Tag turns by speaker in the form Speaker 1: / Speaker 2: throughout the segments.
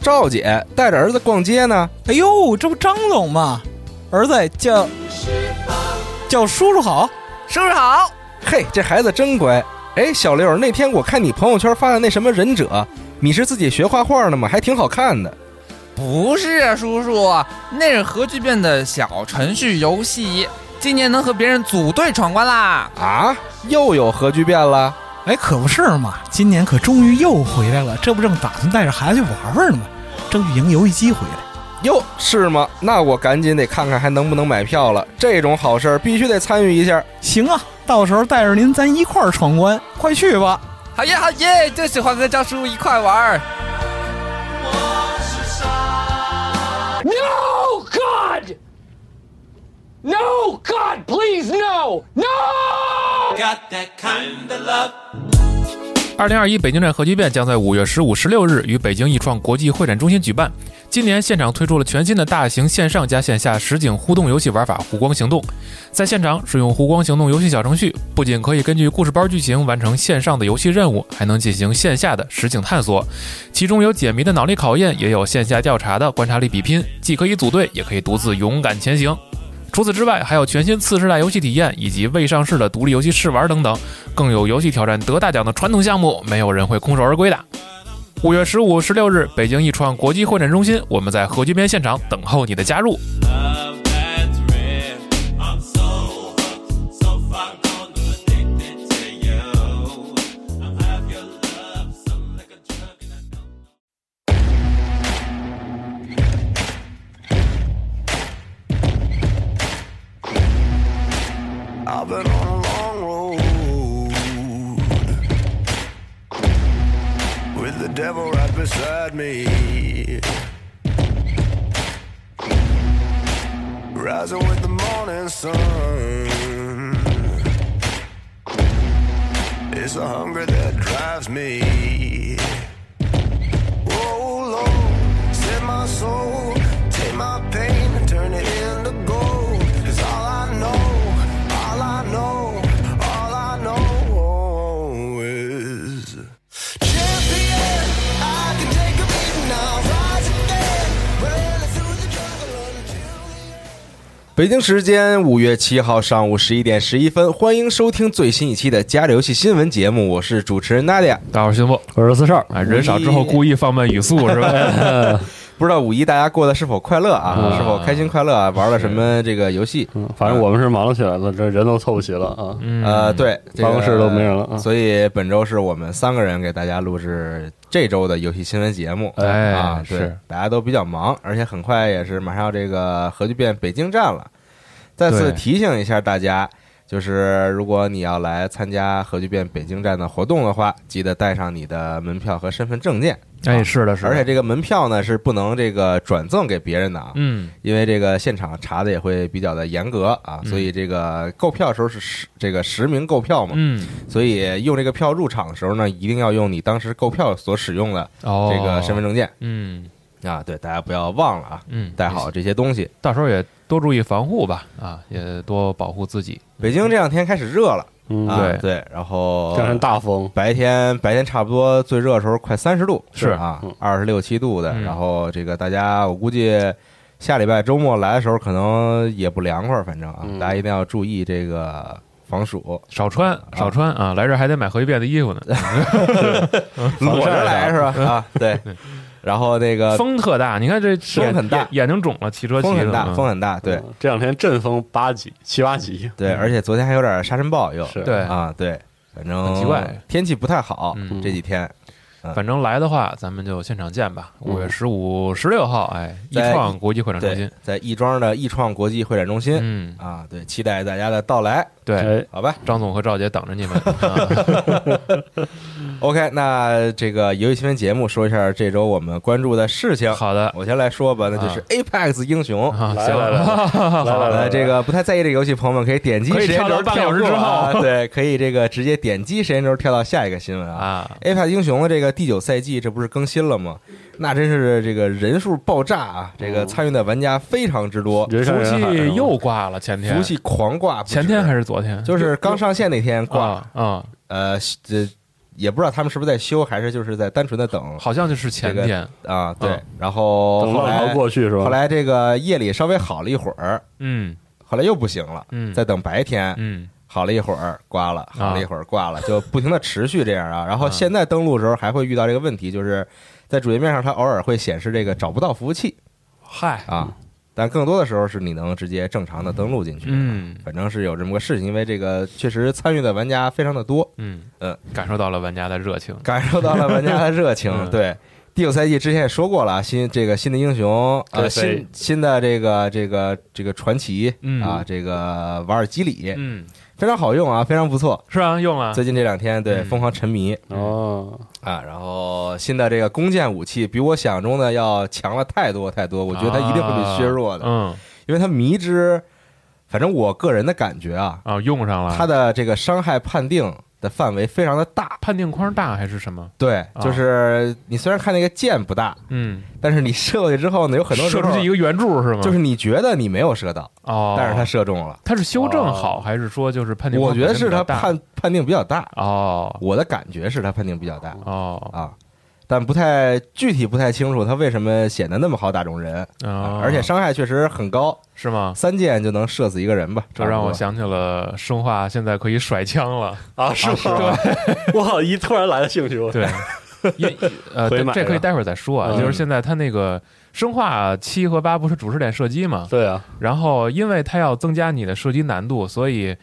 Speaker 1: 赵姐带着儿子逛街呢，
Speaker 2: 哎呦，这不张总吗？儿子叫叫叔叔好，
Speaker 3: 叔叔好，
Speaker 1: 嘿，这孩子真乖。哎，小刘，那天我看你朋友圈发的那什么忍者，你是自己学画画的吗？还挺好看的。
Speaker 3: 不是啊，叔叔，那是核聚变的小程序游戏，今年能和别人组队闯关啦！
Speaker 1: 啊，又有核聚变了。
Speaker 2: 哎，可不是嘛，今年可终于又回来了，这不正打算带着孩子去玩玩呢吗？争取赢游戏机回来。
Speaker 1: 哟，是吗？那我赶紧得看看还能不能买票了。这种好事儿必须得参与一下。
Speaker 2: 行啊，到时候带着您咱一块儿闯关，快去吧！
Speaker 3: 好耶好耶，就喜欢跟张叔叔一块玩儿。
Speaker 4: No, God! No, God, please, no! No!
Speaker 5: Got that kind of love.
Speaker 6: 二零二一北京站核聚变将在五月十五、十六日于北京易创国际会展中心举办。今年现场推出了全新的大型线上加线下实景互动游戏玩法“湖光行动”。在现场使用“湖光行动”游戏小程序，不仅可以根据故事包剧情完成线上的游戏任务，还能进行线下的实景探索。其中有解谜的脑力考验，也有线下调查的观察力比拼，既可以组队，也可以独自勇敢前行。除此之外，还有全新次世代游戏体验以及未上市的独立游戏试玩等等，更有游戏挑战得大奖的传统项目，没有人会空手而归的。五月十五、十六日，北京易创国际会展中心，我们在核聚变现场等候你的加入。
Speaker 5: Love that's real. I'm so hooked, so far gone, I'm addicted to you. I have your love, something like a drug, and I don't.
Speaker 1: 北京时间五月七号上午十一点十一分，欢迎收听最新一期的《家里游戏新闻》节目，我是主持人 Nadia。
Speaker 6: 大伙儿辛苦
Speaker 7: 我是四少，
Speaker 1: 哎
Speaker 6: 啊！人少之后故意放慢语 速是吧？
Speaker 1: 不知道五一大家过得是否快乐啊？
Speaker 7: 啊
Speaker 1: 是否开心快乐啊？玩了什么这个游戏？
Speaker 7: 嗯，反正我们是忙起来了，这人都凑不齐了啊。
Speaker 6: 嗯
Speaker 1: 呃，，对，这个
Speaker 7: 办公室都没人了啊
Speaker 1: 所以本周是我们三个人给大家录制这周的游戏新闻节目。
Speaker 6: 哎
Speaker 1: 啊，对
Speaker 6: 是
Speaker 1: 大家都比较忙，而且很快也是马上要这个核聚变北京站了。再次
Speaker 6: 对
Speaker 1: 提醒一下大家，就是如果你要来参加核聚变北京站的活动的话，记得带上你的门票和身份证件。
Speaker 6: 哎，是的，是的，
Speaker 1: 而且这个门票呢是不能这个转赠给别人的啊，
Speaker 6: 嗯，
Speaker 1: 因为这个现场查的也会比较的严格啊，所以这个购票的时候是实这个实名购票嘛，
Speaker 6: 嗯，
Speaker 1: 所以用这个票入场的时候呢，一定要用你当时购票所使用的
Speaker 6: 哦，
Speaker 1: 这个身份，证件、
Speaker 6: 嗯
Speaker 1: 啊，对，大家不要忘了啊，
Speaker 6: 嗯，
Speaker 1: 带好，这些东西。
Speaker 6: 到时候也多注意防护吧，啊，也多保护自己。
Speaker 1: 北京这两天开始热了
Speaker 7: 嗯，
Speaker 1: 啊，
Speaker 6: 对
Speaker 1: 对，然后
Speaker 7: 这两天大风，
Speaker 1: 白天白天差不多最热的时候快三十度，
Speaker 6: 是
Speaker 1: 啊
Speaker 7: 嗯，
Speaker 1: 二十六七度的。
Speaker 6: 嗯
Speaker 1: 然后这个大家，我估计下礼拜周末来的时候可能也不凉快，反正啊，
Speaker 7: 嗯
Speaker 1: 大家一定要注意这个防 暑，
Speaker 6: 少穿少穿啊！来这儿还得买核聚变的衣服呢，
Speaker 1: 裸着来是吧？啊，对。然后那个
Speaker 6: 风特大，你看这
Speaker 1: 呃风很大
Speaker 6: 眼眼睛肿了，骑车骑
Speaker 1: 风
Speaker 6: 的
Speaker 1: 很大，
Speaker 6: 嗯
Speaker 1: 风很大，对
Speaker 7: 嗯，这两天阵风八级、七八级，
Speaker 1: 对，而且昨天还有点沙尘暴又，
Speaker 7: 是
Speaker 6: 嗯对，
Speaker 1: 啊，对，反正
Speaker 6: 很奇怪，
Speaker 1: 天气不太好
Speaker 6: 嗯
Speaker 1: 这几天，
Speaker 6: 反正来的话，咱们就现场见吧。
Speaker 7: 嗯
Speaker 6: 五月十五、十六号，哎，易
Speaker 1: 在
Speaker 6: 创国际会展中
Speaker 1: 对
Speaker 6: 心。，
Speaker 1: 在亦庄的亦创国际会展中心
Speaker 6: 嗯，
Speaker 1: 啊，对，期待大家的到来，
Speaker 6: 对，
Speaker 7: 哎，
Speaker 1: 好吧。
Speaker 6: 张总和赵姐等 着你们。啊
Speaker 1: OK，那这个游戏新闻节目说一下这周我们关注的事情。
Speaker 6: 好 的
Speaker 1: 我先来说吧，那就是 Apex 英雄。
Speaker 6: 啊，
Speaker 7: 来
Speaker 6: 行
Speaker 7: 来来
Speaker 6: 了，
Speaker 7: 来来
Speaker 1: 呃，
Speaker 7: 来，
Speaker 1: 这个不太在意这个游戏，朋友们可以点击
Speaker 6: 可以
Speaker 1: 时间
Speaker 6: 跳
Speaker 1: 轴
Speaker 6: 到半个小时
Speaker 1: 跳过啊
Speaker 6: 之后
Speaker 1: 对，可以这个直接点击时间轴跳到下一个新闻啊。
Speaker 6: 啊，
Speaker 1: Apex 英雄的这个第九赛季，这不是更新了吗？那真是这个人数爆炸啊！这个参与的玩家非常之多，
Speaker 7: 人山
Speaker 6: 服
Speaker 7: 人海
Speaker 6: 气又挂了，前天
Speaker 1: 服气狂挂不止。
Speaker 6: 前天还是昨天？啊
Speaker 1: 就是刚上线那天挂，
Speaker 6: 啊啊，
Speaker 1: 呃，这也不知道他们是不是在修，还是就是在单纯的等
Speaker 6: 好像就是前天，
Speaker 1: 啊。对
Speaker 6: 嗯，
Speaker 1: 然后
Speaker 7: 等
Speaker 1: 后
Speaker 7: 浪
Speaker 1: 来
Speaker 7: 潮过去是吧？
Speaker 1: 后来这个夜里稍微好了一会儿，
Speaker 6: 嗯
Speaker 1: 后来又不行了，
Speaker 6: 嗯
Speaker 1: 再等白天。
Speaker 6: 嗯，
Speaker 1: 好了一会儿挂
Speaker 6: 啊
Speaker 1: 了，好了一会儿挂了，就不停的持续这样 啊。然后现在登录的时候还会遇到这个问题，就是在主页面上它偶尔会显示这个找不到服务器
Speaker 6: 嗨，
Speaker 1: 啊，但更多的时候是你能直接正常的登录进去。
Speaker 6: 嗯
Speaker 1: 反正是有这么个事情，因为这个确实参与的玩家非常的 多，
Speaker 6: 嗯
Speaker 1: 呃，
Speaker 6: 感受到了玩家的热情，
Speaker 1: 感受到了玩家的热情
Speaker 6: 嗯。
Speaker 1: 对，第九赛季之前也说过了，新这个新的英雄，呃，
Speaker 7: 对所以
Speaker 1: 新新的这个这个这个传奇
Speaker 6: 嗯
Speaker 1: 啊，这个瓦尔基里
Speaker 6: 嗯，
Speaker 1: 非常好用啊，非常不错。
Speaker 6: 是啊，用了，
Speaker 1: 最近这两天对
Speaker 6: 嗯
Speaker 1: 疯狂沉迷
Speaker 7: 哦，
Speaker 1: 啊，然后新的这个弓箭武器比我想中的要强了太多太多，我觉得它一定会被削弱的，
Speaker 6: 嗯
Speaker 1: 因为它迷之，反正我个人的感觉啊，
Speaker 6: 啊，用上了，
Speaker 1: 它的这个伤害判定的范围非常的大。
Speaker 6: 判定框大还是什么？
Speaker 1: 对，
Speaker 6: 啊
Speaker 1: 就是你虽然看那个箭不大，
Speaker 6: 嗯，
Speaker 1: 但是你射过去之后呢，有很多时
Speaker 6: 射
Speaker 1: 候
Speaker 6: 出去一个圆柱是吗？
Speaker 1: 就是你觉得你没有射到，
Speaker 6: 哦，
Speaker 1: 但是他射中了。
Speaker 6: 它是修正好还是说就是判定框
Speaker 1: 我
Speaker 6: 本
Speaker 1: 觉
Speaker 6: 身
Speaker 1: 得
Speaker 6: 比较
Speaker 1: 是
Speaker 6: 大？
Speaker 1: 他判判定比较大，
Speaker 6: 哦
Speaker 1: 我的感觉是他判定比较大
Speaker 6: 哦
Speaker 1: 啊，但不太具体不太清楚他为什么显得那么好打中人，
Speaker 6: 啊
Speaker 1: 啊而且伤害确实很高，
Speaker 6: 是吗？
Speaker 1: 三箭就能射死一个人吧？
Speaker 6: 哦这让我
Speaker 1: 差
Speaker 6: 想起了生化，现在可以甩枪 了。
Speaker 7: 啊，是吗？我好一突然来了兴趣，我
Speaker 6: 对，因呃，
Speaker 7: 回
Speaker 6: 对
Speaker 7: 买
Speaker 6: 这可以
Speaker 7: 了
Speaker 6: 待会儿再说啊。
Speaker 7: 嗯
Speaker 6: 就是现在它那个生化七和八不是主视点射击嘛，
Speaker 7: 对啊，
Speaker 6: 然后因为它要增加你的射击难度，所以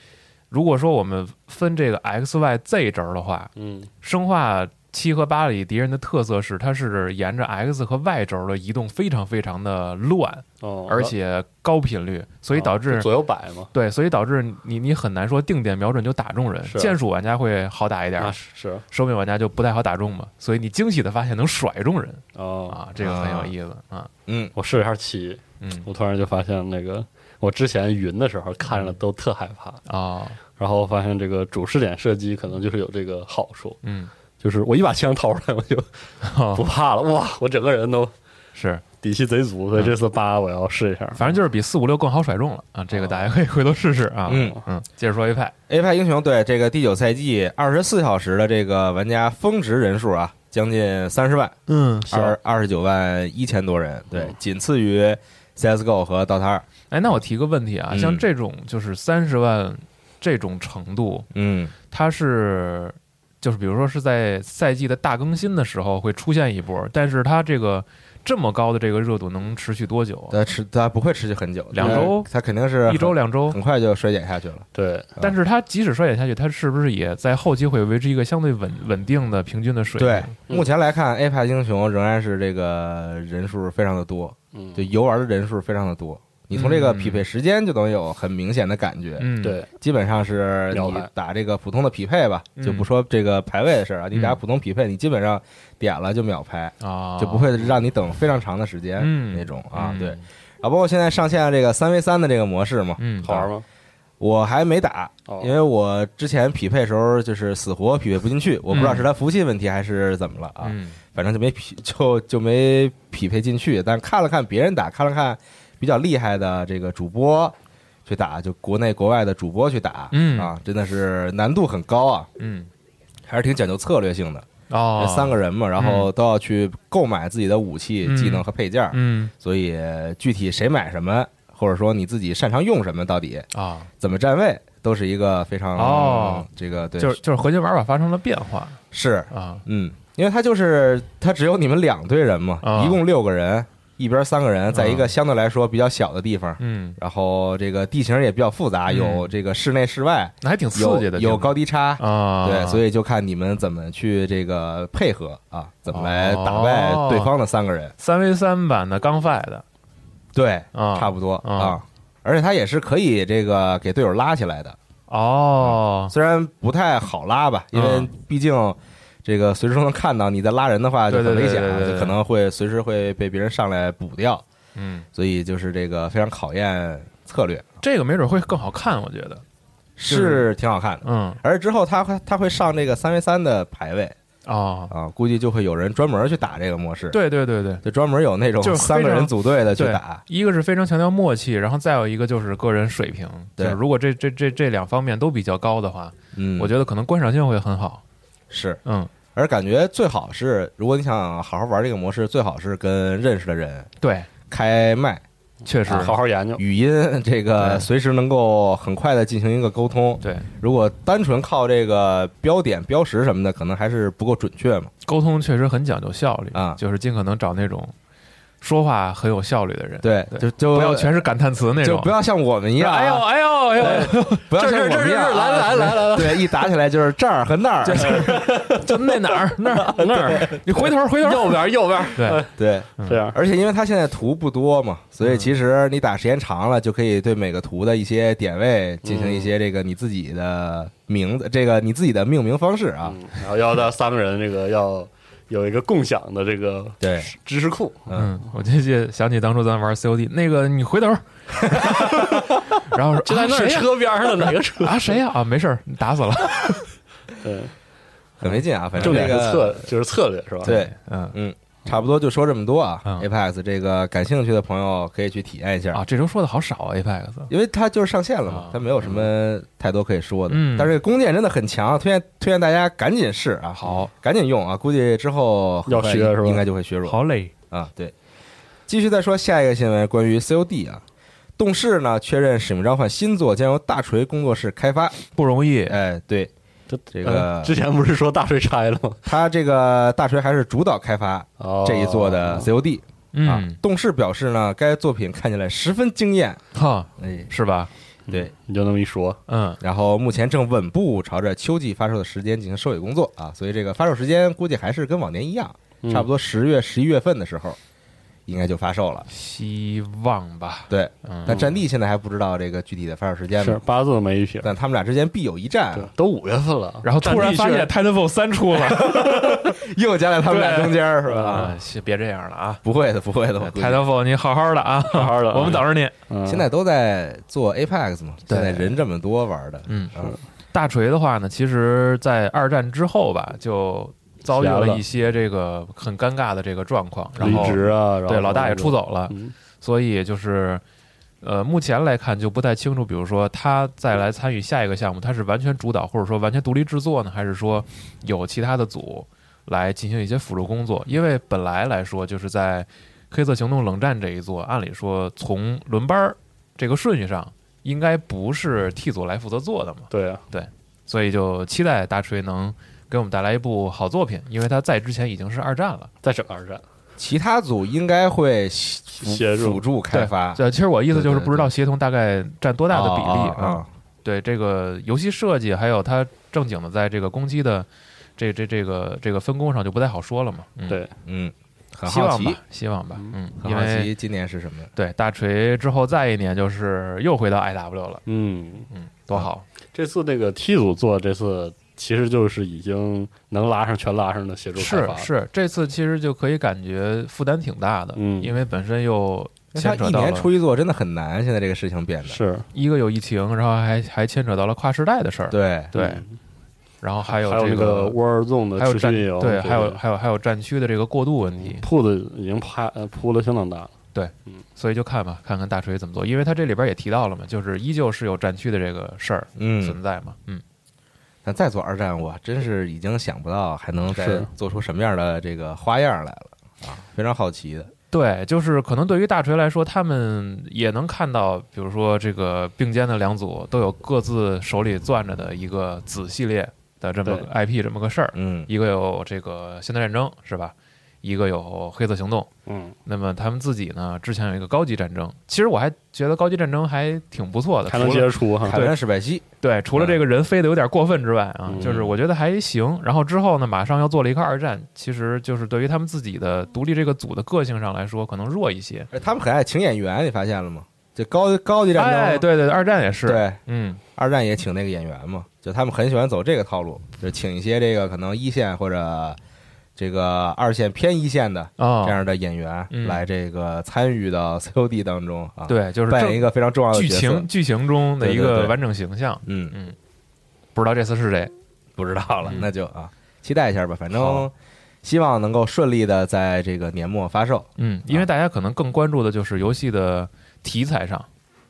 Speaker 6: 如果说我们分这个 X、Y、Z 轴的话，
Speaker 7: 嗯，
Speaker 6: 生化七和八里敌人的特色是，它是沿着 X 和 Y 轴的移动非常非常的乱，
Speaker 7: 哦，
Speaker 6: 而且高频率，所以导致
Speaker 7: 啊左右摆嘛，
Speaker 6: 对，所以导致你你很难说定点瞄准就打中人，
Speaker 7: 是
Speaker 6: 剑术玩家会好打一点，
Speaker 7: 啊是
Speaker 6: 手柄玩家就不太好打中嘛。所以你惊喜的发现能甩中人
Speaker 7: 哦，
Speaker 6: 啊，这个很有意思啊。
Speaker 1: 不多嗯，
Speaker 7: 我试一下七，
Speaker 6: 嗯
Speaker 7: 我突然就发现那个我之前云的时候看着都特害怕，
Speaker 6: 哦，
Speaker 7: 然后发现这个主视点射击可能就是有这个好处，
Speaker 6: 嗯，
Speaker 7: 就是我一把枪掏出来我就不
Speaker 6: 哦
Speaker 7: 怕了，哇，我整个人都
Speaker 6: 是，
Speaker 7: 底气贼足，所以这次八我要试一下，
Speaker 6: 反正就是比四五六更好甩中了啊。这
Speaker 7: 哦
Speaker 6: 个大家可以回头试试啊。
Speaker 1: 嗯
Speaker 6: 嗯，接着说 A 派，
Speaker 1: A 派英雄对这个第九赛季二十四小时的这个玩家峰值人数啊，将近三十万，
Speaker 6: 嗯，
Speaker 1: 二二十九万一千多人，对
Speaker 7: 嗯，
Speaker 1: 仅次于 CSGO 和 DOTA 二。
Speaker 6: 哎，那我提个问题啊，
Speaker 1: 嗯
Speaker 6: 像这种就是三十万这种程度，
Speaker 1: 嗯，
Speaker 6: 它是就是比如说是在赛季的大更新的时候会出现一波，但是它这个这么高的这个热度能持续多久啊？
Speaker 1: 它持它不会持续很久，
Speaker 6: 两周
Speaker 1: 它肯定是
Speaker 6: 一周两周
Speaker 1: 很，快就衰减下去了。
Speaker 7: 对，
Speaker 6: 但是它即使衰减下去，它是不是也在后期会维持一个相对稳稳定的平均的水平？
Speaker 1: 对，
Speaker 7: 嗯
Speaker 1: 目前来看，A 派英雄仍然是这个人数非常的多，
Speaker 7: 嗯
Speaker 1: 就游玩的人数非常的多。你从这个
Speaker 6: 嗯
Speaker 1: 匹配时间就能有很明显的感觉，
Speaker 6: 嗯，
Speaker 7: 对，
Speaker 1: 基本上是
Speaker 7: 秒
Speaker 1: 你
Speaker 7: 排
Speaker 1: 打这个普通的匹配吧，
Speaker 6: 嗯
Speaker 1: 就不说这个排位的事儿啊，你打
Speaker 6: 嗯
Speaker 1: 普通匹配，你基本上点了就秒排，
Speaker 6: 啊，
Speaker 1: 就不会让你等非常长的时间
Speaker 6: 嗯
Speaker 1: 那种啊。
Speaker 6: 嗯
Speaker 1: 对，啊，包括现在上线了这个三 v 三的这个模式嘛，
Speaker 6: 嗯
Speaker 7: 好玩吗？
Speaker 1: 我还没打，
Speaker 7: 哦
Speaker 1: 因为我之前匹配时候就是死活匹配不进去，我不知道
Speaker 6: 嗯
Speaker 1: 是它服务器问题还是怎么了啊，
Speaker 6: 嗯
Speaker 1: 反正就没匹就就没匹配进去。但看了看别人打，看了看比较厉害的这个主播去打，就国内国外的主播去打，
Speaker 6: 嗯
Speaker 1: 啊，真的是难度很高啊，
Speaker 6: 嗯
Speaker 1: 还是挺讲究策略性的。
Speaker 6: 哦，
Speaker 1: 三个人嘛，然后都要去购买自己的武器、
Speaker 6: 嗯
Speaker 1: 技能和配件儿，
Speaker 6: 嗯
Speaker 1: 所以具体谁买什么，或者说你自己擅长用什么，到底
Speaker 6: 啊，
Speaker 1: 怎么站位，都是一个非常
Speaker 6: 哦，
Speaker 1: 这个对，
Speaker 6: 就是就是核心玩法发生了变化
Speaker 1: 是
Speaker 6: 啊，
Speaker 1: 嗯，因为他就是他只有你们两队人嘛，
Speaker 6: 啊
Speaker 1: 一共六个人，一边三个人，在一
Speaker 6: 啊
Speaker 1: 个相对来说比较小的地方，
Speaker 6: 嗯，
Speaker 1: 然后这个地形也比较复杂，
Speaker 6: 嗯
Speaker 1: 有这个室内室外，
Speaker 6: 那还挺刺
Speaker 1: 有
Speaker 6: 激的，
Speaker 1: 有
Speaker 6: 挺
Speaker 1: 高低差。
Speaker 6: 啊，
Speaker 1: 对，所
Speaker 6: 以
Speaker 1: 以就看你们怎么去这个配合啊，怎么来打败
Speaker 6: 哦
Speaker 1: 对方的三个人。
Speaker 6: 三 v 三版的刚 fight 的
Speaker 1: 对，
Speaker 6: 啊，
Speaker 1: 差不多
Speaker 6: 啊
Speaker 1: 啊。而且他也是可以这个给队友拉起来的，
Speaker 6: 哦，
Speaker 1: 虽然不太好拉吧，因为
Speaker 6: 嗯
Speaker 1: 毕竟这个随时都能看到，你在拉人的话就
Speaker 6: 对对
Speaker 1: 很危
Speaker 6: 对
Speaker 1: 险啊，
Speaker 6: 对对对
Speaker 1: 就可能会随时会被别人上来补掉，
Speaker 6: 嗯，
Speaker 1: 所以就是这个非常考验策略，
Speaker 6: 这个没准会更好看，我觉得，
Speaker 1: 是挺好看的。
Speaker 6: 嗯
Speaker 1: 而之后他会他会上这个三 v 三的排位
Speaker 6: 哦，
Speaker 1: 啊，估计就会有人专门去打这个模式，，
Speaker 6: 对对对对。
Speaker 1: 就专门有那种
Speaker 6: 就是非常
Speaker 1: 三个人组队的去
Speaker 6: 对
Speaker 1: 打，
Speaker 6: 一个是非常强调默契，然后再有一个就是个人水平。
Speaker 1: 对
Speaker 6: 就是如果这这这这两方面都比较高的话，
Speaker 1: 嗯，
Speaker 6: 我觉得可能观赏性会很好。
Speaker 1: 是，
Speaker 6: 嗯，
Speaker 1: 而感觉最好是，如果你想好好玩这个模式，最好是跟认识的人
Speaker 6: 对，
Speaker 1: 开麦，
Speaker 6: 确实，
Speaker 7: 好好研究。
Speaker 1: 语音这个
Speaker 6: 对
Speaker 1: 随时能够很快的进行一个沟通。
Speaker 6: 对，
Speaker 1: 如果单纯靠这个标点、标识什么的，可能还是不够准确嘛。
Speaker 6: 沟通确实很讲究效率
Speaker 1: 啊
Speaker 6: 就是尽可能找那种说话很有效率的人，
Speaker 1: 对，
Speaker 6: 对
Speaker 1: 就就
Speaker 6: 不要全是感叹词那
Speaker 1: 就
Speaker 6: 种，
Speaker 1: 不要像我们一样
Speaker 6: 哎呦
Speaker 1: 啊，
Speaker 6: 哎呦哎呦，
Speaker 1: 不要像我
Speaker 6: 这
Speaker 1: 们一样啊，
Speaker 6: 来来来来 来，
Speaker 1: 对，一打起来就是这儿和那 儿，
Speaker 6: 就那哪儿那儿那儿，你回头回头，
Speaker 7: 右边，右边，
Speaker 6: 对，
Speaker 1: 对。
Speaker 7: 这样
Speaker 1: 而且因为它现在图不多嘛，所
Speaker 6: 嗯
Speaker 1: 以其实你打时间长了，就可以对每个图的一些点位进行一些这个你自己的名字，这个你自己的命名方式啊。
Speaker 7: 嗯然后要到三个人这个要有一个共享的这个
Speaker 1: 对
Speaker 7: 知知识库，
Speaker 6: 嗯，我就记得想起当初咱玩 COD 那个，你回头，然后说
Speaker 7: 就在那
Speaker 6: 啊
Speaker 7: 儿
Speaker 6: 谁呀
Speaker 7: 车边儿呢，哪个车？
Speaker 6: 啊谁呀啊没事儿，你打死了，
Speaker 7: 对，
Speaker 1: 很没劲啊，反正
Speaker 7: 重点
Speaker 1: 这
Speaker 7: 是
Speaker 1: 个
Speaker 7: 策，就是策略是吧？
Speaker 1: 对，
Speaker 6: 嗯
Speaker 1: 差不多就说这么多啊。
Speaker 6: 嗯
Speaker 1: Apex 这个感兴趣的朋友可以去体验一下
Speaker 6: 啊，，这周说的好少啊 Apex，
Speaker 1: 因为它就是上线了嘛
Speaker 6: 啊，
Speaker 1: 它没有什么太多可以说的。
Speaker 6: 嗯
Speaker 1: 但是弓箭真的很强，推荐推荐大家赶紧试啊，
Speaker 6: 好，
Speaker 1: 赶紧用啊，估计之后很
Speaker 7: 要
Speaker 1: 快
Speaker 7: 学是吧
Speaker 1: 应该就会削弱。
Speaker 6: 好嘞，
Speaker 1: 啊，对。继续再说下一个新闻，关于 COD 啊，动视呢确认《使命召唤》新作将由大锤工作室开发。
Speaker 6: 不容易，
Speaker 1: 哎，对，
Speaker 7: 这
Speaker 1: 这个
Speaker 7: 嗯之前不是说大水拆了吗？
Speaker 1: 他这个大锤还是主导开发
Speaker 7: 哦
Speaker 1: 这一作的 COD 啊。
Speaker 6: 嗯，
Speaker 1: 动视表示呢，该作品看起来十分惊艳。
Speaker 6: 哈，
Speaker 1: 哎，
Speaker 6: 是吧？
Speaker 1: 对。
Speaker 7: 你就那么一说，
Speaker 6: 嗯，
Speaker 1: 然后目前正稳步朝着秋季发售的时间进行收尾工作啊，所以这个发售时间估计还是跟往年一样，差不
Speaker 7: 多。
Speaker 1: 多十月、十一月份的时候应该就发售了。
Speaker 6: 希望吧，
Speaker 1: 对，
Speaker 6: 嗯，
Speaker 1: 但战地现在还不知道这个具体的发售时间
Speaker 7: 是
Speaker 1: 嘛，
Speaker 7: 八字没一撇，
Speaker 1: 但他们俩之间必有一战
Speaker 7: 对
Speaker 1: 啊，，
Speaker 7: 都五月份了，
Speaker 6: 然后突然发现 Titanfall 三出了，
Speaker 1: 又夹在他们俩中间儿是吧？
Speaker 6: 啊，是别这样了啊
Speaker 1: 不会的，不会的，我估计
Speaker 6: ！Titanfall 你好好的啊，
Speaker 7: 好好的啊
Speaker 6: 我们等着你。
Speaker 7: 嗯
Speaker 1: 现在都在做 Apex 嘛，
Speaker 6: 对
Speaker 1: 现在人这么多玩的，
Speaker 6: 嗯
Speaker 1: 啊
Speaker 6: 大锤的话呢，其实，在二战之后吧，就遭遇
Speaker 7: 闲
Speaker 6: 了
Speaker 7: 了
Speaker 6: 一些这个很尴尬的这个状况，然
Speaker 7: 离
Speaker 6: 后
Speaker 7: 职啊，然后
Speaker 6: 对老大也出走了，
Speaker 7: 嗯，
Speaker 6: 所以就是。呃，目前来看就不太清楚，比如说他再来参与下一个项目，他是完全主导或者说完全独立制作呢，还是说有其他的组来进行一些辅助工作？因为本来来说，就是在黑色行动冷战这一座，按理说从轮班儿这个顺序上，应该不是 T 组来负责做的嘛。
Speaker 7: 对啊，
Speaker 6: 所以就期待大锤能给我们带来一部好作品，因为他在之前已经是二战了。
Speaker 7: 再整二战，
Speaker 1: 其他组应该会辅
Speaker 7: 协助
Speaker 1: 辅助开发
Speaker 6: 对，其实我意思就是
Speaker 1: 啊对对对
Speaker 6: 不知道协同大概占多大的比例
Speaker 1: 啊
Speaker 6: 啊
Speaker 1: 啊，
Speaker 6: 对这个游戏设计，还有它正经的在这个攻击的这这这个这个分工上就不太好说了嘛。嗯、
Speaker 7: 对
Speaker 1: 嗯，很
Speaker 6: 希
Speaker 1: 好
Speaker 6: 望
Speaker 1: 奇
Speaker 6: 吧，，希望吧，嗯，
Speaker 1: 很
Speaker 6: 因
Speaker 1: 好
Speaker 6: 为
Speaker 1: 奇今年是什么？
Speaker 6: 对大锤之后再一年就是又回到 IW 了，
Speaker 7: 嗯，
Speaker 6: 嗯，多
Speaker 1: 啊
Speaker 6: 好，
Speaker 7: 这次那个 T 组做这次其实就是已经能拉上全拉上的协助开
Speaker 6: 是
Speaker 7: 发了，
Speaker 6: 是，这次其实就可以感觉负担挺大的，
Speaker 7: 嗯
Speaker 6: 因为本身又
Speaker 1: 因为他
Speaker 6: 牵扯
Speaker 1: 一
Speaker 6: 到了
Speaker 1: 年出一作真的很难，现在这个事情变得
Speaker 7: 是，
Speaker 6: 一个有疫情，然后还还牵扯到了跨世代的事儿，
Speaker 1: 对
Speaker 6: 对
Speaker 7: 嗯，
Speaker 6: 然后还有
Speaker 7: 还有
Speaker 6: 这
Speaker 7: 那个 War Zone 的
Speaker 6: 还有
Speaker 7: 持
Speaker 6: 战
Speaker 7: 续运营，
Speaker 6: 对，还有还有还有战区的这个过渡问题，
Speaker 7: 铺的已经拍呃铺的相当大了，
Speaker 6: 所以就看吧，看看大锤怎么做，因为他这里边也提到了嘛，就是依旧是有战区的这个事儿存
Speaker 1: 嗯，
Speaker 6: 在嘛，嗯，
Speaker 1: 但再做二战，我真是已经想不到还能再
Speaker 7: 是
Speaker 1: 做出什么样的这个花样来了啊，非常好奇的。
Speaker 6: 对，就是可能对于大锤来说，他们也能看到，比如说这个并肩的两组都有各自手里攥着的一个子系列的这么个 IP 这么个事儿，
Speaker 1: 嗯，
Speaker 6: 一个有这个现代战争是吧？一个有黑色行动，
Speaker 7: 嗯，
Speaker 6: 那么他们自己呢，之前有一个高级战争，其实我还觉得高级战争还挺不错的，
Speaker 7: 还能
Speaker 6: 除
Speaker 7: 接
Speaker 6: 了
Speaker 7: 着出哈
Speaker 1: 海，湾史派西，
Speaker 6: 对，除
Speaker 1: 嗯
Speaker 6: 了这个人飞的有点过分之外啊，
Speaker 7: 嗯
Speaker 6: 就是我觉得还行。然后之后呢，马上要做了一个二战，其实就是对于他们自己的独立这个组的个性上来说，可能弱一些。
Speaker 1: 哎他们很爱请演员，你发现了吗？就高高级战争，
Speaker 6: 哎，对对，对二战也是，
Speaker 1: 对
Speaker 6: 嗯，
Speaker 1: 二战也请那个演员嘛，就他们很喜欢走这个套路，就请一些这个可能一线或者这个二线偏一线的
Speaker 6: 啊、
Speaker 1: 这样的演员
Speaker 6: 嗯
Speaker 1: 来这个参与到 COD 当中啊，，
Speaker 6: 对，就是
Speaker 1: 扮演
Speaker 6: 正
Speaker 1: 一个非常重要的
Speaker 6: 剧
Speaker 1: 角色
Speaker 6: 情。剧情中的一
Speaker 1: 对对
Speaker 6: 个
Speaker 1: 对
Speaker 6: 完整形象。
Speaker 1: 嗯，
Speaker 6: 不知道这次是谁，
Speaker 1: 不知道了，
Speaker 6: 嗯
Speaker 1: 那就啊，期待一下吧，反正
Speaker 6: 好
Speaker 1: 希望能够顺利的在这个年末发售。
Speaker 6: 嗯，因为大家可能更关注的就是游戏的题材上，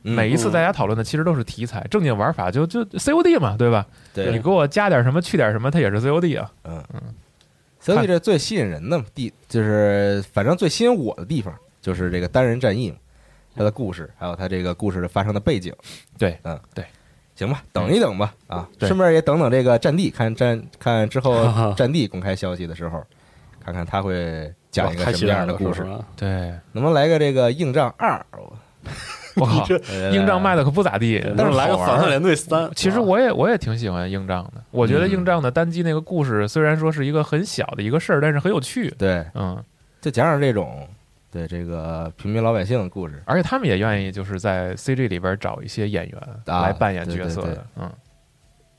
Speaker 1: 嗯
Speaker 6: 每一次大家讨论的其实都是题材，正经玩法就就 COD 嘛，对吧？你
Speaker 1: 对
Speaker 6: 给我加点什么，去点什么，它也是 COD 啊。
Speaker 1: 所以这最吸引人的地，就是反正最吸引我的地方，就是这个单人战役嘛，它的故事，还有它这个故事发生的背景。
Speaker 6: 对
Speaker 1: 嗯，
Speaker 6: 对，嗯
Speaker 1: 行吧，等一等吧，啊，
Speaker 6: 对
Speaker 1: 顺便也等等这个战地，看战看之后战地公开消息的时候，看看他会讲一个
Speaker 7: 哇太
Speaker 1: 什
Speaker 7: 期
Speaker 1: 么
Speaker 7: 待
Speaker 1: 样的
Speaker 7: 了
Speaker 1: 故
Speaker 7: 说
Speaker 1: 事
Speaker 7: 实，话
Speaker 6: 对，
Speaker 1: 能不能来个这个硬仗二？
Speaker 6: 我靠，硬仗卖
Speaker 1: 的
Speaker 6: 的可不咋地。
Speaker 7: 对
Speaker 1: 但
Speaker 7: 能
Speaker 1: 是
Speaker 7: 来个
Speaker 1: 好玩
Speaker 7: 反叛联队三，
Speaker 6: 其实我也我也挺喜欢硬仗的，我
Speaker 1: 嗯
Speaker 6: 觉得硬仗的单机那个故事虽然说是一个很小的一个事儿，但是很有趣。
Speaker 1: 对，
Speaker 6: 嗯，
Speaker 1: 就讲讲这种对这个平民老百姓的故事。
Speaker 6: 而且他们也愿意就是在 CG 里边找一些演员
Speaker 1: 啊
Speaker 6: 来扮演
Speaker 1: 对
Speaker 6: 角
Speaker 1: 对
Speaker 6: 色
Speaker 1: 对
Speaker 6: 的。嗯，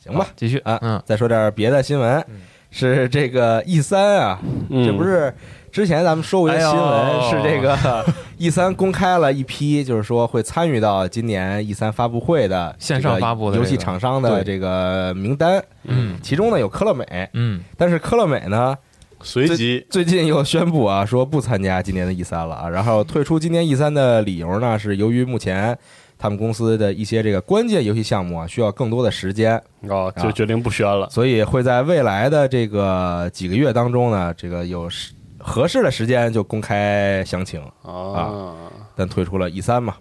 Speaker 1: 行吧
Speaker 6: 好，继续
Speaker 1: 啊
Speaker 6: 嗯，
Speaker 1: 再说点别的新闻
Speaker 6: 嗯，
Speaker 1: 是这个 E 三啊，
Speaker 7: 嗯
Speaker 1: 这不是之前咱们说过一个新闻，
Speaker 6: 哎呦
Speaker 1: 是这个 E 三公开了一批，就是说会参与到今年 E 三发布会的这个
Speaker 6: 线上发布的这
Speaker 1: 游
Speaker 6: 个
Speaker 1: 戏厂商的
Speaker 6: 对
Speaker 1: 这个名单，
Speaker 6: 嗯
Speaker 1: 其中呢有科乐美，
Speaker 6: 嗯，
Speaker 1: 但是科乐美 呢
Speaker 7: 随机
Speaker 1: 最近又宣布啊，说不参加今年的 E 三了啊，然后退出今年 E 三的理由呢是由于目前。他们公司的一些这个关键游戏项目啊，需要更多的时间，
Speaker 7: 哦，就决定不宣了。
Speaker 1: 所以会在未来的这个几个月当中呢，这个有时合适的时间就公开详情。
Speaker 7: 啊，
Speaker 1: 但退出了 E 三嘛。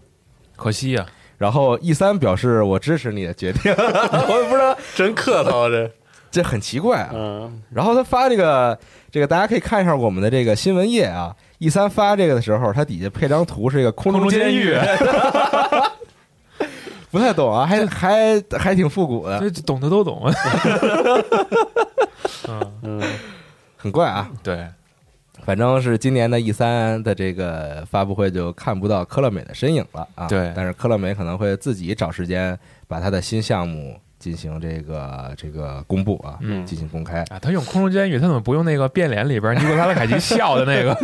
Speaker 6: 可惜啊呀、
Speaker 1: 然后 E 三表示我支持你的决定， 我也不知道
Speaker 7: 真客套这，
Speaker 1: 这很奇怪啊。
Speaker 7: 嗯，
Speaker 1: 然后他发这个这个，大家可以看一下我们的这个新闻页啊。E 三发这个的时候，它底下配张图是一个空
Speaker 6: 空中监
Speaker 1: 监
Speaker 6: 狱，
Speaker 1: 不太懂啊，还还还挺复古 的，
Speaker 6: 这懂的都懂。
Speaker 7: 嗯
Speaker 1: 很怪啊。
Speaker 6: 对，
Speaker 1: 反正是今年的 E 三的这个发布会就看不到科乐美的身影了啊。
Speaker 6: 对
Speaker 1: 但是科乐美可能会自己找时间把他的新项目进行这个这个公布啊，
Speaker 6: 嗯
Speaker 1: 进行公开。
Speaker 6: 啊，他用空中监狱，他怎么不用那个变脸里边尼古拉斯凯奇笑的那个？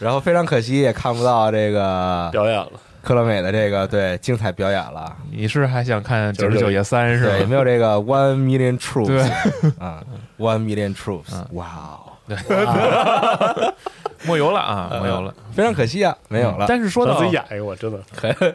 Speaker 1: 然后非常可惜也看不到这个
Speaker 7: 表演了，
Speaker 1: 科乐美的这个对精彩表演了，
Speaker 6: 你是还想看九十九夜三是
Speaker 1: 对，
Speaker 6: 吧？
Speaker 1: 没有这个 One Million Troops，
Speaker 6: 对
Speaker 1: 啊，One Million Troops，
Speaker 6: 嗯
Speaker 1: 哇哦，
Speaker 6: 没有了啊，没有了，嗯
Speaker 1: 非常可惜啊，没有了。
Speaker 6: 但是说
Speaker 7: 我
Speaker 6: 到
Speaker 7: 自己演一个，我 真的，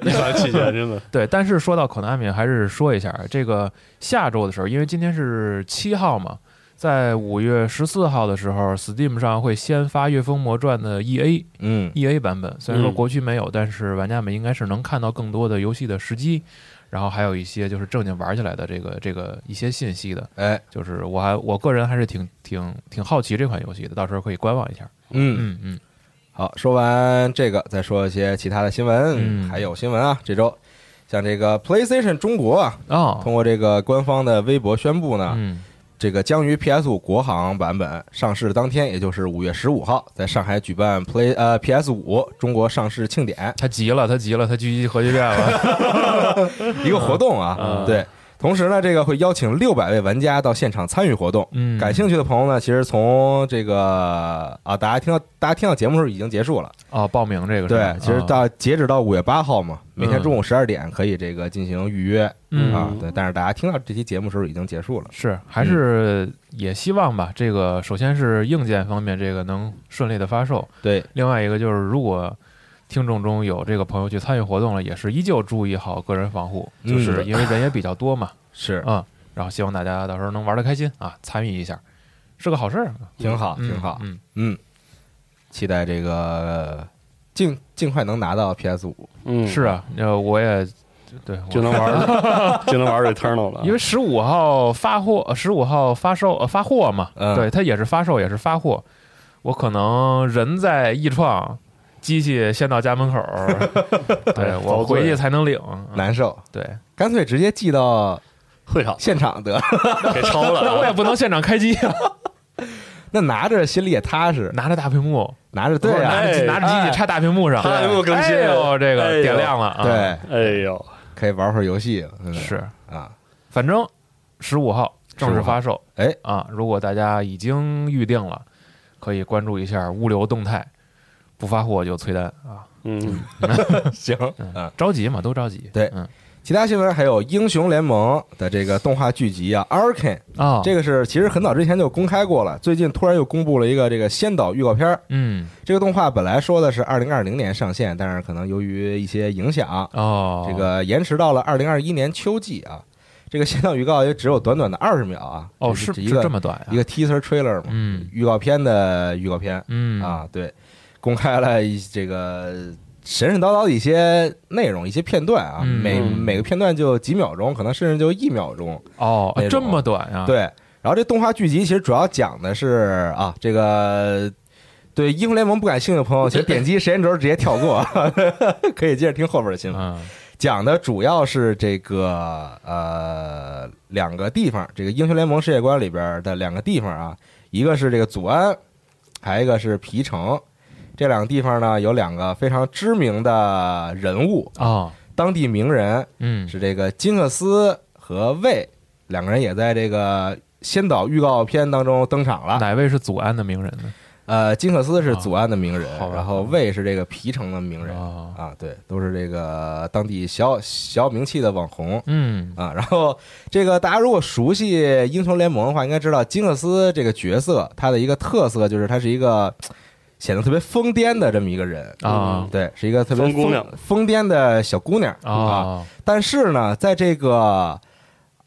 Speaker 7: 一把弃权，真的，
Speaker 6: 对，但是说到口袋米，还是说一下这个下周的时候，因为今天是七号嘛，在五月十四号的时候，Steam 上会先发《月风魔传》的 EA
Speaker 1: 嗯
Speaker 6: EA 版本。虽然说
Speaker 7: 嗯
Speaker 6: 国区没有，但是玩家们应该是能看到更多的游戏的时机，然后还有一些就是正经玩起来的这个这个一些信息的。
Speaker 1: 哎，
Speaker 6: 就是我还我个人还是挺挺挺好奇这款游戏的，到时候可以观望一下。
Speaker 1: 嗯，
Speaker 6: 嗯嗯，
Speaker 1: 好，说完这个，再说一些其他的新闻，
Speaker 6: 嗯
Speaker 1: 还有新闻啊，这周像这个 PlayStation 中国啊，
Speaker 6: 哦，
Speaker 1: 通过这个官方的微博宣布呢，
Speaker 6: 嗯
Speaker 1: 这个将于 PS 五国行版本上市当天，也就是五月十五号，在上海举办 Play 呃 PS 五中国上市庆典
Speaker 6: 他急了，他急了，他狙击核聚 变了。
Speaker 1: 一个活动
Speaker 6: 嗯
Speaker 1: 啊，对。同时呢，这个会邀请六百位玩家到现场参与活动。
Speaker 6: 嗯
Speaker 1: 感兴趣的朋友呢，其实从这个啊，大家听到大家听到节目的时候已经结束了。
Speaker 6: 哦，报名这个是吧
Speaker 1: 对，其实
Speaker 6: 哦
Speaker 1: 到截止到五月八号嘛，每天中午十二点可以这个进行预约
Speaker 6: 嗯
Speaker 1: 啊。对，但是大家听到这期节目的时候已经结束了。
Speaker 6: 是，还是也希望吧。这个首先是硬件方面，这个能顺利的发售；
Speaker 1: 对，
Speaker 6: 另外一个就是，如果听众中有这个朋友去参与活动了，也是依旧注意好个人防护，就
Speaker 1: 嗯
Speaker 6: 是因为人也比较多嘛，
Speaker 1: 是
Speaker 6: 嗯。然后希望大家到时候能玩的开心啊，参与一下，是个好事儿，
Speaker 1: 挺好，
Speaker 6: 嗯
Speaker 1: 挺好。
Speaker 6: 嗯，
Speaker 1: 嗯，期待这个尽尽快能拿到 PS 五。
Speaker 7: 嗯，
Speaker 6: 是啊，呃，我也对，我
Speaker 7: 就能玩儿， 就能玩儿 Returnal 了，
Speaker 6: 因为十五号发货，十五号发售呃发货嘛，
Speaker 1: 嗯
Speaker 6: 对，它也是发售也是发货。我可能人在易创，机器先到家门 口儿，对
Speaker 7: 哎
Speaker 6: 我
Speaker 7: 遭罪
Speaker 6: 回去才能领。
Speaker 1: 难受，
Speaker 6: 对，
Speaker 1: 干脆直接寄到
Speaker 7: 会场
Speaker 1: 现场得了。
Speaker 7: 给抄
Speaker 6: 那我
Speaker 7: 了
Speaker 6: 也
Speaker 7: 啊，
Speaker 6: 不能现场开机 啊，
Speaker 1: 那拿着心里也踏实，
Speaker 6: 拿着大屏幕，
Speaker 1: 拿着对
Speaker 6: 拿
Speaker 1: 啊，
Speaker 6: 着拿着机器插大屏幕上，
Speaker 7: 哎大屏幕更新
Speaker 6: 哎呦，这
Speaker 7: 哎
Speaker 6: 个
Speaker 7: 呦
Speaker 6: 点亮了啊！，
Speaker 1: 对，
Speaker 7: 哎呦，
Speaker 1: 可以玩会儿游戏。嗯
Speaker 6: 是，
Speaker 1: 啊，
Speaker 6: 反正十五号正式发售，
Speaker 1: 哎
Speaker 6: 啊，如果大家已经预定了，可以关注一下物流动态，不发货就催单啊。
Speaker 7: 嗯，
Speaker 1: 行，
Speaker 6: 嗯，着急嘛，都着急。
Speaker 1: 对
Speaker 6: 嗯，
Speaker 1: 其他新闻还有《英雄联盟》的这个动画剧集啊，《Arcan》
Speaker 6: 啊，
Speaker 1: 这个是其实很早之前就公开过了，最近突然又公布了一个这个先导预告片儿。
Speaker 6: 嗯
Speaker 1: 这个动画本来说的是二零二零年上线，但是可能由于一些影响，
Speaker 6: 哦，
Speaker 1: 这个延迟到了二零二一年秋季啊。这个先导预告也只有短短的二十秒啊，
Speaker 6: 哦
Speaker 1: 这
Speaker 6: 是
Speaker 1: 一
Speaker 6: 是
Speaker 1: 个
Speaker 6: 这么短啊
Speaker 1: 一个 teaser trailer 嘛，
Speaker 6: 嗯
Speaker 1: 预告片的预告片，
Speaker 6: 嗯
Speaker 1: 啊，对，公开了一这个神神叨叨的一些内容、一些片段啊，
Speaker 6: 嗯
Speaker 1: 每每个片段就几秒钟，可能甚至就一秒钟。
Speaker 6: 哦
Speaker 1: 那种
Speaker 6: 这么短啊，
Speaker 1: 对，然后这动画剧集其实主要讲的是啊，这个对英雄联盟不感兴趣的朋友，请点击时间轴直接跳过， 可以接着听后边的新闻。
Speaker 6: 嗯
Speaker 1: 讲的主要是这个呃两个地方，这个英雄联盟世界观里边的两个地方啊，一个是这个祖安，还有一个是皮城。这两个地方呢，有两个非常知名的人物，
Speaker 6: 哦
Speaker 1: 当地名人
Speaker 6: 嗯
Speaker 1: 是这个金克斯和魏，两个人也在这个先导预告片当中登场了。
Speaker 6: 哪位是祖安的名人呢？
Speaker 1: 呃，金克斯是祖安的名人，
Speaker 6: 好吧
Speaker 1: 然后魏是这个皮城的名人、
Speaker 6: 哦
Speaker 1: 啊，对，都是这个当地小小有名气的网红。
Speaker 6: 嗯
Speaker 1: 啊，然后这个大家如果熟悉英雄联盟的话，应该知道金克斯这个角色，他的一个特色就是他是一个显得特别疯癫的这么一个人
Speaker 6: 啊
Speaker 1: 嗯对，是一个特别
Speaker 7: 疯姑娘
Speaker 1: 疯癫的小姑娘啊。
Speaker 6: 哦
Speaker 1: 但是呢，在这个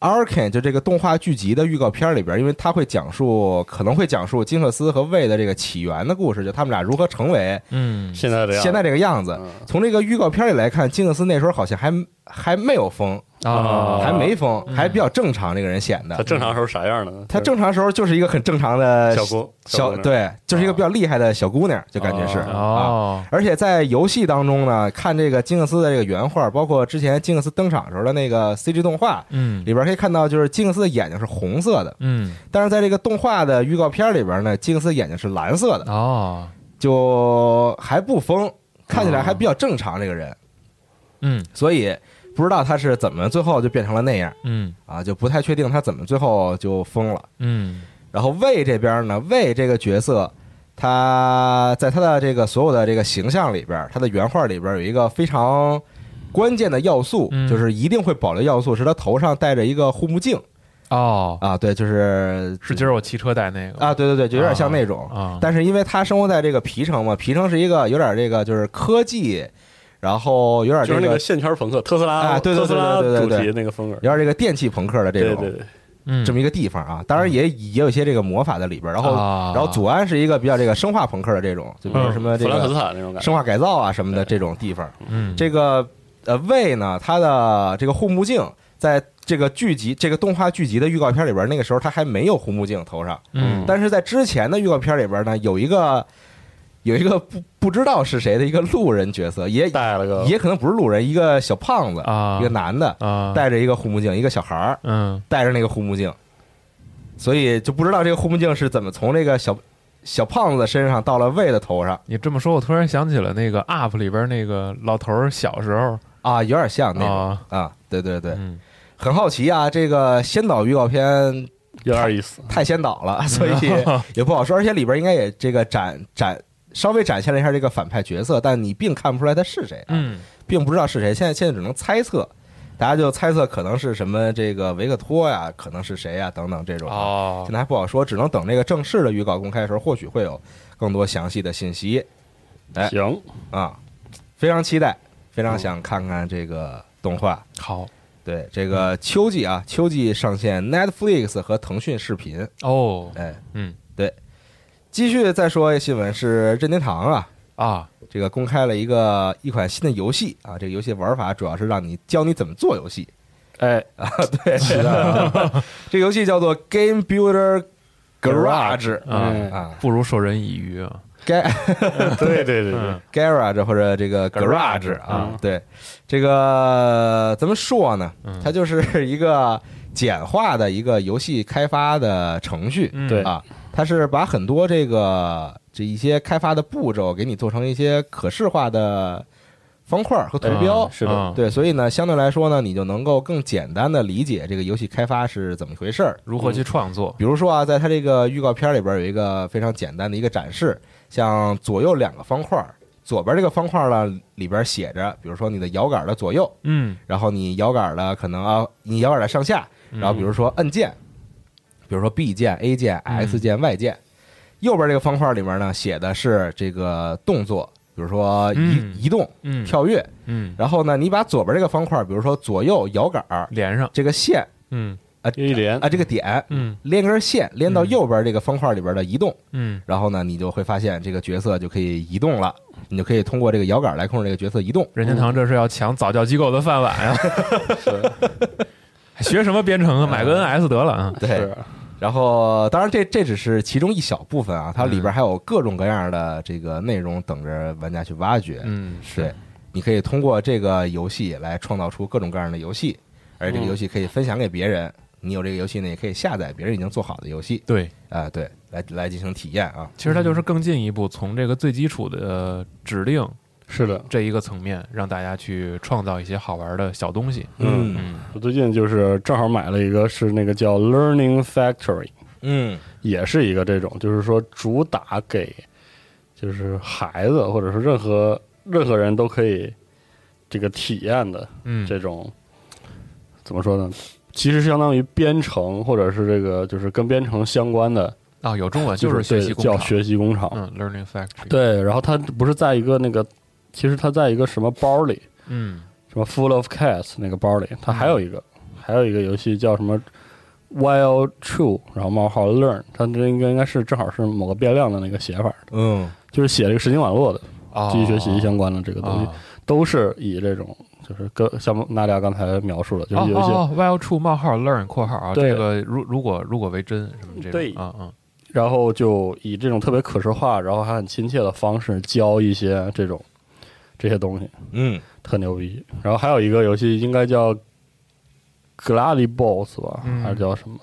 Speaker 1: Arcan 就这个动画剧集的预告片里边，因为他会讲述，可能会讲述金克斯和魏的这个起源的故事，就他们俩如何成为
Speaker 6: 嗯
Speaker 7: 现在这样，
Speaker 1: 现在这个样
Speaker 7: 嗯
Speaker 1: 子。从这个预告片里来看，金克斯那时候好像还还没有疯，
Speaker 6: 啊
Speaker 1: 还没疯，还比较正常。这个人显
Speaker 7: 嗯他
Speaker 1: 得
Speaker 7: 正常时候啥样呢？
Speaker 1: 他正常时候就是一个很正常的
Speaker 7: 小姑小姑
Speaker 1: 小，
Speaker 7: 娘啊
Speaker 1: 对，就是一个比较厉害的小姑娘，就感觉是啊。
Speaker 6: 哦
Speaker 1: 而且在游戏当中呢，看这个金克斯的这个原画，包括之前金克斯登场时候的那个 CG 动画
Speaker 6: 嗯
Speaker 1: 里边，可以看到就是金克斯的眼睛是红色的，
Speaker 6: 嗯
Speaker 1: 但是在这个动画的预告片里边呢，金克斯眼睛是蓝色的，
Speaker 6: 哦
Speaker 1: 就还不疯，看起来还比较正常这个人，
Speaker 6: 嗯
Speaker 1: 所以不知道他是怎么最后就变成了那样
Speaker 6: 嗯
Speaker 1: 啊，就不太确定他怎么最后就疯了。
Speaker 6: 嗯
Speaker 1: 然后魏这边呢，魏这个角色，他在他的这个所有的这个形象里边，他的原画里边有一个非常关键的要素，
Speaker 6: 嗯
Speaker 1: 就是一定会保留要素，是他头上戴着一个护目镜
Speaker 6: 哦
Speaker 1: 啊，对，就是
Speaker 6: 是今儿我骑车带那个
Speaker 1: 啊，对对对，就有点像那种。
Speaker 6: 啊，
Speaker 1: 但是因为他生活在这个皮城嘛，皮城是一个有点这个就是科技，然后有点这
Speaker 7: 就是那
Speaker 1: 个
Speaker 7: 个线圈朋克，特斯拉，
Speaker 1: 啊对对对
Speaker 7: 特斯拉
Speaker 1: 对对对
Speaker 7: 主
Speaker 1: 对
Speaker 7: 题那个风格，
Speaker 1: 有点这个电气朋克的这
Speaker 7: 对
Speaker 1: 种
Speaker 7: 对对，
Speaker 6: 嗯
Speaker 1: 这么一个地方啊，当然也也有一些这个魔法在里边儿，然后、
Speaker 6: 啊
Speaker 1: 然后祖安是一个比较这个生化朋克的这种，就比如说什么这
Speaker 7: 嗯弗兰克斯
Speaker 1: 个
Speaker 7: 坦那种感觉，
Speaker 1: 生化改造啊什么的
Speaker 7: 对
Speaker 1: 这种地方。
Speaker 6: 嗯
Speaker 1: 这个呃魏呢，他的这个护目镜在这个剧集这个动画剧集的预告片里边儿，那个时候他还没有护目镜头上，
Speaker 6: 嗯
Speaker 1: 但是在之前的预告片里边儿呢，有一个有一个不不知道是谁的一个路人角色，也
Speaker 7: 带了个
Speaker 1: 也可能不是路人，一个小胖子，
Speaker 6: 啊
Speaker 1: 一个男的，
Speaker 6: 啊
Speaker 1: 戴着一个护目镜，一个小孩儿。
Speaker 6: 嗯
Speaker 1: 戴着那个护目镜，所以就不知道这个护目镜是怎么从这个小小胖子的身上到了魏的头上
Speaker 6: 你这么说，我突然想起了那个 UP 里边那个老头儿小时候
Speaker 1: 啊，有点像那种、
Speaker 6: 啊，
Speaker 1: 啊，对对对，
Speaker 6: 嗯
Speaker 1: 很好奇啊，这个先导预告片
Speaker 7: 有点意思，
Speaker 1: 太先导了， 所 以也不好说，而且里边应该也这个展展。稍微展现了一下这个反派角色，但你并看不出来他是谁、啊，，
Speaker 6: 嗯
Speaker 1: 并不知道是谁。现在现在只能猜测，大家就猜测可能是什么这个维克托呀，可能是谁呀等等这种啊
Speaker 6: 哦
Speaker 1: 现在还不好说，只能等这个正式的预告公开的时候，或许会有更多详细的信息哎
Speaker 7: 行，
Speaker 1: 啊。非常期待，非常想看看这个动画。
Speaker 6: 好
Speaker 1: 对这
Speaker 6: 嗯
Speaker 1: 个秋季啊，秋季上线 Netflix 和腾讯视频。
Speaker 6: 哦
Speaker 1: 哎，
Speaker 6: 嗯，
Speaker 1: 对。继续再说一新闻是任天堂啊，
Speaker 6: 啊
Speaker 1: 这个公开了一个一款新的游戏啊，这个游戏玩法主要是让你教你怎么做游戏。
Speaker 7: 哎，
Speaker 1: 啊，对， 这游戏叫做 Game Builder Garage
Speaker 6: 啊，
Speaker 7: 嗯
Speaker 1: 啊
Speaker 6: 不如授人以渔啊，
Speaker 1: ，Ga
Speaker 7: 对对对对
Speaker 6: 嗯，
Speaker 1: garage 或者这个 garage 啊
Speaker 7: 嗯，
Speaker 1: 对，这个怎么说呢？它就是一个简化的一个游戏开发的程序
Speaker 6: 嗯
Speaker 7: 对
Speaker 1: 啊，它是把很多这个这一些开发的步骤给你做成一些可视化的方块和图标
Speaker 7: 嗯。是的
Speaker 6: 啊，
Speaker 1: 对，所以呢，相对来说呢，你就能够更简单的理解这个游戏开发是怎么回事儿。
Speaker 6: 如何去创作？
Speaker 1: 比如说啊，在它这个预告片里边有一个非常简单的一个展示，像左右两个方块儿左边这个方块呢里边写着，比如说你的摇杆的左右，
Speaker 6: 嗯
Speaker 1: 然后你摇杆的可能啊，你摇杆的上下，然后比如说按键，比如说 B 键、A 键、X
Speaker 6: 嗯
Speaker 1: 键、Y 键。右边这个方块里面呢，写的是这个动作，比如说移、
Speaker 6: 嗯
Speaker 1: 移动、
Speaker 6: 嗯
Speaker 1: 跳跃。
Speaker 6: 嗯
Speaker 1: 然后呢，你把左边这个方块，比如说左右摇杆儿
Speaker 6: 连上
Speaker 1: 这个线
Speaker 6: 嗯
Speaker 1: 啊
Speaker 7: 一连
Speaker 1: 啊这个点，
Speaker 6: 嗯
Speaker 1: 连根线连到右边这个方块里边的移动，
Speaker 6: 嗯
Speaker 1: 然后呢，你就会发现这个角色就可以移动了，你就可以通过这个摇杆来控制这个角色移动。
Speaker 6: 任天堂这是要抢早教机构的饭碗呀、 还学什么编程啊？买个 NS 得了啊！
Speaker 1: 对，
Speaker 7: 是
Speaker 1: 然后当然这这只是其中一小部分啊，它里边还有各种各样的这个内容等着玩家去挖掘。
Speaker 6: 嗯，
Speaker 1: 对，你可以通过这个游戏来创造出各种各样的游戏，而且这个游戏可以分享给别人。你有这个游戏呢，也可以下载别人已经做好的游戏
Speaker 6: 对，
Speaker 1: 啊、对，来来进行体验啊。
Speaker 6: 其实它
Speaker 7: 嗯
Speaker 6: 就是更进一步，从这个最基础的指令
Speaker 7: 是的，
Speaker 6: 这一个层面，让大家去创造一些好玩的小东西。
Speaker 1: 嗯
Speaker 6: 嗯
Speaker 7: 我最近就是正好买了一个，是那个叫 Learning Factory，
Speaker 1: 嗯
Speaker 7: 也是一个这种，就是说主打给就是孩子或者是任何任何人都可以这个体验的
Speaker 6: 嗯，
Speaker 7: 这种，怎么说呢？其实相当于编程或者是这个就是跟编程相关的，
Speaker 6: 啊有中文就是
Speaker 7: 对
Speaker 6: 学习工
Speaker 7: 哎叫
Speaker 6: 厂，
Speaker 7: 学习工厂。
Speaker 6: 嗯，Learning Factory。，
Speaker 7: 对，然后它不是在一个那个，其实它在一个什么包里，
Speaker 6: 嗯
Speaker 7: 什么 Full of Cats 那个包里，它还有一个，还有一个游戏叫什么 While True，然后冒号 Learn，它这应该应该是正好是某个变量的那个写法，
Speaker 1: 嗯
Speaker 7: 就是写这个神经网络的
Speaker 6: 哦
Speaker 7: 机器学习相关的这个东西，
Speaker 6: 哦
Speaker 7: 都是以这种就是跟像娜迪亚刚才描述的，就是有一些、
Speaker 6: 哦哦，while true 冒号 learn 括号啊，
Speaker 7: 对
Speaker 6: 这个如如果如果为真什么这种，
Speaker 7: 对
Speaker 6: 啊啊，
Speaker 7: 然后就以这种特别可视化，然后还很亲切的方式教一些这种这些东西，
Speaker 1: 嗯
Speaker 7: 特牛逼。然后还有一个游戏应该叫 Gladi Boss 吧，
Speaker 6: 嗯
Speaker 7: 还是叫什么？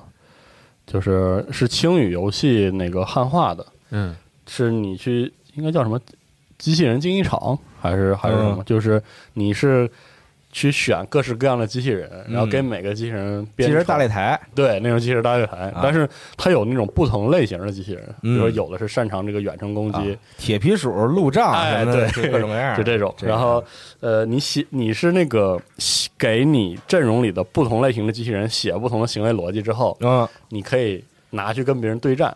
Speaker 7: 就是是轻语游戏那个汉化的，
Speaker 6: 嗯
Speaker 7: 是你去应该叫什么机器人竞技场还是还是什么？
Speaker 1: 嗯
Speaker 7: 就是你是。去选各式各样的机器人，然后
Speaker 1: 嗯
Speaker 7: 给每个机器人
Speaker 1: 机
Speaker 7: 编
Speaker 1: 器人
Speaker 7: 程
Speaker 1: 大擂台，
Speaker 7: 对，那种机器人大擂台，
Speaker 1: 啊
Speaker 7: 但是它有那种不同类型的机器人，比如说
Speaker 1: 嗯啊
Speaker 7: 有的是擅长这个远程攻击，
Speaker 1: 铁皮鼠、路障
Speaker 7: 哎
Speaker 1: 什么的，
Speaker 7: 对
Speaker 1: 就各种各样的，
Speaker 7: 就这种。
Speaker 1: 这个
Speaker 7: 然后，呃，你写你是那个写给你阵容里的不同类型的机器人写不同的行为逻辑之后，
Speaker 1: 嗯，
Speaker 7: 你可以拿去跟别人对战。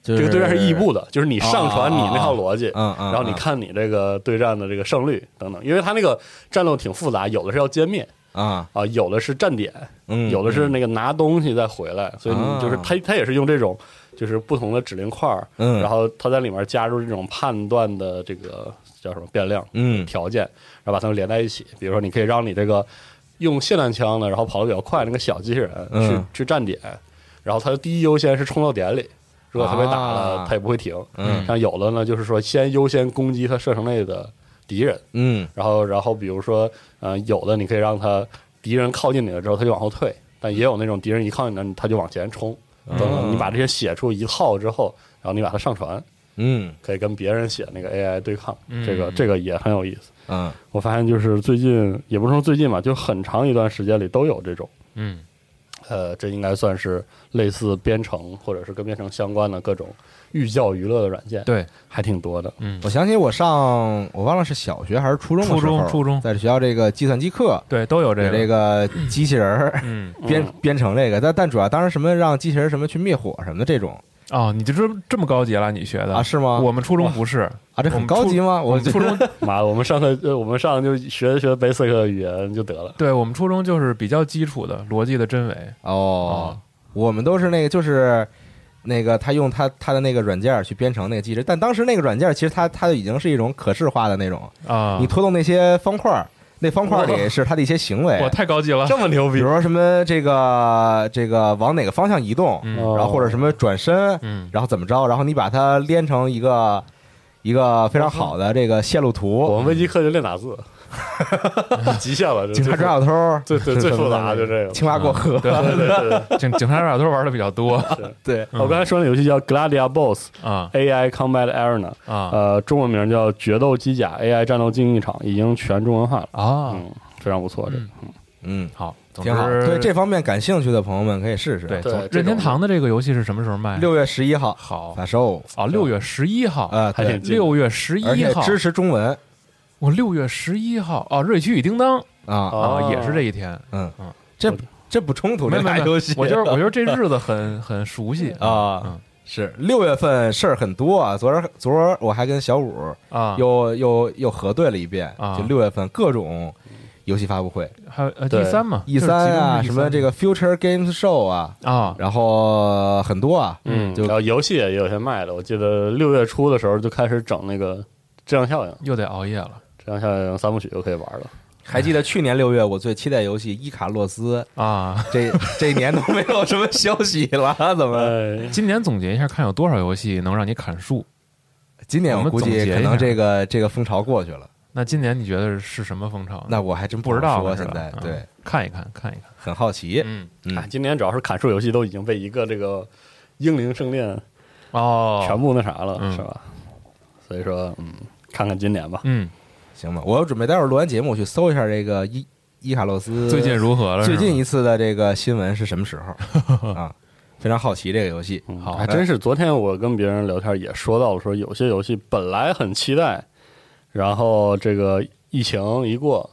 Speaker 1: 这
Speaker 7: 这个对战是异，步的，就是你上传
Speaker 1: 啊
Speaker 7: 你
Speaker 1: 啊啊
Speaker 7: 那套逻辑，
Speaker 1: 嗯嗯，
Speaker 7: 然后你
Speaker 1: 嗯，
Speaker 7: 看你这个对战的这个胜率等等，因为它那个战斗挺复杂，有的是要歼灭
Speaker 1: 啊，
Speaker 7: 啊，有的是站点，
Speaker 1: 嗯，
Speaker 7: 有的是那个拿东西再回来，所以你就是
Speaker 1: 啊
Speaker 7: 它它也是用这种就是不同的指令块儿，
Speaker 1: 嗯，
Speaker 7: 然后它在里面加入这种判断的这个叫什么变量
Speaker 1: 嗯
Speaker 7: 条件，然后把它们连在一起。比如说，你可以让你这个用霰弹枪的，然后跑得比较快那个小机器人
Speaker 1: 嗯
Speaker 7: 去去站点，然后它的第一优先是冲到点里，如果它被打了
Speaker 1: 啊，
Speaker 7: 它也不会停。
Speaker 1: 嗯
Speaker 7: 像有的呢，就是说先优先攻击它射程内的敌人，
Speaker 1: 嗯
Speaker 7: 然后然后比如说，呃，有的你可以让它敌人靠近你了之后，它就往后退，但也有那种敌人一靠近你了，它就往前冲。
Speaker 1: 嗯
Speaker 7: 等等，你把这些写出一套之后，然后你把它上传，
Speaker 1: 嗯
Speaker 7: 可以跟别人写那个 AI 对抗，
Speaker 6: 嗯
Speaker 7: 这个这个也很有意思。
Speaker 1: 嗯
Speaker 7: 我发现就是最近，也不是说最近吧，就很长一段时间里都有这种，
Speaker 6: 嗯
Speaker 7: 呃，这应该算是类似编程或者是跟编程相关的各种寓教于乐的软件，
Speaker 6: 对，
Speaker 7: 还挺多的。
Speaker 6: 嗯
Speaker 1: 我想起我上我忘了是小学还是初中的时候，
Speaker 6: 初中初中
Speaker 1: 在学校这个计算机课
Speaker 6: 对都有
Speaker 1: 给
Speaker 6: 这个
Speaker 1: 这个机器人儿
Speaker 6: 嗯
Speaker 1: 编编程这个，但但主要当时什么让机器人什么去灭火什么的这种
Speaker 6: 哦，你就这么这么高级了？你学的
Speaker 1: 啊是吗？
Speaker 6: 我们初中不是，
Speaker 1: 啊这
Speaker 6: 我
Speaker 1: 很
Speaker 6: 们
Speaker 1: 高
Speaker 6: 初
Speaker 1: 级吗？我
Speaker 6: 们初中
Speaker 7: 妈的，我们上课呃我们上就学学 basic 的语言就得了。
Speaker 6: 对我们初中就是比较基础的逻辑的真伪 啊
Speaker 1: 哦，，我们都是那个就是。那个他用他他的那个软件儿去编程那个机制，但当时那个软件儿其实它它已经是一种可视化的那种，
Speaker 6: 啊
Speaker 1: 你，拖动那些方块儿，那方块儿里是它的一些行为，
Speaker 6: 我太高级了，
Speaker 7: 这么牛
Speaker 1: 比
Speaker 7: 逼
Speaker 1: 如，说什么这个这个往哪个方向移动，
Speaker 6: 嗯
Speaker 7: 哦
Speaker 1: 然后或者什么转身，
Speaker 6: 嗯
Speaker 1: 然后怎么着，然后你把它连成一个一个非常好的这个线路
Speaker 7: 我
Speaker 1: 图，
Speaker 7: 们微机课就练打字， 极限了，就
Speaker 1: 警察
Speaker 7: 就是
Speaker 1: 抓小偷，
Speaker 7: 最最最复杂就这个。
Speaker 1: 青蛙过河，
Speaker 6: 嗯对
Speaker 7: 对对 对，
Speaker 6: 警警察小偷玩的比较多
Speaker 1: 对，
Speaker 7: 我刚才说那游戏叫 Gladia Boss
Speaker 6: 啊
Speaker 7: AI Combat Arena，
Speaker 6: 啊
Speaker 7: 呃，中文名叫《决斗机甲 AI 战斗竞技场》，已经全中文化了，
Speaker 6: 啊！
Speaker 7: 嗯，非常不错。这个
Speaker 6: 嗯
Speaker 1: 嗯，
Speaker 6: 好，总之
Speaker 1: 挺好。对这方面感兴趣的朋友们可以试试。
Speaker 6: 对，
Speaker 7: 对
Speaker 6: 总
Speaker 7: 这种
Speaker 6: 任天堂的这个游戏是什么时候卖？啊
Speaker 1: 六月十一号
Speaker 6: 好
Speaker 1: 发售
Speaker 6: 啊，六月十一号，
Speaker 1: 啊，
Speaker 7: 还
Speaker 1: 对
Speaker 7: 挺，近
Speaker 6: 六月十
Speaker 1: 而
Speaker 6: 一
Speaker 1: 且
Speaker 6: 号，
Speaker 1: 支持中文
Speaker 6: 我六月十一号哦，《瑞奇与叮当》
Speaker 1: 啊，
Speaker 6: 啊，
Speaker 7: 哦
Speaker 6: 也是这一天。
Speaker 1: 嗯
Speaker 6: 嗯，
Speaker 1: 这这不冲突，
Speaker 6: 没
Speaker 1: 这
Speaker 6: 没
Speaker 1: 俩
Speaker 6: 没
Speaker 1: 游戏，
Speaker 6: 我就是我就是这日子很很熟悉
Speaker 1: 啊
Speaker 6: 嗯，
Speaker 1: 是六月份事儿很多啊。昨儿昨儿我还跟小五
Speaker 6: 啊，
Speaker 1: 又又又核对了一遍
Speaker 6: 啊，
Speaker 1: 就六月份各种游戏发布会
Speaker 6: 还有呃
Speaker 7: 对
Speaker 6: E 三嘛
Speaker 1: ，E 三啊，
Speaker 6: 就是集中是
Speaker 1: 什
Speaker 6: E3
Speaker 1: 么这个 Future Games Show 啊，
Speaker 6: 啊，
Speaker 1: 然后很多啊，
Speaker 7: 嗯，
Speaker 1: 就
Speaker 7: 然后游戏也有些卖的，我记得六月初的时候就开始整那个《质量效应》，《
Speaker 6: 又得熬夜了
Speaker 7: 质量效应》三部曲就可以玩了。
Speaker 1: 还记得去年六月我最期待游戏《伊卡洛斯》，
Speaker 6: 啊。
Speaker 1: 这这一年都没有什么消息了，怎么？
Speaker 7: 呃，
Speaker 6: 今年总结一下，看有多少游戏能让你砍树。
Speaker 1: 今年
Speaker 6: 我们
Speaker 1: 估
Speaker 6: 总结
Speaker 1: 计
Speaker 6: 一下
Speaker 1: 可能这个这个风潮过去了，
Speaker 6: 那今年你觉得是什么风潮呢？
Speaker 1: 那我还真
Speaker 6: 嗯不知道
Speaker 1: 好说
Speaker 6: 了是
Speaker 1: 现
Speaker 6: 吧
Speaker 1: 在
Speaker 6: 啊
Speaker 1: 对，
Speaker 6: 看一看，看一看。
Speaker 1: 很好奇，
Speaker 6: 嗯，
Speaker 7: 哎
Speaker 1: 嗯，
Speaker 7: 今年主要是砍树游戏都已经被一个这个《英灵圣殿》
Speaker 6: 哦，
Speaker 7: 全部那啥了，
Speaker 6: 嗯
Speaker 7: 是吧？所以说，嗯，看看今年吧。
Speaker 6: 嗯，
Speaker 1: 行吧，我准备待会儿录完节目我去搜一下这个伊伊卡洛斯
Speaker 6: 最近如何了？
Speaker 1: 最
Speaker 6: 是
Speaker 1: 近
Speaker 6: 吗
Speaker 1: 一次的这个新闻是什么时候 啊？非常好奇这个游戏，
Speaker 7: 嗯
Speaker 6: 好
Speaker 7: 还真是。昨天我跟别人聊天也说到了，说有些游戏本来很期待，然后这个疫情一过，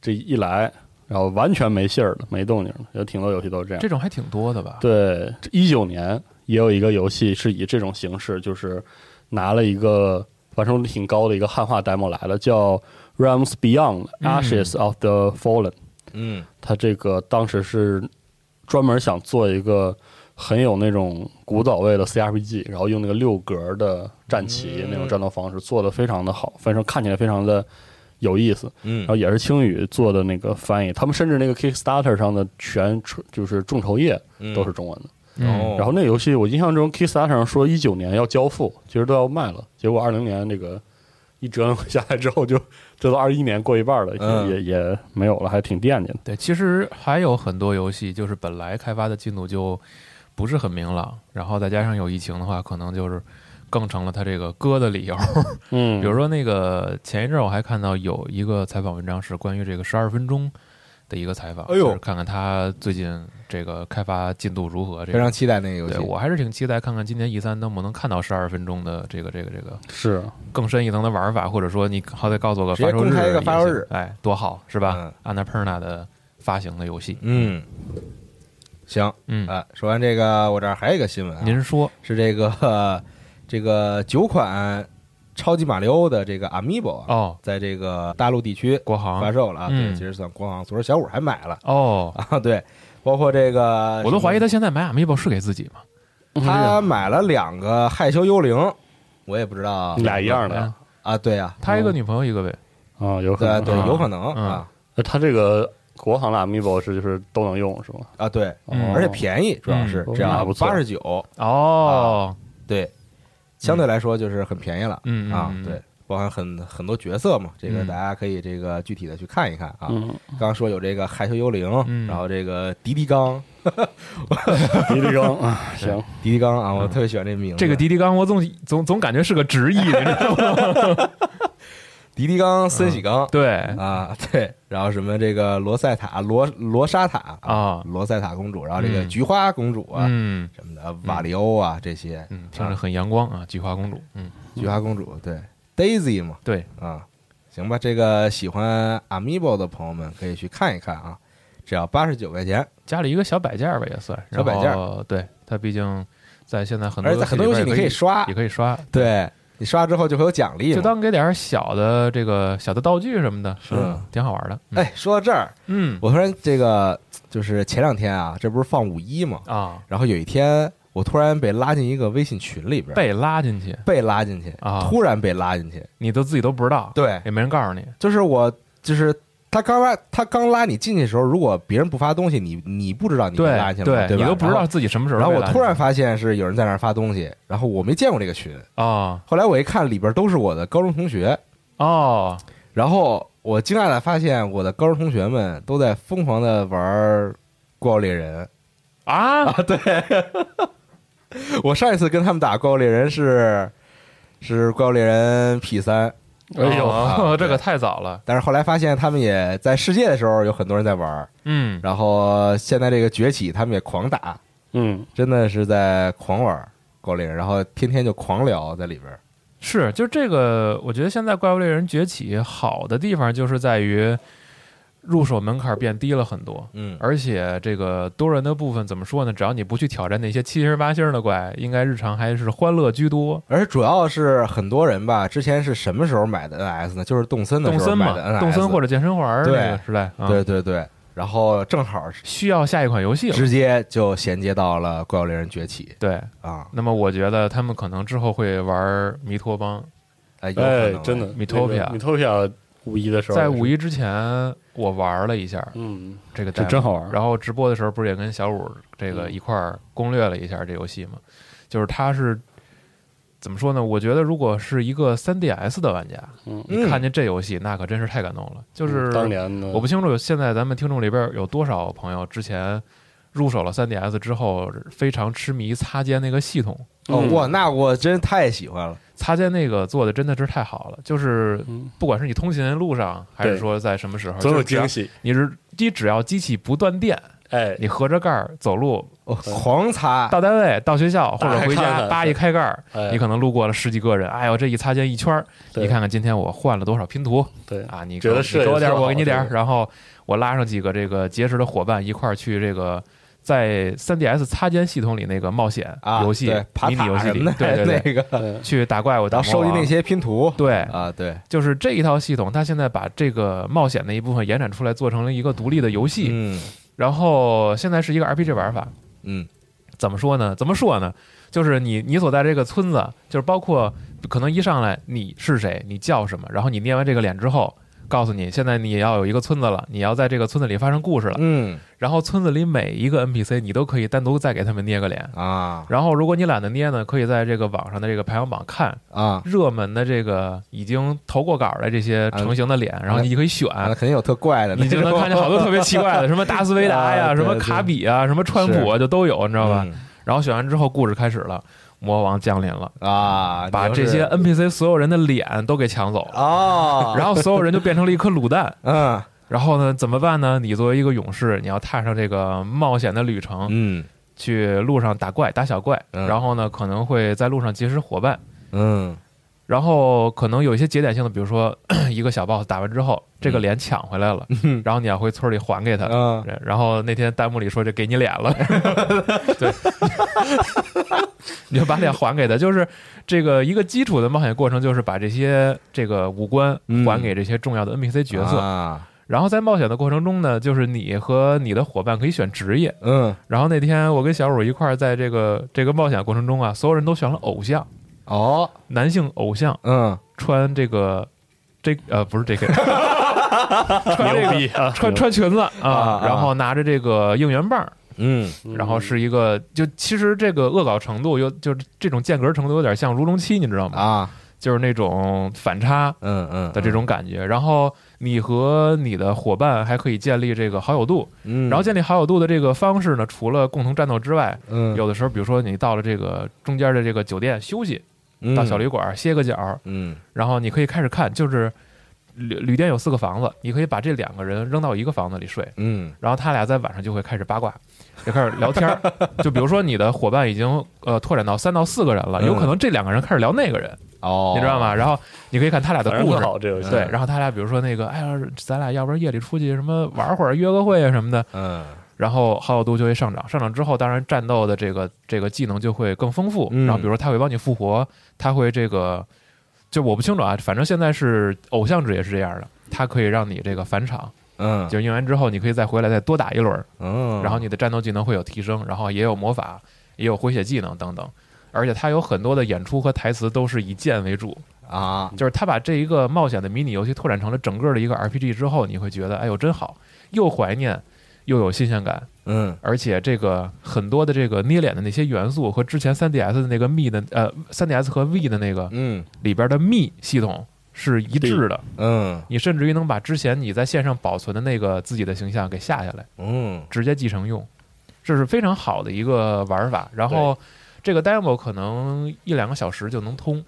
Speaker 7: 这一来，然后完全没信儿了，没动静了。有挺多游戏都是这样。
Speaker 6: 这种还挺多的吧？
Speaker 7: 对，一九年也有一个游戏是以这种形式，就是拿了一个完成度挺高的一个汉化 demo 来了，叫《Realms Beyond
Speaker 6: 嗯
Speaker 7: Ashes of the Fallen》。
Speaker 1: 嗯
Speaker 7: 它这个当时是专门想做一个很有那种古早味的 CRPG，然后用那个六格的战旗那种战斗方式做的非常的好，非常看起来非常的有意思。
Speaker 1: 嗯
Speaker 7: 然后也是青宇做的那个翻译，他们甚至那个 Kickstarter 上的全就是众筹页
Speaker 1: 嗯
Speaker 7: 都是中文的。
Speaker 6: 嗯，
Speaker 1: 哦
Speaker 7: 然后那游戏我印象中 Kickstarter 上说一九年要交付，其实都要卖了，结果二零年这个一折腾下来之后就，这都二一年过一半了，
Speaker 1: 嗯
Speaker 7: 也也没有了，还挺惦记的。
Speaker 6: 对，其实还有很多游戏就是本来开发的进度就不是很明朗，然后再加上有疫情的话，可能就是更成了它这个割的理 由。
Speaker 7: 嗯，
Speaker 6: 比如说那个前一阵儿我还看到有一个采访文章是关于这个十二分钟的一个采访，
Speaker 1: 哎呦
Speaker 6: 就是看看他最近这个开发进度如何。这
Speaker 1: 非常
Speaker 6: 个
Speaker 1: 期待那个游戏
Speaker 6: 对。我还是挺期待看看今年 E 三能不能看到十二分钟的这个这个这个
Speaker 7: 是
Speaker 6: 更深一层的玩法，或者说你好歹告诉我个
Speaker 1: 直接
Speaker 6: 发售
Speaker 1: 公
Speaker 6: 日，
Speaker 1: 开一个发售日，
Speaker 6: 哎，多好是吧
Speaker 1: 嗯？
Speaker 6: a n a p e r n a 的发行的游戏，
Speaker 1: 嗯，行啊、
Speaker 6: 嗯，
Speaker 1: 说完这个，我这儿还有一个新闻、啊，
Speaker 6: 您说
Speaker 1: 是这个、 呃这个九款超级马里奥的这个 Amiibo 啊，
Speaker 6: 哦，
Speaker 1: 在这个大陆地区
Speaker 6: 国
Speaker 1: 发
Speaker 6: 行
Speaker 1: 售了啊，对，
Speaker 6: 嗯
Speaker 1: 其实算国行，昨儿小五还买了
Speaker 6: 哦，
Speaker 1: 啊，对，包括这个
Speaker 6: 我都怀疑
Speaker 1: 什
Speaker 6: 他现在买 Amiibo 是给自己吗？
Speaker 1: 么他买了两个害羞幽灵，我也不知道
Speaker 7: 俩一样的
Speaker 6: 哎
Speaker 7: 啊、
Speaker 1: 啊，对啊，
Speaker 6: 他一个女朋友一个呗，
Speaker 7: 有可
Speaker 1: 对啊
Speaker 7: 能。
Speaker 1: 对，有可能
Speaker 6: 嗯
Speaker 1: 啊
Speaker 7: 那它这个国行的 Amiibo 是就是都能用是吗？
Speaker 1: 啊，对，
Speaker 6: 嗯
Speaker 7: 哦
Speaker 1: 而且便宜，主要是
Speaker 7: 嗯
Speaker 1: 只要
Speaker 7: 那不错
Speaker 1: 八十九，
Speaker 6: 哦，
Speaker 1: 对，相对来说就是很便宜了。
Speaker 6: 嗯嗯
Speaker 1: 啊
Speaker 6: 嗯，
Speaker 1: 对，包含很很多角色嘛，这个
Speaker 6: 嗯
Speaker 1: 大家可以这个具体的去看一看啊。
Speaker 7: 嗯，
Speaker 1: 刚刚说有这个害羞幽灵，
Speaker 6: 嗯
Speaker 1: 然后这个迪迪刚，
Speaker 7: 迪丽 刚啊，行，
Speaker 1: 迪迪刚啊，我特别喜欢这名字。
Speaker 6: 嗯这个迪迪刚，我总总总感觉是个直译，你知道 吗？
Speaker 1: 迪迪
Speaker 6: 嗯
Speaker 1: 刚、森喜刚
Speaker 6: 对
Speaker 1: 啊，对，然后什么这个罗塞塔、罗罗莎塔
Speaker 6: 啊，
Speaker 1: 罗塞塔公主，然后这个
Speaker 6: 嗯
Speaker 1: 菊花公主啊
Speaker 6: 嗯
Speaker 1: 什么的，瓦里欧啊这些，
Speaker 6: 嗯，听
Speaker 1: 啊
Speaker 6: 着很阳光啊，菊花公主，嗯，
Speaker 1: 菊花公主对 Daisy 嘛，
Speaker 6: 对，
Speaker 1: 啊，行吧，这个喜欢 Amiibo 的朋友们可以去看一看啊，只要八十九块钱，
Speaker 6: 家里一个小摆件儿吧，也算
Speaker 1: 小摆件儿，
Speaker 6: 然后对，它毕竟在现在很
Speaker 1: 而且
Speaker 6: 多
Speaker 1: 在很多游戏
Speaker 6: 里
Speaker 1: 你
Speaker 6: 边
Speaker 1: 可以
Speaker 6: 也
Speaker 1: 刷
Speaker 6: 也，可以刷，
Speaker 1: 对你刷之后就会有奖励嘛。
Speaker 6: 就当给点儿小的这个小的道具什么的，
Speaker 1: 是
Speaker 6: 嗯挺好玩的。嗯，
Speaker 1: 哎，说到这儿，
Speaker 6: 嗯
Speaker 1: 我突然这个就是前两天啊，这不是放五一嘛，
Speaker 6: 啊，
Speaker 1: 然后有一天我突然被拉进一个微信群里边，被
Speaker 6: 被拉进去，
Speaker 1: 被拉进去
Speaker 6: 啊
Speaker 1: 突然被拉进去，
Speaker 6: 你都自己都不知道，，
Speaker 1: 对，
Speaker 6: 也没人告诉你，
Speaker 1: 就是我就是。他刚拉他刚拉你进去的时候，如果别人不发东西，你你不知道你被
Speaker 6: 对
Speaker 1: 拉进去了，
Speaker 6: 对，
Speaker 1: 对吧？
Speaker 6: 你都不知
Speaker 1: 然后
Speaker 6: 道自己什么时候
Speaker 1: 然
Speaker 6: 被
Speaker 1: 后
Speaker 6: 拉进去。
Speaker 1: 我突然发现是有人在那儿发东西，然后我没见过这个群。
Speaker 6: 啊
Speaker 1: 后来我一看，里边都是我的高中同学，
Speaker 6: 哦，
Speaker 1: 然后我惊讶的发现，我的高中同学们都在疯狂的玩《怪物猎人。
Speaker 6: 啊》
Speaker 1: 我上一次跟他们打《怪物猎人》是是《怪物猎人》P 三
Speaker 7: 哎呦，
Speaker 1: 啊
Speaker 6: 这可
Speaker 1: 对
Speaker 6: 太早了。
Speaker 1: 但是后来发现他们也在世界的时候有很多人在玩儿，
Speaker 6: 嗯，
Speaker 1: 然后现在这个崛起，他们也狂打，
Speaker 7: 嗯，
Speaker 1: 真的是在狂玩儿狗猎人，然后天天就狂聊在里边儿。
Speaker 6: 是，就这个，我觉得现在怪物猎人崛起好的地方就是在于入手门槛变低了很多。
Speaker 1: 嗯
Speaker 6: 而且这个多人的部分怎么说呢？只要你不去挑战那些七星八星的怪，应该日常还是欢乐居多。
Speaker 1: 而且主要是很多人吧，之前是什么时候买的 NS 呢？就是动森的
Speaker 6: 动
Speaker 1: 时候
Speaker 6: 森
Speaker 1: 买
Speaker 6: 嘛
Speaker 1: 的 NS，，
Speaker 6: 动森或者健身环儿
Speaker 1: 对
Speaker 6: 那个时代，啊
Speaker 1: 对，对对，然后正好是
Speaker 6: 需要下一款游戏了。
Speaker 1: 直接就衔接到了《怪物猎人崛起
Speaker 6: 对，》
Speaker 1: 啊，
Speaker 6: 那么我觉得他们可能之后会玩弥托邦。
Speaker 1: 哎，有可
Speaker 7: 哎
Speaker 1: 能，
Speaker 7: 真的
Speaker 6: Metopia
Speaker 7: 米托皮亚五一的时候，
Speaker 6: 在五，一之前，我玩了一下
Speaker 7: 嗯，
Speaker 6: 这个
Speaker 7: 这
Speaker 6: demo
Speaker 7: 真好玩儿。
Speaker 6: 然后直播的时候不是也跟小五这
Speaker 1: 嗯
Speaker 6: 个一块儿攻略了一下这游戏吗？就是他是怎么说呢？我觉得如果是一个 3DS 的玩家，
Speaker 7: 嗯
Speaker 6: 你看见这游戏，那可真是太感动了。就是
Speaker 7: 当年嗯的，
Speaker 6: 我不清楚现在咱们听众里边有多少朋友之前入手了 3DS 之后非常痴迷擦肩那个系统，
Speaker 1: 哦
Speaker 7: 嗯
Speaker 1: 哇，那我真太喜欢了，
Speaker 6: 擦肩那个做的真的是太好了，就是
Speaker 7: 嗯
Speaker 6: 不管是你通勤路上，还是
Speaker 7: 对
Speaker 6: 说在什么时候，
Speaker 7: 总有
Speaker 6: 嗯就是只要
Speaker 7: 惊喜。
Speaker 6: 你是你只要机器不断电，
Speaker 7: 哎，
Speaker 6: 你合着盖儿走路
Speaker 1: 哦，
Speaker 7: 嗯
Speaker 1: 狂擦，
Speaker 6: 到单位、到学校或者
Speaker 7: 打开
Speaker 6: 回
Speaker 7: 看
Speaker 6: 家，
Speaker 7: 看
Speaker 6: 叭一开盖儿，
Speaker 7: 哎
Speaker 6: 你可能路过了十几个人，哎呦，这一擦肩一圈儿，
Speaker 7: 对
Speaker 6: 你看看今天我换了多少拼图
Speaker 7: 对，
Speaker 6: 啊！你
Speaker 7: 觉得
Speaker 6: 给我
Speaker 7: 设计
Speaker 6: 你给我点儿，
Speaker 7: 特好
Speaker 6: 我给你点儿，
Speaker 7: 对
Speaker 6: 然后我拉上几个这个结识的伙伴一块儿去这个。在 3DS 擦肩系统里那个冒险
Speaker 1: 啊，
Speaker 6: 游戏
Speaker 1: 对、爬
Speaker 6: 迷你游
Speaker 1: 塔
Speaker 6: 戏
Speaker 1: 什
Speaker 6: 里
Speaker 1: 么的，，
Speaker 6: 对对对，
Speaker 1: 那个，
Speaker 7: 对
Speaker 6: 去打怪物，打
Speaker 1: 然后收集
Speaker 6: 魔王
Speaker 1: 那些拼图，
Speaker 6: 对，
Speaker 1: 啊，对，
Speaker 6: 就是这一套系统，它现在把这个冒险那一部分延展出来，做成了一个独立的游戏。
Speaker 1: 嗯
Speaker 6: 然后现在是一个 RPG 玩法，
Speaker 1: 嗯
Speaker 6: 怎么说呢？怎么说呢？就是你你所在这个村子，就是包括可能一上来你是谁，你叫什么，然后你捏完这个脸之后，告诉你现在你要有一个村子了，你要在这个村子里发生故事了。
Speaker 1: 嗯
Speaker 6: 然后村子里每一个 NPC 你都可以单独再给他们捏个脸。
Speaker 1: 啊
Speaker 6: 然后如果你懒得捏呢，可以在这个网上的这个排行榜看
Speaker 1: 啊，
Speaker 6: 热门的这个已经投过稿的这些成型的脸，然后你可以选。
Speaker 1: 啊，肯定有特怪 的那
Speaker 6: 你
Speaker 1: 种，
Speaker 6: 就能看见好多特别奇怪的，什么达斯维达
Speaker 1: 啊
Speaker 6: 呀，
Speaker 1: 对
Speaker 6: 什么卡比啊，什么川普啊，就都有，你知道吧？
Speaker 1: 嗯
Speaker 6: 然后选完之后，故事开始了，魔王降临了，
Speaker 1: 啊，你
Speaker 6: 把
Speaker 1: 就
Speaker 6: 这
Speaker 1: 是
Speaker 6: 些 NPC 所有人的脸都给抢走，
Speaker 1: 哦，
Speaker 6: 然后所有人就变成了一颗卤蛋。
Speaker 1: 嗯
Speaker 6: 然后呢，怎么办呢？你作为一个勇士，你要踏上这个冒险的旅程，
Speaker 1: 嗯
Speaker 6: 去路上打怪、打小怪，
Speaker 1: 嗯
Speaker 6: 然后呢，可能会在路上结识伙伴，
Speaker 1: 嗯
Speaker 6: 然后可能有一些节点性的，比如说 一个小 boss 打完之后，这个脸抢回来了，然后你要回村里还给他。
Speaker 1: 嗯，
Speaker 6: 对然后那天弹幕里说这给你脸了， 对，你就把脸还给他。就是这个一个基础的冒险过程，就是把这些这个五官
Speaker 1: 嗯
Speaker 6: 还给这些重要的 NPC 角色。
Speaker 1: 啊，
Speaker 6: 然后在冒险的过程中呢，就是你和你的伙伴可以选职业。
Speaker 1: 嗯
Speaker 6: 然后那天我跟小五一块儿在这个这个冒险过程中啊，所有人都选了偶像，
Speaker 1: 哦，
Speaker 6: 男性偶像
Speaker 1: 嗯
Speaker 6: 穿这个。这呃不是这个， 穿这
Speaker 7: 牛
Speaker 6: 个
Speaker 7: 逼啊！
Speaker 6: 穿穿裙子啊
Speaker 1: 啊，
Speaker 6: 然后拿着这个应援棒，
Speaker 1: 嗯
Speaker 7: 嗯
Speaker 6: 然后是一个，就其实这个恶搞程度有，就是这种间隔程度有点像《如龙七》，你知道吗？
Speaker 1: 啊，
Speaker 6: 就是那种反差
Speaker 1: 嗯嗯
Speaker 6: 的这，种感觉。然后你和你的伙伴还可以建立这个好友度，
Speaker 1: 嗯，
Speaker 6: 然后建立好友度的这个方式呢，除了共同战斗之外，
Speaker 1: 嗯
Speaker 6: 有的时候比如说你到了这个中间的这个酒店休息，到小旅，馆歇个脚，
Speaker 1: 嗯
Speaker 6: 然后你可以开始看，就是旅旅店有四个房子，你可以把这两个人扔到一个房子里睡。
Speaker 1: 嗯
Speaker 6: 然后他俩在晚上就会开始八卦，就开始聊 天儿。就比如说你的伙伴已经呃拓展到三到四个人了，
Speaker 1: 嗯
Speaker 6: 有可能这两个人开始聊那个人，
Speaker 1: 哦，
Speaker 6: 你知道吗？？然后你可以看他俩的
Speaker 7: 反正
Speaker 6: 故
Speaker 7: 不
Speaker 6: 事。
Speaker 7: 好这游
Speaker 1: 嗯
Speaker 7: 戏，
Speaker 6: 对，然后他俩比如说那个，哎呀，咱俩要不然夜里出去什么玩会儿、约个会啊什么的，
Speaker 1: 嗯
Speaker 6: 然后好友度就会上涨，上涨之后，当然战斗的这个这个技能就会更丰富。
Speaker 1: 嗯
Speaker 6: 然后比如说他会帮你复活，他会这个，就我不清楚啊，反正现在是偶像值也是这样的，它可以让你这个返场，
Speaker 1: 嗯
Speaker 6: 就是用完之后你可以再回来再多打一轮儿，
Speaker 1: 嗯，
Speaker 6: 然后你的战斗技能会有提升，然后也有魔法，也有回血技能等等。而且它有很多的演出和台词都是以剑为主，
Speaker 1: 啊，
Speaker 6: 就是它把这一个冒险的迷你游戏拓展成了整个的一个 RPG 之后，你会觉得哎呦真好，又怀念又有新鲜感，
Speaker 1: 嗯
Speaker 6: 而且这个很多的这个捏脸的那些元素和之前 3DS 的那个 Me 的呃 3DS 和 V 的那个
Speaker 1: 嗯
Speaker 6: 里边的 Me 系统是一致的，
Speaker 1: 嗯
Speaker 6: 你甚至于能把之前你在线上保存的那个自己的形象给下下来。
Speaker 1: 嗯
Speaker 6: 直接继承用，这是非常好的一个玩法。然后这个 demo 可能一两个小时就能通，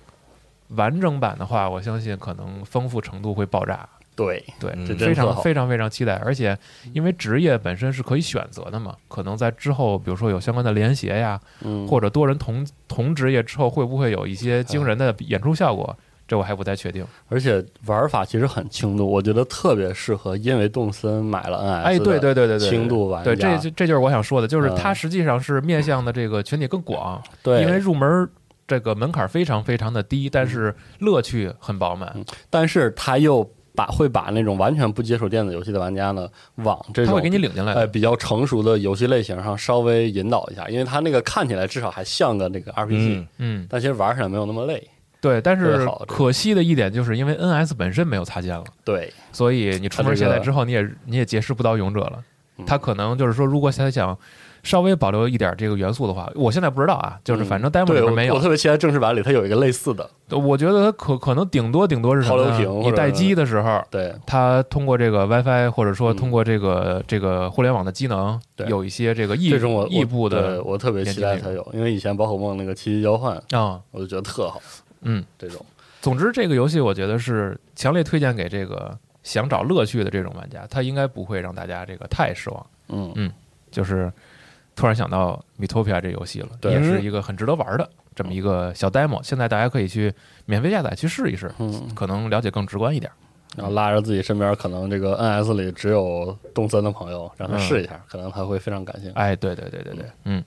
Speaker 6: 完整版的话，我相信可能丰富程度会爆炸。
Speaker 7: 对
Speaker 6: 对，
Speaker 1: 嗯
Speaker 7: 这真
Speaker 6: 非
Speaker 7: 特
Speaker 6: 常
Speaker 7: 好嗯
Speaker 6: 非常非常期待。而且因为职业本身是可以选择的嘛，可能在之后，比如说有相关的联携呀，
Speaker 7: 嗯，
Speaker 6: 或者多人同同职业之后，会不会有一些惊人的演出效
Speaker 7: 嗯
Speaker 6: 果？这我还不太确定。
Speaker 7: 而且玩法其实很轻度，我觉得特别适合因为动森买了 NS，
Speaker 6: 哎，对对对对对，
Speaker 7: 啊轻度玩
Speaker 6: 对，这
Speaker 7: 家
Speaker 6: 这这就是我想说的，就是
Speaker 7: 嗯
Speaker 6: 它实际上是面向的这个群体更广，
Speaker 7: 对，
Speaker 6: 因为入门儿这个门槛非常非常的低，但是
Speaker 7: 嗯
Speaker 6: 乐趣很饱满。
Speaker 7: 但是他又把会把那种完全不接触电子游戏的玩家呢，往这
Speaker 6: 他
Speaker 7: 种
Speaker 6: 会给你领进来的
Speaker 7: 呃比较成熟的游戏类型上稍微引导一下，因为他那个看起来至少还像个那个 RPG，、
Speaker 1: 嗯，
Speaker 6: 嗯，
Speaker 7: 但其实玩起来没有那么累。
Speaker 6: 对。但
Speaker 7: 特
Speaker 6: 是
Speaker 7: 别好这个
Speaker 6: 可惜的一点就是因为 NS 本身没有插件了，
Speaker 7: 对，
Speaker 6: 所以你出
Speaker 7: 它
Speaker 6: 门
Speaker 7: 这
Speaker 6: 携
Speaker 7: 个
Speaker 6: 带之后，你也你也结识不到勇者了。
Speaker 7: 嗯
Speaker 6: 他可能就是说，如果想想稍微保留一点这个元素的话，我现在不知道啊，就是反正 demo
Speaker 7: 嗯
Speaker 6: 里
Speaker 7: 对
Speaker 6: 边
Speaker 7: 我
Speaker 6: 没有
Speaker 7: 我。特别期待正式版里它有一个类似的，
Speaker 6: 我觉得他可可能顶多顶多是什么
Speaker 7: 抛流
Speaker 6: 呢？
Speaker 7: 瓶
Speaker 6: 你
Speaker 7: 或者
Speaker 6: 待机的时候，
Speaker 7: 对
Speaker 6: 它通过这个 WiFi 或者说
Speaker 7: 嗯
Speaker 6: 通过这个、这个互联网的机能，
Speaker 7: 对
Speaker 6: 有一些这个异
Speaker 7: 这种我
Speaker 6: 异步
Speaker 7: 对
Speaker 6: 的
Speaker 7: 我特别期待它有，因为以前宝可梦那个七级交换，
Speaker 6: 啊、
Speaker 7: 我就觉得特好，
Speaker 6: 嗯。
Speaker 7: 这种
Speaker 6: 总之，这个游戏我觉得是强烈推荐给这个想找乐趣的这种玩家，他应该不会让大家这个太失望。
Speaker 7: 嗯
Speaker 6: 就是突然想到《Metopia》这游戏了，
Speaker 7: 对
Speaker 6: 也是一个很值得玩的这么一个小 demo，现在大家可以去免费下载去试一试，
Speaker 7: 嗯，
Speaker 6: 可能了解更直观一点。
Speaker 7: 然后拉着自己身边可能这个 NS 里只有动森的朋友，让他
Speaker 6: 嗯
Speaker 7: 试一下，可能他会非常感兴趣。
Speaker 6: 哎，对对对对对，嗯，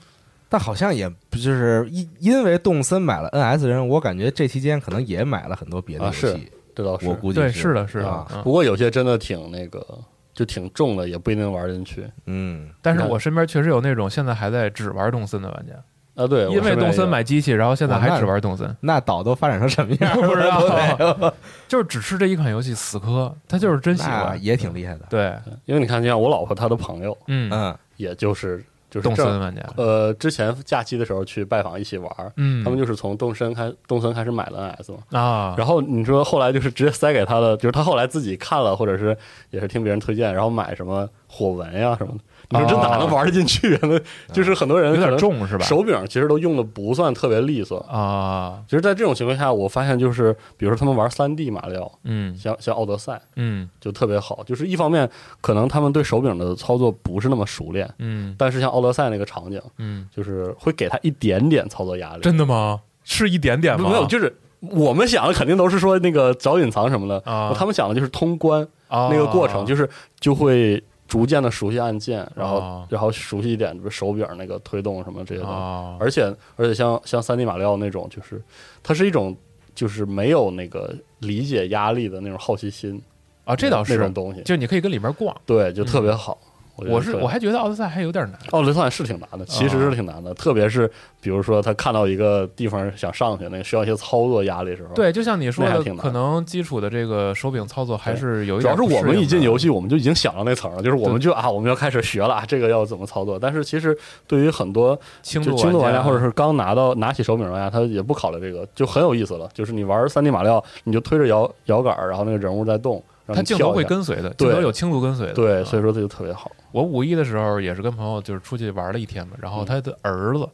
Speaker 1: 但好像也不就是因因为动森买了 NS 人，我感觉这期间可能也买了很多别的游
Speaker 7: 啊是
Speaker 1: 戏，
Speaker 7: 这倒是
Speaker 1: 我估计
Speaker 6: 对，
Speaker 1: 是
Speaker 6: 是，的，是的。
Speaker 1: 啊
Speaker 6: 嗯
Speaker 7: 不过有些真的挺那个，就挺重的，也不一定玩进去。
Speaker 1: 嗯，
Speaker 6: 但是
Speaker 7: 那
Speaker 6: 我身边确实有那种现在还在只玩动森的玩家，
Speaker 7: 啊，对，我
Speaker 6: 因
Speaker 7: 身
Speaker 6: 为
Speaker 7: 边
Speaker 6: 动
Speaker 7: 也有
Speaker 6: 森买机器，然后现在
Speaker 1: 我
Speaker 6: 还
Speaker 1: 看
Speaker 6: 只玩动 森，
Speaker 1: 那岛都发展成什么样
Speaker 6: 不知道
Speaker 1: 道，
Speaker 6: 就是只吃这一款游戏死磕，他就是真喜
Speaker 1: 那
Speaker 6: 欢，
Speaker 1: 也挺厉害的，
Speaker 6: 对，
Speaker 7: 因为你看，就像我老婆她的朋友，
Speaker 6: 嗯，
Speaker 1: 嗯
Speaker 7: 也就是就是
Speaker 6: 动
Speaker 7: 正
Speaker 6: 森玩家，
Speaker 7: 呃，之前假期的时候去拜访一起玩儿，
Speaker 6: 嗯，
Speaker 7: 他们就是从动森开动森开始买了 NS 嘛。
Speaker 6: 啊，
Speaker 7: 然后你说后来就是直接塞给他的，就是他后来自己看了，或者是也是听别人推荐，然后买什么火纹呀、什么的。你说这哪能玩得进去啊？那就是很多人
Speaker 6: 哦有
Speaker 7: 可
Speaker 6: 点
Speaker 7: 能
Speaker 6: 重是吧？
Speaker 7: 手柄其实都用的不算特别利索。
Speaker 6: 啊，
Speaker 7: 其实，在这种情况下，我发现就是，比如说他们玩三 D 马里奥，
Speaker 6: 嗯
Speaker 7: 像像奥德赛
Speaker 6: 嗯
Speaker 7: 就特别好。就是一方面，可能他们对手柄的操作不是那么熟练，
Speaker 6: 嗯
Speaker 7: 但是像奥德赛那个场景，
Speaker 6: 嗯，
Speaker 7: 就是会给他一点点操作压力。
Speaker 6: 真的吗？是一点点吗？
Speaker 7: 没有，就是我们想的肯定都是说那个找隐藏什么的，
Speaker 6: 啊
Speaker 7: 哦
Speaker 6: 哦
Speaker 7: 他们想的就是通关
Speaker 6: 那
Speaker 7: 那个过程，就是就会逐渐的熟悉按键，然后
Speaker 6: 哦
Speaker 7: 然后熟悉一点，就是手柄那个推动什么这些东西。
Speaker 6: 啊，
Speaker 7: 而且而且像像三 D 马里奥那种，就是它是一种就是没有那个理解压力的那种好奇心，
Speaker 6: 啊，这倒
Speaker 7: 那
Speaker 6: 是
Speaker 7: 种，东西，
Speaker 6: 就你可以跟里面逛。
Speaker 7: 对，就特别好。觉得
Speaker 6: 我是
Speaker 7: 特别
Speaker 6: 我还觉哦得奥德赛还有点难，
Speaker 7: 奥德赛是挺难的，其实是挺难的，特别是比如说他看到一个地方想上去，那个需要一些操作压力的时候，，
Speaker 6: 对，就像你说
Speaker 7: 那还
Speaker 6: 的
Speaker 7: 挺，难
Speaker 6: 可能基础的这个手柄操作还是有一
Speaker 7: 主
Speaker 6: 点
Speaker 7: 要
Speaker 6: 不
Speaker 7: 是
Speaker 6: 适应的。
Speaker 7: 我们一进游戏，我们就已经想到那层了，就是我们就啊，我们要开始学了，啊这个要怎么操作。但是其实对于很多
Speaker 6: 轻
Speaker 7: 就
Speaker 6: 度
Speaker 7: 轻度玩
Speaker 6: 家
Speaker 7: 家，或者是刚拿到拿起手柄的玩家，他也不考虑这个，就很有意思了。就是你玩三 D 马里奥，你就推着摇摇杆儿，然后那个人物在动，然后
Speaker 6: 它
Speaker 7: 你
Speaker 6: 镜
Speaker 7: 跳
Speaker 6: 头
Speaker 7: 一
Speaker 6: 会
Speaker 7: 下
Speaker 6: 跟随的，
Speaker 7: 对
Speaker 6: 镜头有轻度跟随的。
Speaker 7: 对，
Speaker 6: 嗯
Speaker 7: 所以说这就特别好。
Speaker 6: 我五一的时候也是跟朋友就是出去玩了一天嘛，然后他的儿子，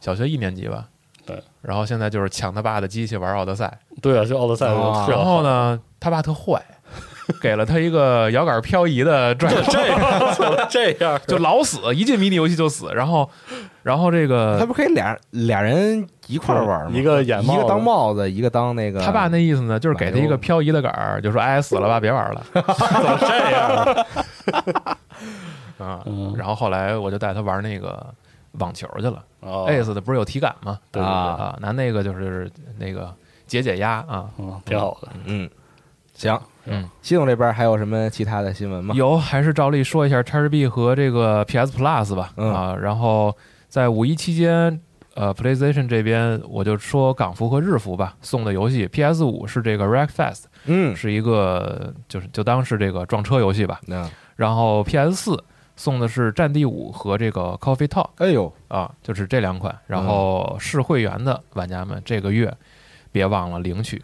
Speaker 6: 小学一年级吧，
Speaker 7: 嗯对，
Speaker 6: 然后现在就是抢他爸的机器玩奥德赛，
Speaker 7: 对啊，就奥德赛
Speaker 1: 哦
Speaker 7: 是
Speaker 6: 然后呢，他爸 特坏，给了他一个摇杆漂移的转轴，
Speaker 7: 这样
Speaker 6: 就老死，一进迷你游戏就死，然后，然后这
Speaker 1: 他
Speaker 6: 个
Speaker 1: 不可以俩俩人一块儿玩吗？
Speaker 7: 一个演
Speaker 1: 一个
Speaker 7: 帽
Speaker 1: 当
Speaker 7: 子
Speaker 1: 帽子，一个当那个
Speaker 6: 他爸那意思
Speaker 7: 嗯
Speaker 6: 呢，就是给他一个漂移的杆儿，就说哎死了吧，别 玩了，
Speaker 7: 这样，
Speaker 6: 啊，
Speaker 7: 嗯
Speaker 6: 然后后来我就带他玩那个网球去了。
Speaker 7: 哦
Speaker 6: ACE 的不是有体感吗？
Speaker 7: 对对对
Speaker 6: 啊，拿那个就是那个解解压啊。
Speaker 7: 嗯，挺好的。
Speaker 1: 嗯，行，
Speaker 6: 嗯，
Speaker 1: 系统这边还有什么其他的新闻吗？
Speaker 6: 有还是照例说一下 XGB 和这个 PS Plus 吧、
Speaker 1: 嗯
Speaker 6: 啊，然后在五一期间，呃，PlayStation 这边我就说港服和日服吧送的游戏，PS 五是这个 Wreckfest，
Speaker 1: 嗯，
Speaker 6: 是一个就是就当是这个撞车游戏吧，
Speaker 1: 那
Speaker 6: 然后 PS 四送的是《战地五》和这个 Coffee Talk。
Speaker 1: 哎呦，
Speaker 6: 啊，就是这两款。然后是会员的玩家们，这个月别忘了领取。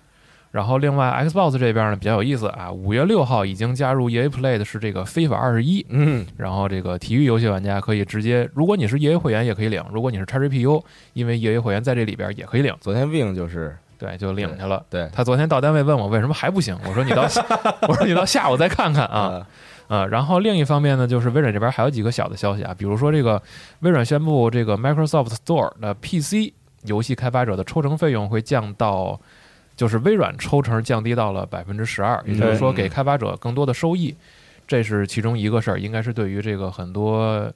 Speaker 6: 然后另外 Xbox 这边呢比较有意思啊，五月六号已经加入 EA Play 的是这个《非法二十一》，
Speaker 1: 嗯
Speaker 6: 然后这个体育游戏玩家可以直接，如果 E 你是 EA 会员也可以领，如果你是 XGPU，因为 EA 会员在这里边也可以领。
Speaker 1: 昨天 Win 就是
Speaker 6: 对，就领去了。
Speaker 1: 对
Speaker 6: 他昨天到单位问我为什么还不行，我说你到 我说你到下午再看看啊。
Speaker 1: 啊，
Speaker 6: 啊，然后另一方面呢，就是微软这边还有几个小的消息啊，比如说这个微软宣布，这个 Microsoft Store 的 PC 游戏开发者的抽成费用会降到，就是微软抽成降低到了百分之十二，也就是说给开发者更多的收益，这是其中一个事儿，应该是对于这个很多。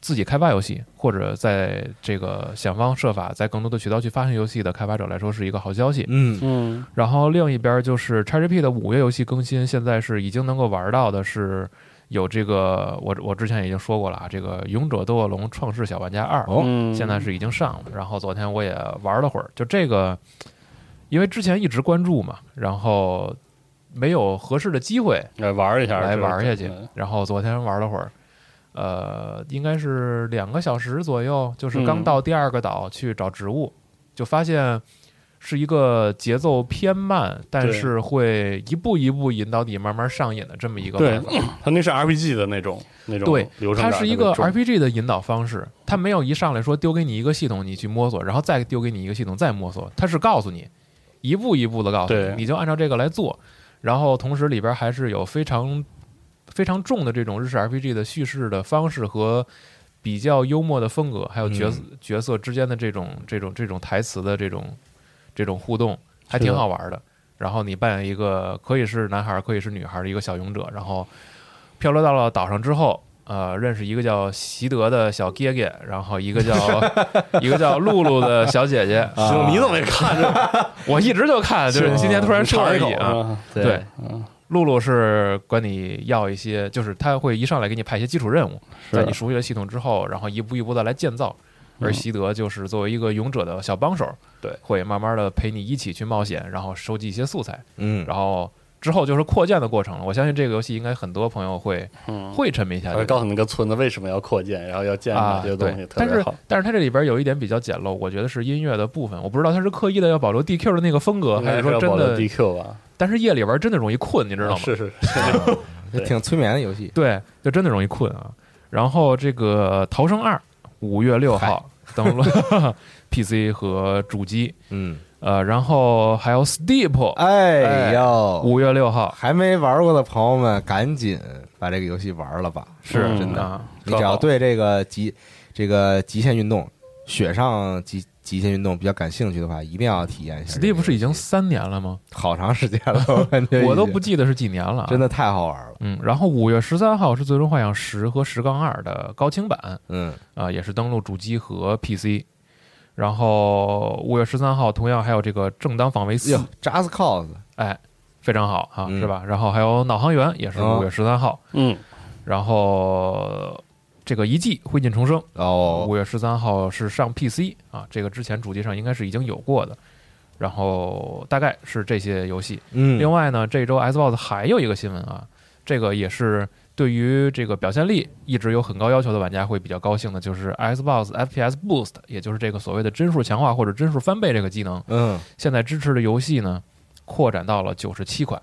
Speaker 6: 自己开发游戏，或者在这个想方设法在更多的渠道去发行游戏的开发者来说，是一个好消息。
Speaker 1: 嗯
Speaker 7: 嗯，
Speaker 6: 然后另一边就是 XGP 的五月游戏更新，现在是已经能够玩到的是有这个我我之前已经说过了啊，这个《勇者斗恶龙：创世小玩家二》
Speaker 1: 哦
Speaker 7: 嗯
Speaker 6: 现在是已经上了。然后昨天我也玩了会儿，就这个，因为之前一直关注嘛，然后没有合适的机会
Speaker 7: 来玩一下，
Speaker 6: 来玩下去
Speaker 7: 嗯。
Speaker 6: 然后昨天玩了会儿，呃，应该是两个小时左右，就是刚
Speaker 7: 嗯
Speaker 6: 到第二个岛去找植物，就发现是一个节奏偏慢，但
Speaker 7: 对
Speaker 6: 是会一步一步引导你慢慢上瘾的这么一个办法。
Speaker 7: 它那是 RPG 的那种那种
Speaker 6: 对
Speaker 7: 流，程
Speaker 6: 它
Speaker 7: 感
Speaker 6: 是一
Speaker 7: 特
Speaker 6: 个
Speaker 7: 别重
Speaker 6: RPG 的引导方式，它没有一上来说丢给你一个系统你去摸索，然后再丢给你一个系统再摸索，它是告诉你一步一步的告诉你
Speaker 7: 对，
Speaker 6: 你就按照这个来做。然后同时里边还是有非常非常重的这种日式 RPG 的叙事的方式和比较幽默的风格，还有角
Speaker 7: 嗯
Speaker 6: 色、角色之间的这种这种这种台词的这种这种互动，还挺好玩的。然后你扮演一个可以是男孩，可以是女孩的一个小勇者，然后漂流到了岛上之后，呃，认识一个叫席德的小哥哥，然后一个 叫一个叫露露的小姐姐。啊
Speaker 7: 行，你怎么也看着？
Speaker 6: 我一直就看，就是今天突然说
Speaker 7: 尝
Speaker 6: 而
Speaker 7: 一口
Speaker 6: 已啊。，对，
Speaker 7: 嗯
Speaker 6: 露露是管你要一些，就是他会一上来给你派一些基础任务，
Speaker 7: 是
Speaker 6: 在你熟悉了系统之后，然后一步一步的来建造。而习德就是作为一个勇者的小帮手，
Speaker 7: 对
Speaker 6: 会慢慢的陪你一起去冒险，然后收集一些素材，
Speaker 1: 嗯，
Speaker 6: 然后之后就是扩建的过程了。我相信这个游戏应该很多朋友会
Speaker 7: 嗯，
Speaker 6: 会沉迷下
Speaker 7: 我
Speaker 6: 去
Speaker 7: 告诉你那个村子为什么要扩建，然后要建
Speaker 6: 啊
Speaker 7: 哪。些东西，
Speaker 6: 对，
Speaker 7: 特
Speaker 6: 但
Speaker 7: 别
Speaker 6: 是
Speaker 7: 好。
Speaker 6: 但是它这里边有一点比较简陋，我觉得是音乐的部分，我不知道他是刻意的要保留 DQ 的那个风格，
Speaker 7: 应该
Speaker 6: 还是说
Speaker 7: 要
Speaker 6: 真
Speaker 7: 保留
Speaker 6: 的，
Speaker 7: DQ 吧？啊
Speaker 6: 但是夜里玩真的容易困，你知道吗？
Speaker 7: 是是，对
Speaker 1: 挺催眠的游戏，
Speaker 6: 对，就真的容易困啊。然后这个《逃生二》五月六号登陆 PC 和主机，
Speaker 1: 嗯，
Speaker 6: 呃，然后还有 Steep，
Speaker 1: 哎呦，
Speaker 6: 五月六号
Speaker 1: 还没玩过的朋友们，赶紧把这个游戏玩了吧，
Speaker 7: 是
Speaker 1: 嗯真的，
Speaker 6: 啊，
Speaker 1: 你只要对这个极这个极限运动、雪上极极限运动比较感兴趣的话，一定要体验一下这个游戏。
Speaker 6: Steep 是已经三年了吗？
Speaker 1: 好长时间 了，我感觉
Speaker 6: 我都
Speaker 1: 已经
Speaker 6: 不记得是几年了、啊
Speaker 1: 真。的太好玩了。
Speaker 6: 嗯，然后五月十三号是《最终幻想十》和《十杠二》的高清版，
Speaker 1: 嗯
Speaker 6: 啊、也是登陆主机和 PC。然后五月十三号同样还有这个《正当防卫四》
Speaker 1: 哟，Just Cause
Speaker 6: 非常好啊，
Speaker 1: 嗯
Speaker 6: 是吧？然后还有《脑航员》也是
Speaker 1: 哦
Speaker 6: 五月十三号，
Speaker 7: 嗯，
Speaker 6: 然后这个《遗迹：灰烬重生》
Speaker 1: 哦，
Speaker 6: 五月十三号是上 PC 啊，这个之前主机上应该是已经有过的。然后大概是这些游戏。
Speaker 1: 嗯，
Speaker 6: 另外呢，这周 Xbox 还有一个新闻啊，这个也是对于这个表现力一直有很高要求的玩家会比较高兴的，就是 Xbox FPS Boost，也就是这个所谓的帧数强化或者帧数翻倍这个技能，
Speaker 1: 嗯
Speaker 6: 现在支持的游戏呢扩展到了九十七款。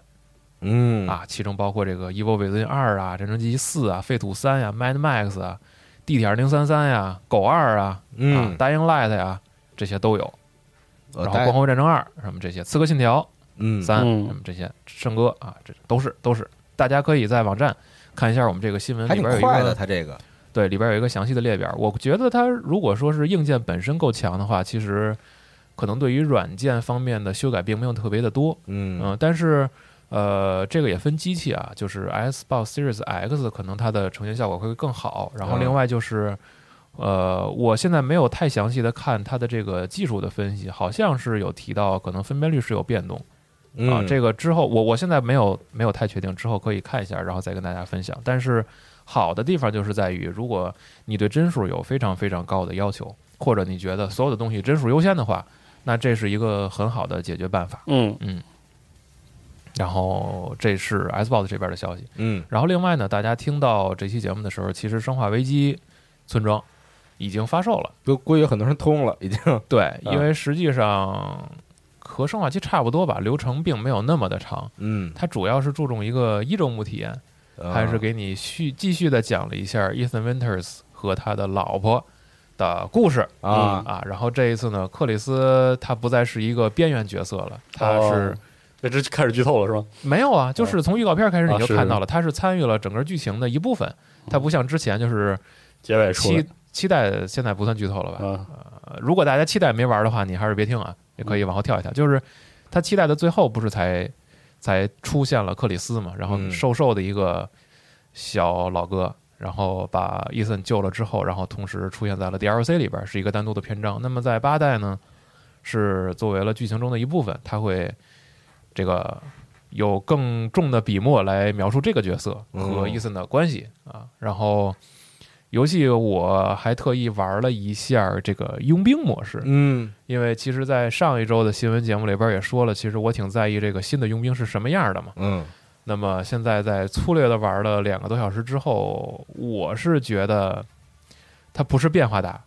Speaker 1: 嗯，
Speaker 6: 啊，其中包括这个《Evil Within 二》啊，《战争机器四》啊，《废土三》呀，《Mad Max》啊，《地铁二零三三》呀，《狗二》啊，啊，《
Speaker 1: 嗯，呃
Speaker 6: Dying Light》呀，这些都有。
Speaker 1: 我
Speaker 6: 然后《
Speaker 1: 带
Speaker 6: 光辉战争二》什么这些，《刺客信条
Speaker 1: 嗯
Speaker 6: 三》
Speaker 7: 嗯
Speaker 6: 什么这些，《圣歌》啊，这都是都是。大家可以在网站看一下我们这个新闻
Speaker 1: 还
Speaker 6: 里
Speaker 1: 挺
Speaker 6: 边有一
Speaker 1: 快的，
Speaker 6: 个
Speaker 1: 它这个
Speaker 6: 对里边有一个详细的列表。我觉得它如果说是硬件本身够强的话，其实可能对于软件方面的修改并没有特别的多。
Speaker 1: 嗯
Speaker 6: 嗯，但是呃，这个也分机器啊，就是 Xbox Series X 可能它的呈现效果会更好。然后
Speaker 1: 嗯
Speaker 6: 另外就是，呃，我现在没有太详细的看它的这个技术的分析，好像是有提到可能分辨率是有变动
Speaker 1: 嗯
Speaker 6: 啊。这个之后我我现在没有没有太确定，之后可以看一下，然后再跟大家分享。但是好的地方就是在于，如果你对帧数有非常非常高的要求，或者你觉得所有的东西帧数优先的话，那这是一个很好的解决办法。
Speaker 7: 嗯
Speaker 6: 然后这是 Xbox 这边的消息。
Speaker 1: 嗯
Speaker 6: 然后另外呢，大家听到这期节目的时候，其实《生化危机：村庄》已经发售了。
Speaker 1: 都归于很多人通了，已经
Speaker 6: 对，
Speaker 1: 嗯
Speaker 6: 因为实际上和生化期差不多吧，流程并没有那么的长。
Speaker 1: 嗯
Speaker 6: 它主要是注重一个一周目体验，
Speaker 7: 啊
Speaker 6: 还是给你续继续的讲了一下 Ethan Winters 和他的老婆的故事
Speaker 1: 啊
Speaker 6: 啊。然后这一次呢，克里斯他不再是一个边缘角色了，他
Speaker 7: 哦
Speaker 6: 是、
Speaker 7: 这这开始剧透了是吧？
Speaker 6: 没有啊，就是从预告片开始
Speaker 7: 啊
Speaker 6: 你就是看到了，他是参与了整个剧情的一部分，他不像之前就是
Speaker 7: 结尾出来
Speaker 6: 期期待，现在不算剧透了吧？
Speaker 7: 啊，
Speaker 6: 呃如果大家期待没玩的话，你还是别听啊，也可以往后跳一跳。就是他期待的最后不是才才出现了克里斯嘛，然后
Speaker 1: 嗯
Speaker 6: 瘦瘦的一个小老哥，然后把伊森救了之后，然后同时出现在了 DLC 里边，是一个单独的篇章。那么在八代呢，是作为了剧情中的一部分，他会这个有更重的笔墨来描述这个角色和
Speaker 1: 嗯
Speaker 6: 伊森的关系啊。然后游戏我还特意玩了一下这个佣兵模式，
Speaker 1: 嗯
Speaker 6: 因为其实，在上一周的新闻节目里边也说了，其实我挺在意这个新的佣兵是什么样的嘛。
Speaker 1: 嗯
Speaker 6: 那么现在在粗略的玩了两个多小时之后，我是觉得它不是变化大，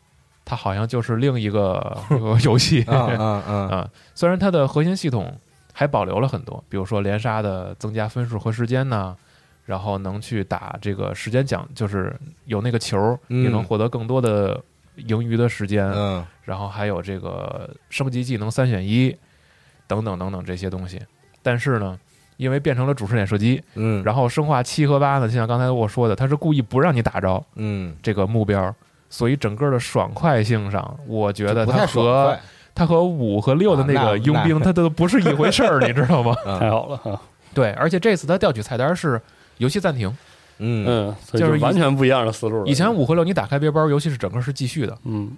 Speaker 6: 它好像就是另一个 游戏。
Speaker 1: 啊啊 啊
Speaker 6: 啊，虽然它的核心系统还保留了很多，比如说连杀的增加分数和时间呐，然后能去打这个时间奖，就是有那个球儿，
Speaker 1: 嗯
Speaker 6: 也能获得更多的盈余的时间，
Speaker 1: 嗯
Speaker 6: 然后还有这个升级技能三选一，等等等等这些东西。但是呢，因为变成了主视点射击，
Speaker 1: 嗯，
Speaker 6: 然后生化七和八呢，就像刚才我说的，它是故意不让你打着
Speaker 1: 嗯，
Speaker 6: 这个目标。所以整个的爽快性上，我觉得
Speaker 1: 不
Speaker 6: 它
Speaker 1: 太爽
Speaker 6: 和
Speaker 1: 快，
Speaker 6: 它和五和六的那
Speaker 1: 啊
Speaker 6: 个
Speaker 1: 那
Speaker 6: 佣兵，
Speaker 1: 那
Speaker 6: 它都不是一回事 儿，你知道吗？
Speaker 1: 嗯
Speaker 7: 太好了啊，
Speaker 6: 对，而且这次它调取菜单是游戏暂停。
Speaker 1: 嗯
Speaker 7: 嗯，所以
Speaker 6: 就是以
Speaker 7: 完全不一样的思路了。
Speaker 6: 以前五和六你打开背包，游戏是整个是继续的，
Speaker 7: 嗯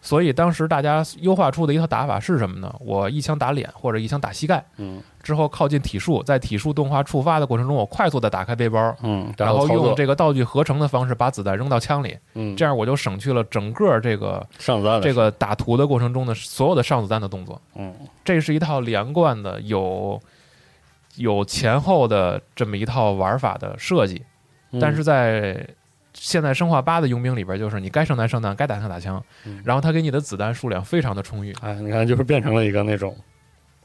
Speaker 6: 所以当时大家优化出的一套打法是什么呢？我一枪打脸或者一枪打膝盖，
Speaker 7: 嗯
Speaker 6: 之后靠近体术，在体术动画触发的过程中，我快速的打开背包，
Speaker 7: 嗯，
Speaker 6: 然后
Speaker 7: 后操
Speaker 6: 用
Speaker 7: 作
Speaker 6: 这个道具合成的方式把子弹扔到枪里，
Speaker 7: 嗯
Speaker 6: 这样我就省去了整个这个
Speaker 7: 上子弹的
Speaker 6: 这个打图的过程中的所有的上子弹的动作。
Speaker 7: 嗯
Speaker 6: 这是一套连贯的有有前后的这么一套玩法的设计，
Speaker 7: 嗯
Speaker 6: 但是在现在生化八的佣兵里边，就是你该上弹上弹，该打枪打枪
Speaker 7: 嗯，
Speaker 6: 然后他给你的子弹数量非常的充裕，
Speaker 7: 哎，你看就是变成了一个那种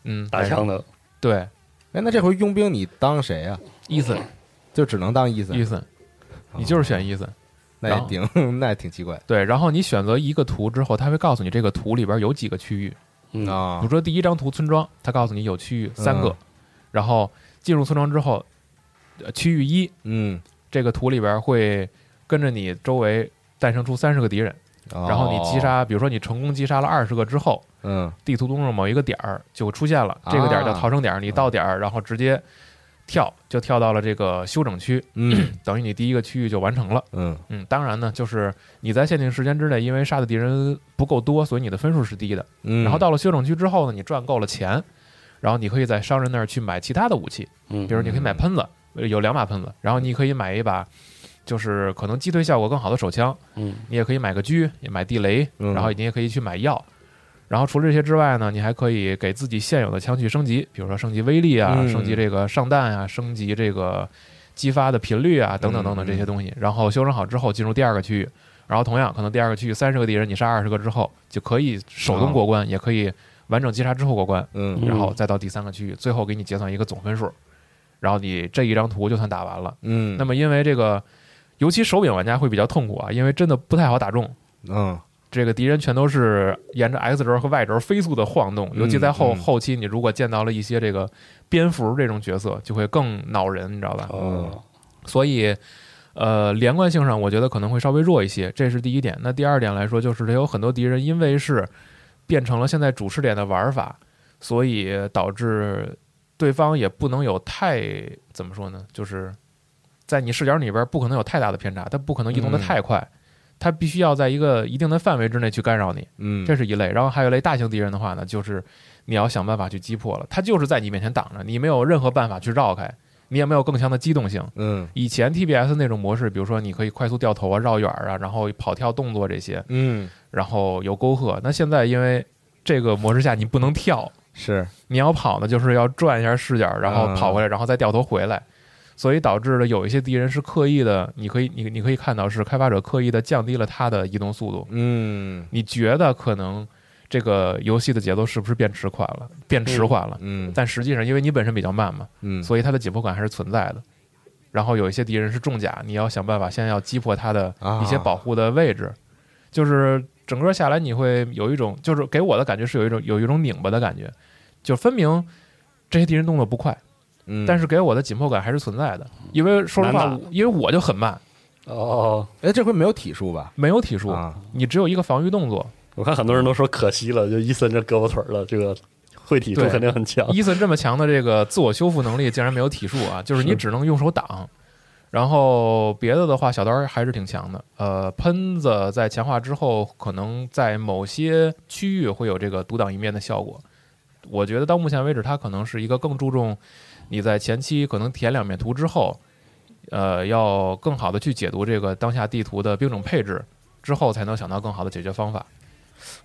Speaker 6: 嗯，
Speaker 7: 打枪的
Speaker 6: 对，
Speaker 1: 哎，那这回佣兵你当谁啊？
Speaker 6: 伊森
Speaker 7: 哦
Speaker 1: 就只能当伊森
Speaker 6: 伊，森，啊你就是选伊森。
Speaker 1: 那
Speaker 6: 然后
Speaker 1: 也挺 那也挺奇怪
Speaker 6: 对，然后你选择一个图之后，它会告诉你这个图里边有几个区域，
Speaker 7: 嗯
Speaker 6: 比
Speaker 1: 啊
Speaker 6: 如。说第一张图村庄，它告诉你有区域三个，
Speaker 1: 嗯
Speaker 6: 然后进入村庄之后，呃区域一
Speaker 1: 嗯，
Speaker 6: 这个图里边会跟着你周围诞生出三十个敌人，
Speaker 1: 然
Speaker 6: 然后你击，杀，比如说你成功击杀了二十个之后，
Speaker 1: 哦嗯
Speaker 6: 地图中的某一个点儿就出现了，这个点儿叫
Speaker 1: 啊
Speaker 6: 逃生点儿，你到点儿然后直接跳就跳到了这个休整区，
Speaker 1: 嗯
Speaker 6: 等于你第一个区域就完成了。
Speaker 1: 嗯
Speaker 6: 嗯，当然呢，就是你在限定时间之内，因为杀的敌人不够多，所以你的分数是低的。
Speaker 1: 嗯，
Speaker 6: 然后到了休整区之后呢，你赚够了钱，然后你可以在商人那儿去买其他的武器，
Speaker 7: 嗯
Speaker 6: 比如你可以买喷子，呃有两把喷子，然后你可以买一把就是可能击退效果更好的手枪，
Speaker 7: 嗯
Speaker 6: 你也可以买个狙，也买地雷，
Speaker 1: 嗯
Speaker 6: 然后你也可以去买药。然后除了这些之外呢，你还可以给自己现有的枪去升级，比如说升级威力啊，
Speaker 1: 嗯
Speaker 6: 升级这个上弹啊，升级这个激发的频率啊，等等等等
Speaker 1: 嗯
Speaker 6: 这些东西。然后修整好之后进入第二个区域，然后同样可能第二个区域三十个敌人，你杀二十个之后就可以手
Speaker 1: 哦
Speaker 6: 动过关，也可以完整击杀之后过关，
Speaker 1: 嗯
Speaker 6: 然后再到第三个区域，最后给你结算一个总分数，然后你这一张图就算打完了。
Speaker 1: 嗯，
Speaker 6: 那么因为这个，尤其手柄玩家会比较痛苦啊，因为真的不太好打中。
Speaker 1: 嗯
Speaker 6: 这个敌人全都是沿着 X 轴和 Y 轴飞速的晃动，
Speaker 1: 嗯
Speaker 6: 尤其在后、
Speaker 1: 嗯
Speaker 6: 后期，你如果见到了一些这个蝙蝠这种角色，就会更恼人，你知道吧？
Speaker 7: 哦
Speaker 6: 所以，呃，连贯性上我觉得可能会稍微弱一些，这是第一点。那第二点来说，就是它有很多敌人因为是变成了现在主视点的玩法，所以导致对方也不能有太怎么说呢，就是在你视角里边不可能有太大的偏差，它不可能移动的
Speaker 1: 嗯
Speaker 6: 太快。它必须要在一个一定的范围之内去干扰你，
Speaker 1: 嗯，
Speaker 6: 这是一类。然后还有一类大型敌人的话呢，就是你要想办法去击破了，它就是在你面前挡着，你没有任何办法去绕开，你也没有更强的机动性。
Speaker 1: 嗯
Speaker 6: 以前 TBS 那种模式，比如说你可以快速掉头啊、绕远儿啊，然后跑跳动作这些，
Speaker 1: 嗯
Speaker 6: 然后有沟壑。那现在因为这个模式下你不能跳，
Speaker 1: 是
Speaker 6: 你要跑呢就是要转一下视角，然后跑回来，然后再掉头回来，所以导致了有一些敌人是刻意的，你可以你你可以看到是开发者刻意的降低了它的移动速度。
Speaker 1: 嗯
Speaker 6: 你觉得可能这个游戏的节奏是不是变迟缓了？变迟缓了，
Speaker 1: 嗯
Speaker 6: 但实际上因为你本身比较慢嘛，
Speaker 1: 嗯，
Speaker 6: 所以它的紧迫感还是存在的。然后有一些敌人是重甲，你要想办法先要击破他的
Speaker 1: 啊
Speaker 6: 一些保护的位置，就是整个下来你会有一种，就是给我的感觉是有一种有一种拧巴的感觉，就分明这些敌人动作不快，
Speaker 1: 嗯，
Speaker 6: 但
Speaker 1: 是
Speaker 6: 是给我的紧迫感还是存在的。因为说实话
Speaker 7: 难打，
Speaker 6: 因为我就很慢，
Speaker 7: 哦，
Speaker 1: 哎，这回没有体术吧？
Speaker 6: 没有体术，
Speaker 1: 啊，
Speaker 6: 你只有一个防御动作。
Speaker 7: 我看很多人都说可惜了，就伊森这胳膊腿儿了，这个会体术
Speaker 6: 对
Speaker 7: 肯定很强。
Speaker 6: 伊森这么强的这个自我修复能力，竟然没有体术啊！就是你
Speaker 7: 是
Speaker 6: 只能用手挡，然后别的的话，小刀儿还是挺强的。呃，喷子在强化之后，可能在某些区域会有这个独当一面的效果。我觉得到目前为止，它可能是一个更注重你在前期可能填两面图之后，呃，要更好的去解读这个当下地图的兵种配置之后，才能想到更好的解决方法。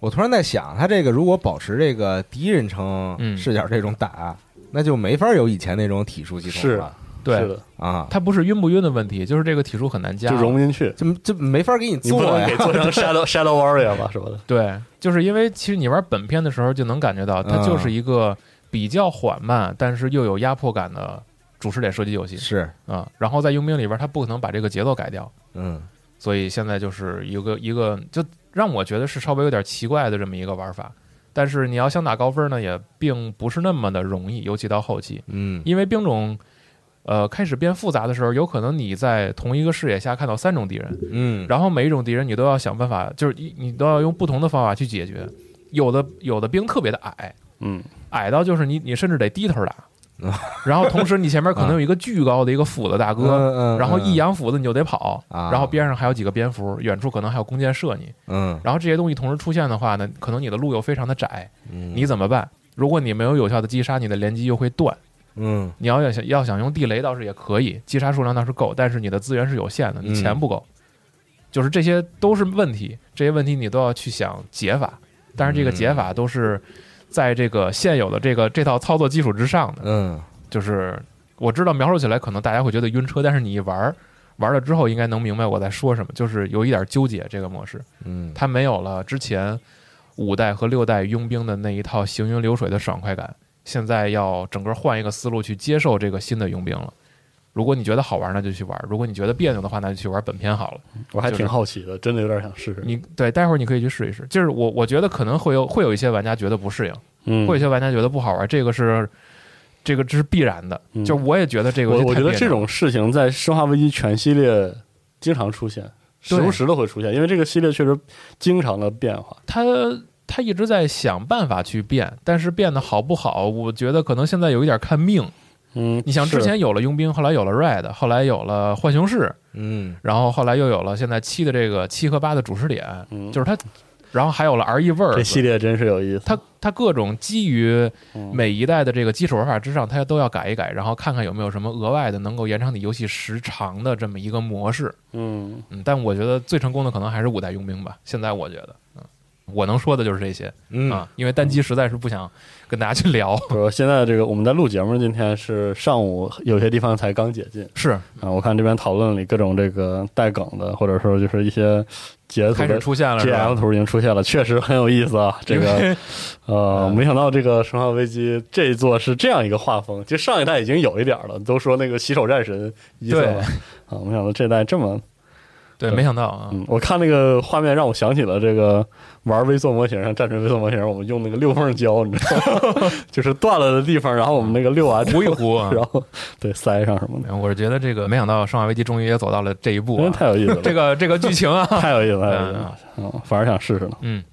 Speaker 1: 我突然在想，他这个如果保持这个第一人称
Speaker 6: 嗯
Speaker 1: 视角这种打，那就没法有以前那种体术系统
Speaker 7: 是
Speaker 1: 了
Speaker 6: 对，
Speaker 7: 是的，
Speaker 1: 啊，
Speaker 6: 它不是晕不晕的问题，就是这个体术很难加，
Speaker 7: 就融不进去。
Speaker 1: 这这没法给你
Speaker 7: 你不
Speaker 1: 做
Speaker 7: 能给
Speaker 1: 呀。
Speaker 7: 做 成 Shadow Shadow Warrior 吧什么的。
Speaker 6: 对，就是因为其实你玩本片的时候就能感觉到，
Speaker 1: 嗯
Speaker 6: 它就是一个比较缓慢，但是又有压迫感的主视点射击游戏
Speaker 1: 是，
Speaker 6: 啊、然后在佣兵里边，它不可能把这个节奏改掉，
Speaker 1: 嗯，
Speaker 6: 所以现在就是一个一个就让我觉得是稍微有点奇怪的这么一个玩法。但是你要想打高分呢，也并不是那么的容易，尤其到后期，
Speaker 1: 嗯，
Speaker 6: 因为兵种。呃，开始变复杂的时候，有可能你在同一个视野下看到三种敌人，
Speaker 1: 嗯，
Speaker 6: 然后每一种敌人你都要想办法，就是你你都要用不同的方法去解决。有的有的兵特别的矮，
Speaker 7: 嗯，
Speaker 6: 矮到就是你你甚至得 低头打
Speaker 1: 嗯，
Speaker 6: 然后同时你前面可能有一个巨高的一个斧子大哥，
Speaker 1: 啊嗯，嗯
Speaker 6: 然后一，扬斧子你就得跑，
Speaker 1: 啊
Speaker 6: 然后边上还有几个蝙蝠，远处可能还有弓箭射你，
Speaker 1: 嗯，
Speaker 6: 然后这些东西同时出现的话呢，可能你的路又非常的窄，
Speaker 1: 嗯
Speaker 6: 你，怎么办？如果你没有有效的击杀，你的连击又会断。
Speaker 1: 嗯，
Speaker 6: 你要想要想用地雷倒是也可以，击杀数量倒是够，但是你的资源是有限的，你钱不够，就是这些都是问题，这些问题你都要去想解法，但是这个解法都是在这个现有的这个这套操作基础之上的，
Speaker 1: 嗯，
Speaker 6: 就是我知道描述起来可能大家会觉得晕车，但是你一玩儿玩了之后应该能明白我在说什么，就是有一点纠结这个模式，
Speaker 1: 嗯，
Speaker 6: 它没有了之前五代和六代佣兵的那一套行云流水的爽快感，现在要整个换一个思路去接受这个新的佣兵了。如果你觉得好玩，那就去玩；如果你觉得别扭的话，那就去玩本片好了。
Speaker 7: 我还
Speaker 6: 就
Speaker 7: 挺
Speaker 6: 是
Speaker 7: 好奇的，真的有点想试试。
Speaker 6: 你对，待会儿你可以去试一试。就是我，我觉得可能会有会有一些玩家觉得不适应，
Speaker 7: 嗯
Speaker 6: 会有一些玩家觉得不好玩，这个是这个这是必然的。
Speaker 7: 嗯
Speaker 6: 就我也觉得这个游
Speaker 7: 我
Speaker 6: 戏
Speaker 7: 我
Speaker 6: 太
Speaker 7: 觉得
Speaker 6: 别
Speaker 7: 这
Speaker 6: 扭了
Speaker 7: 种事情在《生化危机》全系列经常出现，时不时的会出现，因为这个系列确实经常的变化。
Speaker 6: 他他一直在想办法去变，但是变得好不好，我觉得可能现在有一点看命。
Speaker 7: 嗯，
Speaker 6: 你想之
Speaker 7: 是
Speaker 6: 前有了佣兵，后来有了 Red，后来有了浣熊市，
Speaker 1: 嗯，
Speaker 6: 然后后来又有了现在七的这个七和八的主视点，
Speaker 7: 嗯
Speaker 6: 就是它，然后还有了 R E 味儿
Speaker 7: 这，系列真是有意思。
Speaker 6: 它它各种基于
Speaker 7: 嗯
Speaker 6: 每一代的这个基础玩法之上，它都要改一改，然后看看有没有什么额外的能够延长你游戏时长的这么一个模式。
Speaker 7: 嗯，
Speaker 6: 嗯，但我觉得最成功的可能还是五代佣兵吧。现在我觉得，嗯，我能说的就是这些
Speaker 1: 嗯，
Speaker 6: 啊，因为单机实在是不想跟大家去聊。
Speaker 7: 不是现在这个我们在录节目，今天是上午，有些地方才刚解禁
Speaker 6: 是
Speaker 7: 啊。我看这边讨论里各种这个带梗的，或者说就是一些截图
Speaker 6: 开始
Speaker 7: 的
Speaker 6: 出现了，是吧
Speaker 7: GF 图已经出现了，确实很有意思啊。这 个。
Speaker 6: 嗯
Speaker 7: 呃，没想到这个《生化危机》这一座是这样一个画风，其实上一代已经有一点了，都说那个洗手战神伊森嘛啊，没想到这代这么，
Speaker 6: 对，没想到啊，
Speaker 7: 嗯，我看那个画面让我想起了这个玩微缩模型上战锤微缩模型，我们用那个六缝胶，你知道吗？ 就是断了的地方，然后我们那个六啊，
Speaker 6: 糊一糊啊。
Speaker 7: 然后对塞上什么的，
Speaker 6: 没有我是觉得这个，没想到《生化危机》终于也走到了这一步、
Speaker 7: 真是
Speaker 6: 啊，
Speaker 7: 嗯太有意 思了，
Speaker 6: 这个这个剧情 啊，
Speaker 7: 太有意思了太有意思
Speaker 6: 嗯
Speaker 7: 了，嗯，反而想试试呢。
Speaker 6: 嗯，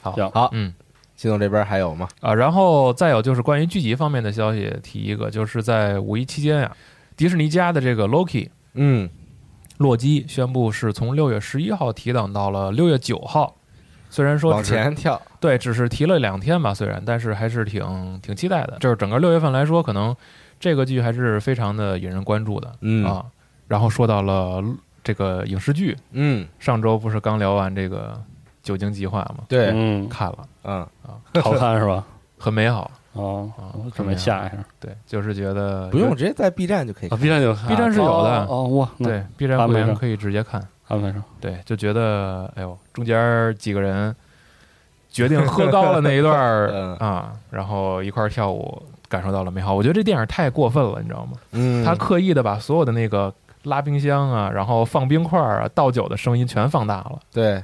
Speaker 6: 好，
Speaker 7: 行
Speaker 1: 好
Speaker 6: 嗯
Speaker 1: 系统这边还有吗？
Speaker 6: 啊，然后再有就是关于剧集方面的消息，提一个，就是在五一期间呀、迪士尼家的这个 Loki
Speaker 1: 嗯，
Speaker 6: 洛基宣布是从六月十一号提档到了六月九号，虽然说
Speaker 1: 往
Speaker 6: 只
Speaker 1: 前跳，
Speaker 6: 对，只是提了两天吧，虽然，但是还是挺挺期待的。就是整个六月份来说，可能这个剧还是非常的引人关注的，
Speaker 1: 嗯
Speaker 6: 啊。然后说到了这个影视剧，
Speaker 1: 嗯，
Speaker 6: 上周不是刚聊完这个《酒精计划》吗？
Speaker 1: 对，
Speaker 7: 嗯，
Speaker 6: 看了，
Speaker 1: 嗯，
Speaker 7: 好看是吧？
Speaker 6: 很美 好。
Speaker 7: 啊，
Speaker 6: 啊
Speaker 7: 我准备下一下。
Speaker 6: 对，就是觉得
Speaker 1: 不用直接在 B 站就可以
Speaker 7: 啊
Speaker 1: 看，
Speaker 7: ，B 站有看
Speaker 6: B 站是有的
Speaker 7: 哦哦哇，那
Speaker 6: 对 B 站
Speaker 7: 安
Speaker 6: 会
Speaker 7: 排
Speaker 6: 员
Speaker 7: 上
Speaker 6: 可以直接看。
Speaker 7: 安排上，
Speaker 6: 对，就觉得哎呦，中间儿几个人决定喝高了那一段儿
Speaker 1: 嗯
Speaker 6: 啊，然后一块儿跳舞，感受到了美好。我觉得这电影太过分了，你知道吗？
Speaker 1: 嗯，
Speaker 6: 他刻意的把所有的那个拉冰箱啊，然后放冰块儿啊、倒酒的声音全放大了
Speaker 1: 对，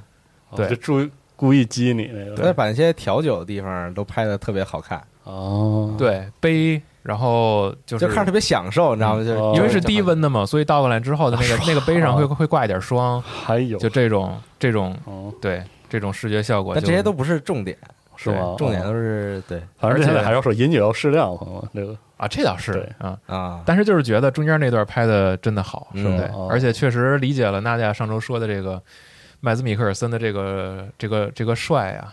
Speaker 6: 对
Speaker 7: 哦就注故意激你那
Speaker 1: 他
Speaker 7: 个
Speaker 1: 把那些调酒的地方都拍的特别好看，
Speaker 7: 哦，
Speaker 6: 对杯，然后就是
Speaker 1: 嗯就看着特别享受，你知道吗？就是
Speaker 7: 哦
Speaker 6: 因为是低温的嘛，所以倒过来之后的那个那个杯上会会挂一点霜，
Speaker 7: 还有
Speaker 6: 就这种这种
Speaker 7: 哦
Speaker 6: 对这种视觉效果就，
Speaker 1: 但这些都不是重点，
Speaker 7: 是吗？
Speaker 1: 重点
Speaker 7: 哦
Speaker 1: 都是对
Speaker 7: 反正
Speaker 6: 而且
Speaker 7: 现在还要说饮酒要适量，朋友们，这个
Speaker 6: 啊，这倒是
Speaker 7: 对
Speaker 6: 啊，
Speaker 1: 啊，
Speaker 6: 但是就是觉得中间那段拍的真的好，
Speaker 1: 是
Speaker 6: 对
Speaker 1: 吗
Speaker 6: 不对
Speaker 7: 哦，
Speaker 6: 而且确实理解了娜姐上周说的这个麦兹米克尔森的这个这个这个帅啊。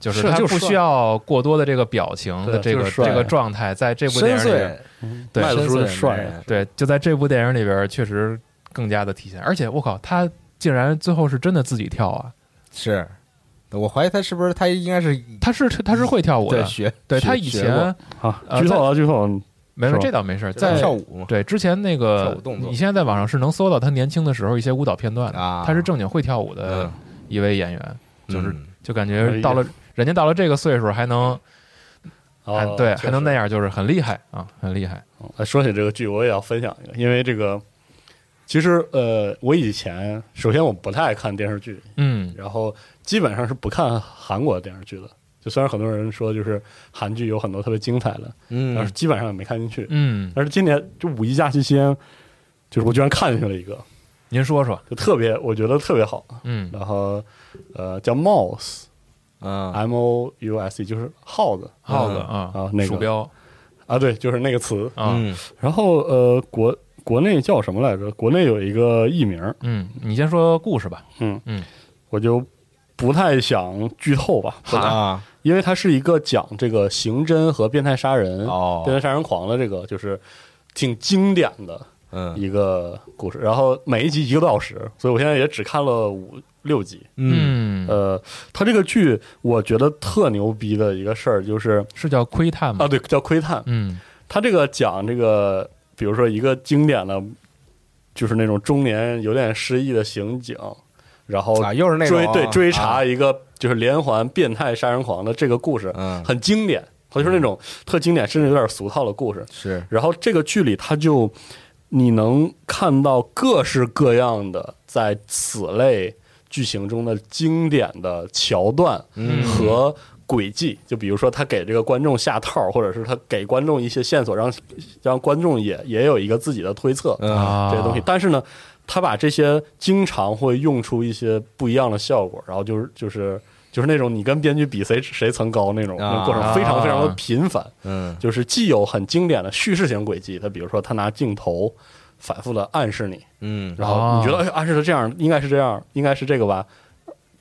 Speaker 6: 就是
Speaker 7: 是
Speaker 6: 他
Speaker 7: 就
Speaker 6: 不
Speaker 7: 帅
Speaker 6: 需要过多的这个表情的
Speaker 7: 对
Speaker 6: 这
Speaker 7: 就
Speaker 6: 个
Speaker 7: 是帅
Speaker 6: 这个状态，在这部
Speaker 1: 深
Speaker 6: 电影里边
Speaker 1: 邃，
Speaker 6: 嗯对
Speaker 7: 麦子
Speaker 1: 深
Speaker 7: 叔
Speaker 1: 邃
Speaker 7: 是
Speaker 1: 的
Speaker 7: 帅
Speaker 1: 男人
Speaker 7: 啊，
Speaker 6: 对，就在这部电影里边，确实更加的体现。而且我靠，他竟然最后是真的自己跳啊！
Speaker 1: 是。我怀疑他是不是他应该是
Speaker 6: 他是他是会跳舞
Speaker 1: 在
Speaker 6: 的，
Speaker 1: 学
Speaker 6: 对他
Speaker 1: 学
Speaker 6: 以
Speaker 1: 学
Speaker 6: 前
Speaker 1: 过
Speaker 7: 好，
Speaker 6: 呃
Speaker 7: 剧透啊，剧透，
Speaker 6: 没没
Speaker 7: 是吧
Speaker 6: 这倒没事，在
Speaker 1: 在跳舞嘛，
Speaker 6: 对之前那
Speaker 1: 跳
Speaker 6: 个
Speaker 1: 舞动作
Speaker 6: 你现在在网上是能搜到他年轻的时候一些舞蹈片段的。
Speaker 1: 啊
Speaker 6: 他是正经会跳舞的
Speaker 1: 嗯
Speaker 6: 一位演员，就是
Speaker 1: 嗯
Speaker 6: 就感
Speaker 7: 哎
Speaker 6: 觉
Speaker 7: 呀
Speaker 6: 到了人家到了这个岁数还能还
Speaker 7: 哦
Speaker 6: 对
Speaker 7: 确
Speaker 6: 还能
Speaker 7: 实
Speaker 6: 那样，就是很厉害啊，很厉害。
Speaker 7: 哎，说起这个剧，我也要分享一个，因为这个其实呃，我以前首先我不太爱看电视剧，
Speaker 6: 嗯
Speaker 7: 然后基本上是不看韩国的电视剧的。就虽然很多人说就是韩剧有很多特别精彩的，但
Speaker 1: 嗯
Speaker 7: 是基本上也没看进去。
Speaker 6: 嗯，
Speaker 7: 但是今年就五一假期期间，就是我居然看进去了一个，
Speaker 6: 您说说，
Speaker 7: 就特别我觉得特别好。
Speaker 6: 嗯
Speaker 7: 然后呃，叫 Mouse，M
Speaker 1: 啊
Speaker 7: O U S E，就是耗子
Speaker 6: 耗子
Speaker 1: 嗯
Speaker 6: 啊
Speaker 7: 啊那个
Speaker 6: 鼠标
Speaker 7: 啊，对，就是那个词。
Speaker 6: 啊
Speaker 1: 嗯
Speaker 7: 然后呃，国国内叫什么来着？国内有一个译名，
Speaker 6: 嗯，你先说故事吧。
Speaker 7: 我就不太想剧透吧，
Speaker 1: 啊
Speaker 7: 因为它是一个讲这个刑侦和变态杀人、变
Speaker 1: 哦
Speaker 7: 态杀人狂的这个，就是挺经典的
Speaker 1: 嗯
Speaker 7: 一个故事。然后每一集一个多小时，所以我现在也只看了五六集。
Speaker 6: 嗯，
Speaker 7: 呃，它这个剧我觉得特牛逼的一个事儿就是
Speaker 6: 是叫窥探吗
Speaker 7: 啊，？对，叫窥探。
Speaker 6: 嗯
Speaker 7: 他这个讲这个，比如说一个经典的，就是那种中年有点失忆的刑警，然后
Speaker 1: 啊又是那种
Speaker 7: 追对追
Speaker 1: 啊
Speaker 7: 查一个就是连环变态杀人狂的这个故事，
Speaker 1: 嗯
Speaker 7: 很经典，它就是那种特经典，甚至有点俗套的故事。
Speaker 1: 是
Speaker 7: 然后这个剧里，它就你能看到各式各样的在此类剧情中的经典的桥段
Speaker 1: 嗯
Speaker 7: 和轨迹，就比如说他给这个观众下套，或者是他给观众一些线索，让让观众也也有一个自己的推测
Speaker 1: 嗯
Speaker 6: 啊，
Speaker 7: 这些东西。但是呢，他把这些经常会用出一些不一样的效果，然后就是就是。就是那种你跟编剧比谁谁层高那种，
Speaker 1: 啊
Speaker 7: 那过程非常非常的频繁。
Speaker 1: 嗯
Speaker 7: 就是既有很经典的叙事型轨迹，他比如说他拿镜头反复的暗示你，
Speaker 1: 嗯
Speaker 7: 然后你觉得
Speaker 6: 哦
Speaker 7: 哎暗示的这样应该是这样，应该是这个吧？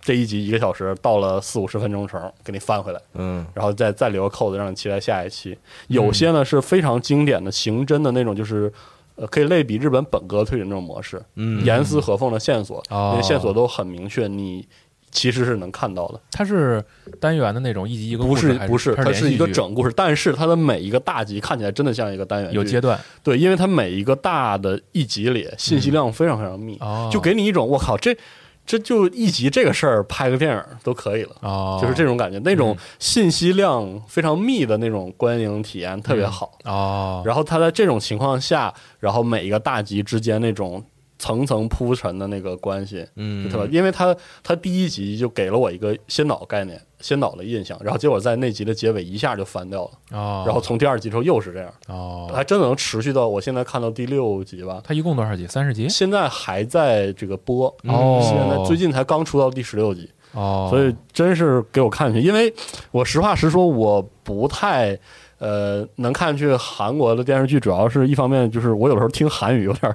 Speaker 7: 这一集一个小时到了四五十分钟程，给你翻回来，
Speaker 1: 嗯
Speaker 7: 然后再再留个扣子，让你期待下一期。有些
Speaker 6: 嗯
Speaker 7: 呢是非常经典的刑侦的那种，就是呃可以类比日本本格推理那种模式，
Speaker 1: 嗯
Speaker 7: 严丝合缝的线索，
Speaker 6: 哦
Speaker 7: 那些线索都很明确，你其实是能看到的。
Speaker 6: 它是单元的那种一集一个
Speaker 7: 不
Speaker 6: 故事
Speaker 7: 是
Speaker 6: 还
Speaker 7: 不是，它
Speaker 6: 它
Speaker 7: 是一个
Speaker 6: 连续剧
Speaker 7: 整故事，但是它的每一个大集看起来真的像一个单元剧，
Speaker 6: 有阶段
Speaker 7: 对，因为它每一个大的一集里信息量非常非常密，
Speaker 6: 嗯哦，
Speaker 7: 就给你一种我靠，这这就一集这个事儿拍个电影都可以了，
Speaker 6: 哦，
Speaker 7: 就是这种感觉。那种信息量非常密的那种观影体验特别好。
Speaker 6: 哦，
Speaker 7: 然后它在这种情况下，然后每一个大集之间那种层层铺陈的那个关系，
Speaker 1: 嗯
Speaker 7: 就特别，因为它它第一集就给了我一个先导概念、先导的印象，然后结果在那集的结尾一下就翻掉了，
Speaker 6: 哦，
Speaker 7: 然后从第二集之后又是这样。
Speaker 6: 哦，
Speaker 7: 还真的能持续到我现在看到第六集吧，
Speaker 6: 它一共多少集？三十集
Speaker 7: 现在还在这个播，
Speaker 6: 哦
Speaker 7: 嗯现在最近才刚出到第十六集，
Speaker 6: 哦，
Speaker 7: 所以真是给我看去，因为我实话实说，我不太。呃，能看去韩国的电视剧，主要是一方面就是我有时候听韩语有点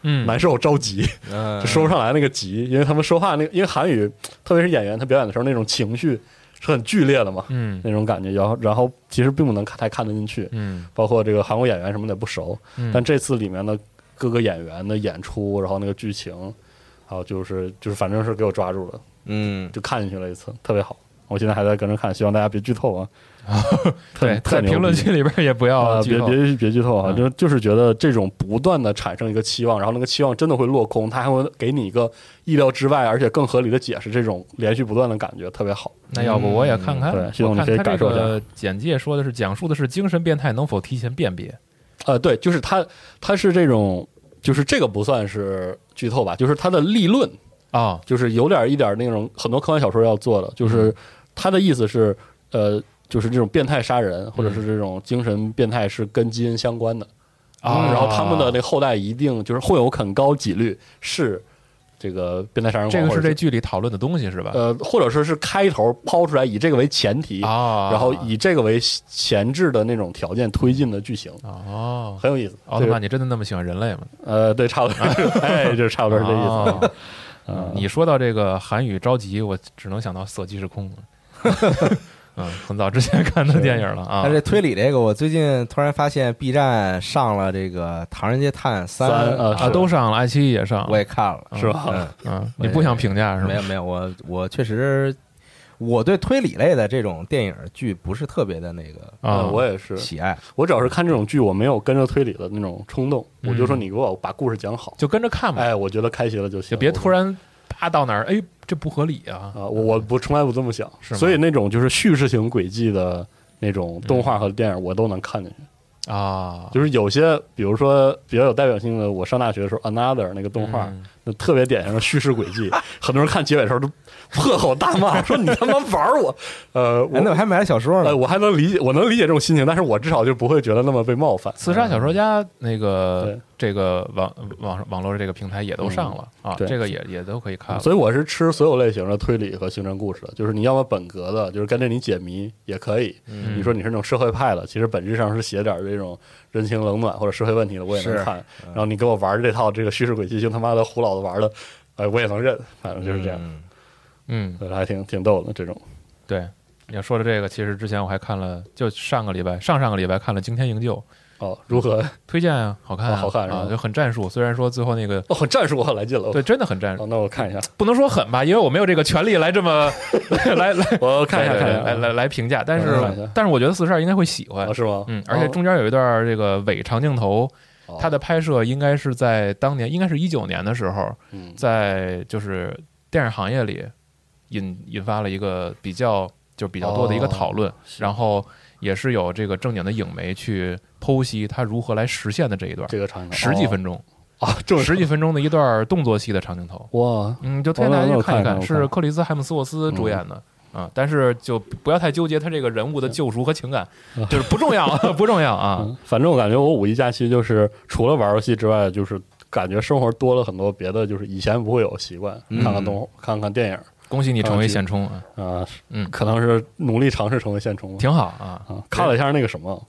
Speaker 6: 嗯，
Speaker 7: 难受，着急，
Speaker 1: 嗯
Speaker 7: 就说不上来那个急，因为他们说话那个，因为韩语，特别是演员他表演的时候那种情绪是很剧烈的嘛，
Speaker 6: 嗯
Speaker 7: 那种感觉，然后然后其实并不能看太看得进去，
Speaker 6: 嗯
Speaker 7: 包括这个韩国演员什么的也不熟，
Speaker 6: 嗯，
Speaker 7: 但这次里面的各个演员的演出，然后那个剧情，还有就是就是反正是给我抓住了，
Speaker 1: 嗯
Speaker 7: 就看进去了一次，特别好。我现在还在跟着看，希望大家别剧透 啊！
Speaker 6: 对，
Speaker 7: 特
Speaker 6: 在
Speaker 7: 牛逼
Speaker 6: 评论区里边也不
Speaker 7: 啊，
Speaker 6: 要剧
Speaker 7: 别
Speaker 6: 透
Speaker 7: 别别剧透啊！
Speaker 6: 嗯
Speaker 7: 就就是觉得这种不断的产生一个期望，然后那个期望真的会落空，它还会给你一个意料之外而且更合理的解释，这种连续不断的感觉特别好。
Speaker 6: 那要不我也看看？
Speaker 7: 嗯对系统
Speaker 6: 我看
Speaker 7: 你可以
Speaker 6: 它
Speaker 7: 感受一下
Speaker 6: 这个简介说的是讲述的是精神变态能否提前辨别
Speaker 7: 呃，对，就是它它是这种，就是这个不算是剧透吧，就是它的立论
Speaker 6: 啊
Speaker 7: 就是有点一点那种很多科幻小说要做的，
Speaker 6: 嗯
Speaker 7: 就是他的意思是，呃，就是这种变态杀人或者
Speaker 6: 嗯
Speaker 7: 是这种精神变态是跟基因相关的
Speaker 6: 啊，
Speaker 7: 然后他们的那后代一定就是会有很高几率是这个变态杀人
Speaker 6: 这
Speaker 7: 狂，
Speaker 6: 个
Speaker 7: 或
Speaker 6: 是
Speaker 7: 者
Speaker 6: 这剧里讨论的东西是吧？
Speaker 7: 呃，或者说是开头抛出来以这个为前提，
Speaker 6: 啊，
Speaker 7: 呃然后以这个为前置的那种条件推进的剧情，
Speaker 6: 哦，
Speaker 7: 很有意思。
Speaker 6: 奥特
Speaker 7: 这个
Speaker 6: 曼，啊你真的那么喜欢人类吗？
Speaker 7: 呃，对，差不多，哎，就是 差不多是这意思。
Speaker 6: 意思。
Speaker 7: 嗯
Speaker 6: 哦你说到这个韩语着急，我只能想到《色即是空》 嗯，很早之前看的电影了啊
Speaker 1: 但。这推理这个，我最近突然发现 B 站上了这个《唐人街探案三
Speaker 7: 三》呃啊
Speaker 6: 啊，都上了，爱奇艺也上，
Speaker 1: 我也看了，
Speaker 7: 是吧？
Speaker 6: 嗯，你不想评价是
Speaker 1: 没有
Speaker 6: 吗？
Speaker 1: 没有，我我确实我对推理类的这种电影剧不是特别的那个
Speaker 6: 啊，
Speaker 7: 嗯我也是，
Speaker 1: 喜爱，
Speaker 7: 我主要是看这种剧，我没有跟着推理的那种冲动，
Speaker 6: 嗯
Speaker 7: 我就说你给我把故事讲好，
Speaker 6: 就跟着看吧，
Speaker 7: 哎，我觉得开心了就行，
Speaker 6: 就别
Speaker 7: 我
Speaker 6: 突然啪到哪儿，哎，这不合理啊！
Speaker 7: 啊，我我不从来不这么想，
Speaker 6: 是吗嗯
Speaker 7: 所以那种就是叙事型轨迹的那种动画和电影，我都能看进去。
Speaker 6: 啊，
Speaker 7: 就是有些，比如说比较有代表性的，我上大学的时候，Another 那个动画，
Speaker 6: 嗯
Speaker 7: 那特别典型的叙事轨 迹，很多人看结尾的时候都破口大骂，说你他妈玩儿我，
Speaker 1: 哎
Speaker 7: 呃，我
Speaker 1: 那我还买了小说呢
Speaker 7: 呃，。我还能理解，我能理解这种心情，但是我至少就不会觉得那么被冒犯。
Speaker 6: 刺杀小说家那个
Speaker 7: 对
Speaker 6: 这个网网网络这个平台也都上了啊，
Speaker 7: 嗯对嗯
Speaker 6: 这个也也都可以看了。
Speaker 7: 所以我是吃所有类型的推理和刑侦故事的，就是你要么本格的，就是跟着你解谜也可以。
Speaker 6: 嗯
Speaker 7: 你说你是那种社会派的，其实本质上是写点这种人情冷暖或者社会问题的，我也能
Speaker 1: 是
Speaker 6: 嗯
Speaker 7: 看。然后你给我玩这套这个叙事轨迹，就他妈的胡老子玩的，哎，我也能认，反正就是这样，
Speaker 1: 嗯
Speaker 6: 嗯，
Speaker 7: 对，还挺挺逗的这种。
Speaker 6: 对。你要说的这个，其实之前我还看了，就上个礼拜、上上个礼拜看了《惊天营救》，
Speaker 7: 哦，如何？
Speaker 6: 推荐啊，好看、啊
Speaker 7: 啊好看是吧
Speaker 6: 啊，就很战术。虽然说最后那个
Speaker 7: 哦，战术我很来劲了。
Speaker 6: 对，真的很战
Speaker 7: 哦
Speaker 6: 术，，
Speaker 7: 那我看一下，
Speaker 6: 不能说狠吧，因为我没有这个权利来 这么来来
Speaker 7: 我看一下，
Speaker 6: 对
Speaker 7: 看一
Speaker 6: 对
Speaker 7: 下，
Speaker 6: 来来来评价。但
Speaker 7: 嗯看一
Speaker 6: 是
Speaker 7: 下
Speaker 6: 但是我觉得四十二应该会喜欢
Speaker 7: 哦，，是吗？
Speaker 6: 嗯，而且中间有一段这个伪长镜头，
Speaker 7: 哦
Speaker 6: 它的拍摄应该是在当年，应该是一九年的时候，
Speaker 7: 嗯
Speaker 6: 在就是电影行业里引引发了一个比较就比较多的一个讨
Speaker 7: 哦
Speaker 6: 论，然后也是有这个正经的影媒去剖析它如何来实现的这一段，
Speaker 7: 这个哦场景
Speaker 6: 十几分钟，
Speaker 7: 啊，这么
Speaker 6: 十几分钟的一段动作戏的长镜头，
Speaker 7: 哇，
Speaker 6: 嗯，就推荐大
Speaker 7: 哦那
Speaker 6: 家去看一嗯
Speaker 7: 我看看我看
Speaker 6: 是克里斯海姆斯沃斯主演的。啊，但是就不要太纠结他这个人物的救赎和情感，就是不重要， 不重要啊。
Speaker 7: 嗯反正我感觉我五一假期就是除了玩游戏之外，就是感觉生活多了很多别的，就是以前不会有习惯，
Speaker 1: 嗯
Speaker 7: 看看动看看电影
Speaker 6: 恭喜你成为现充啊，
Speaker 7: 啊，
Speaker 6: 嗯
Speaker 7: 可能是努力尝试成为现充吧。
Speaker 6: 挺好啊
Speaker 7: 啊，看了一下那个什么，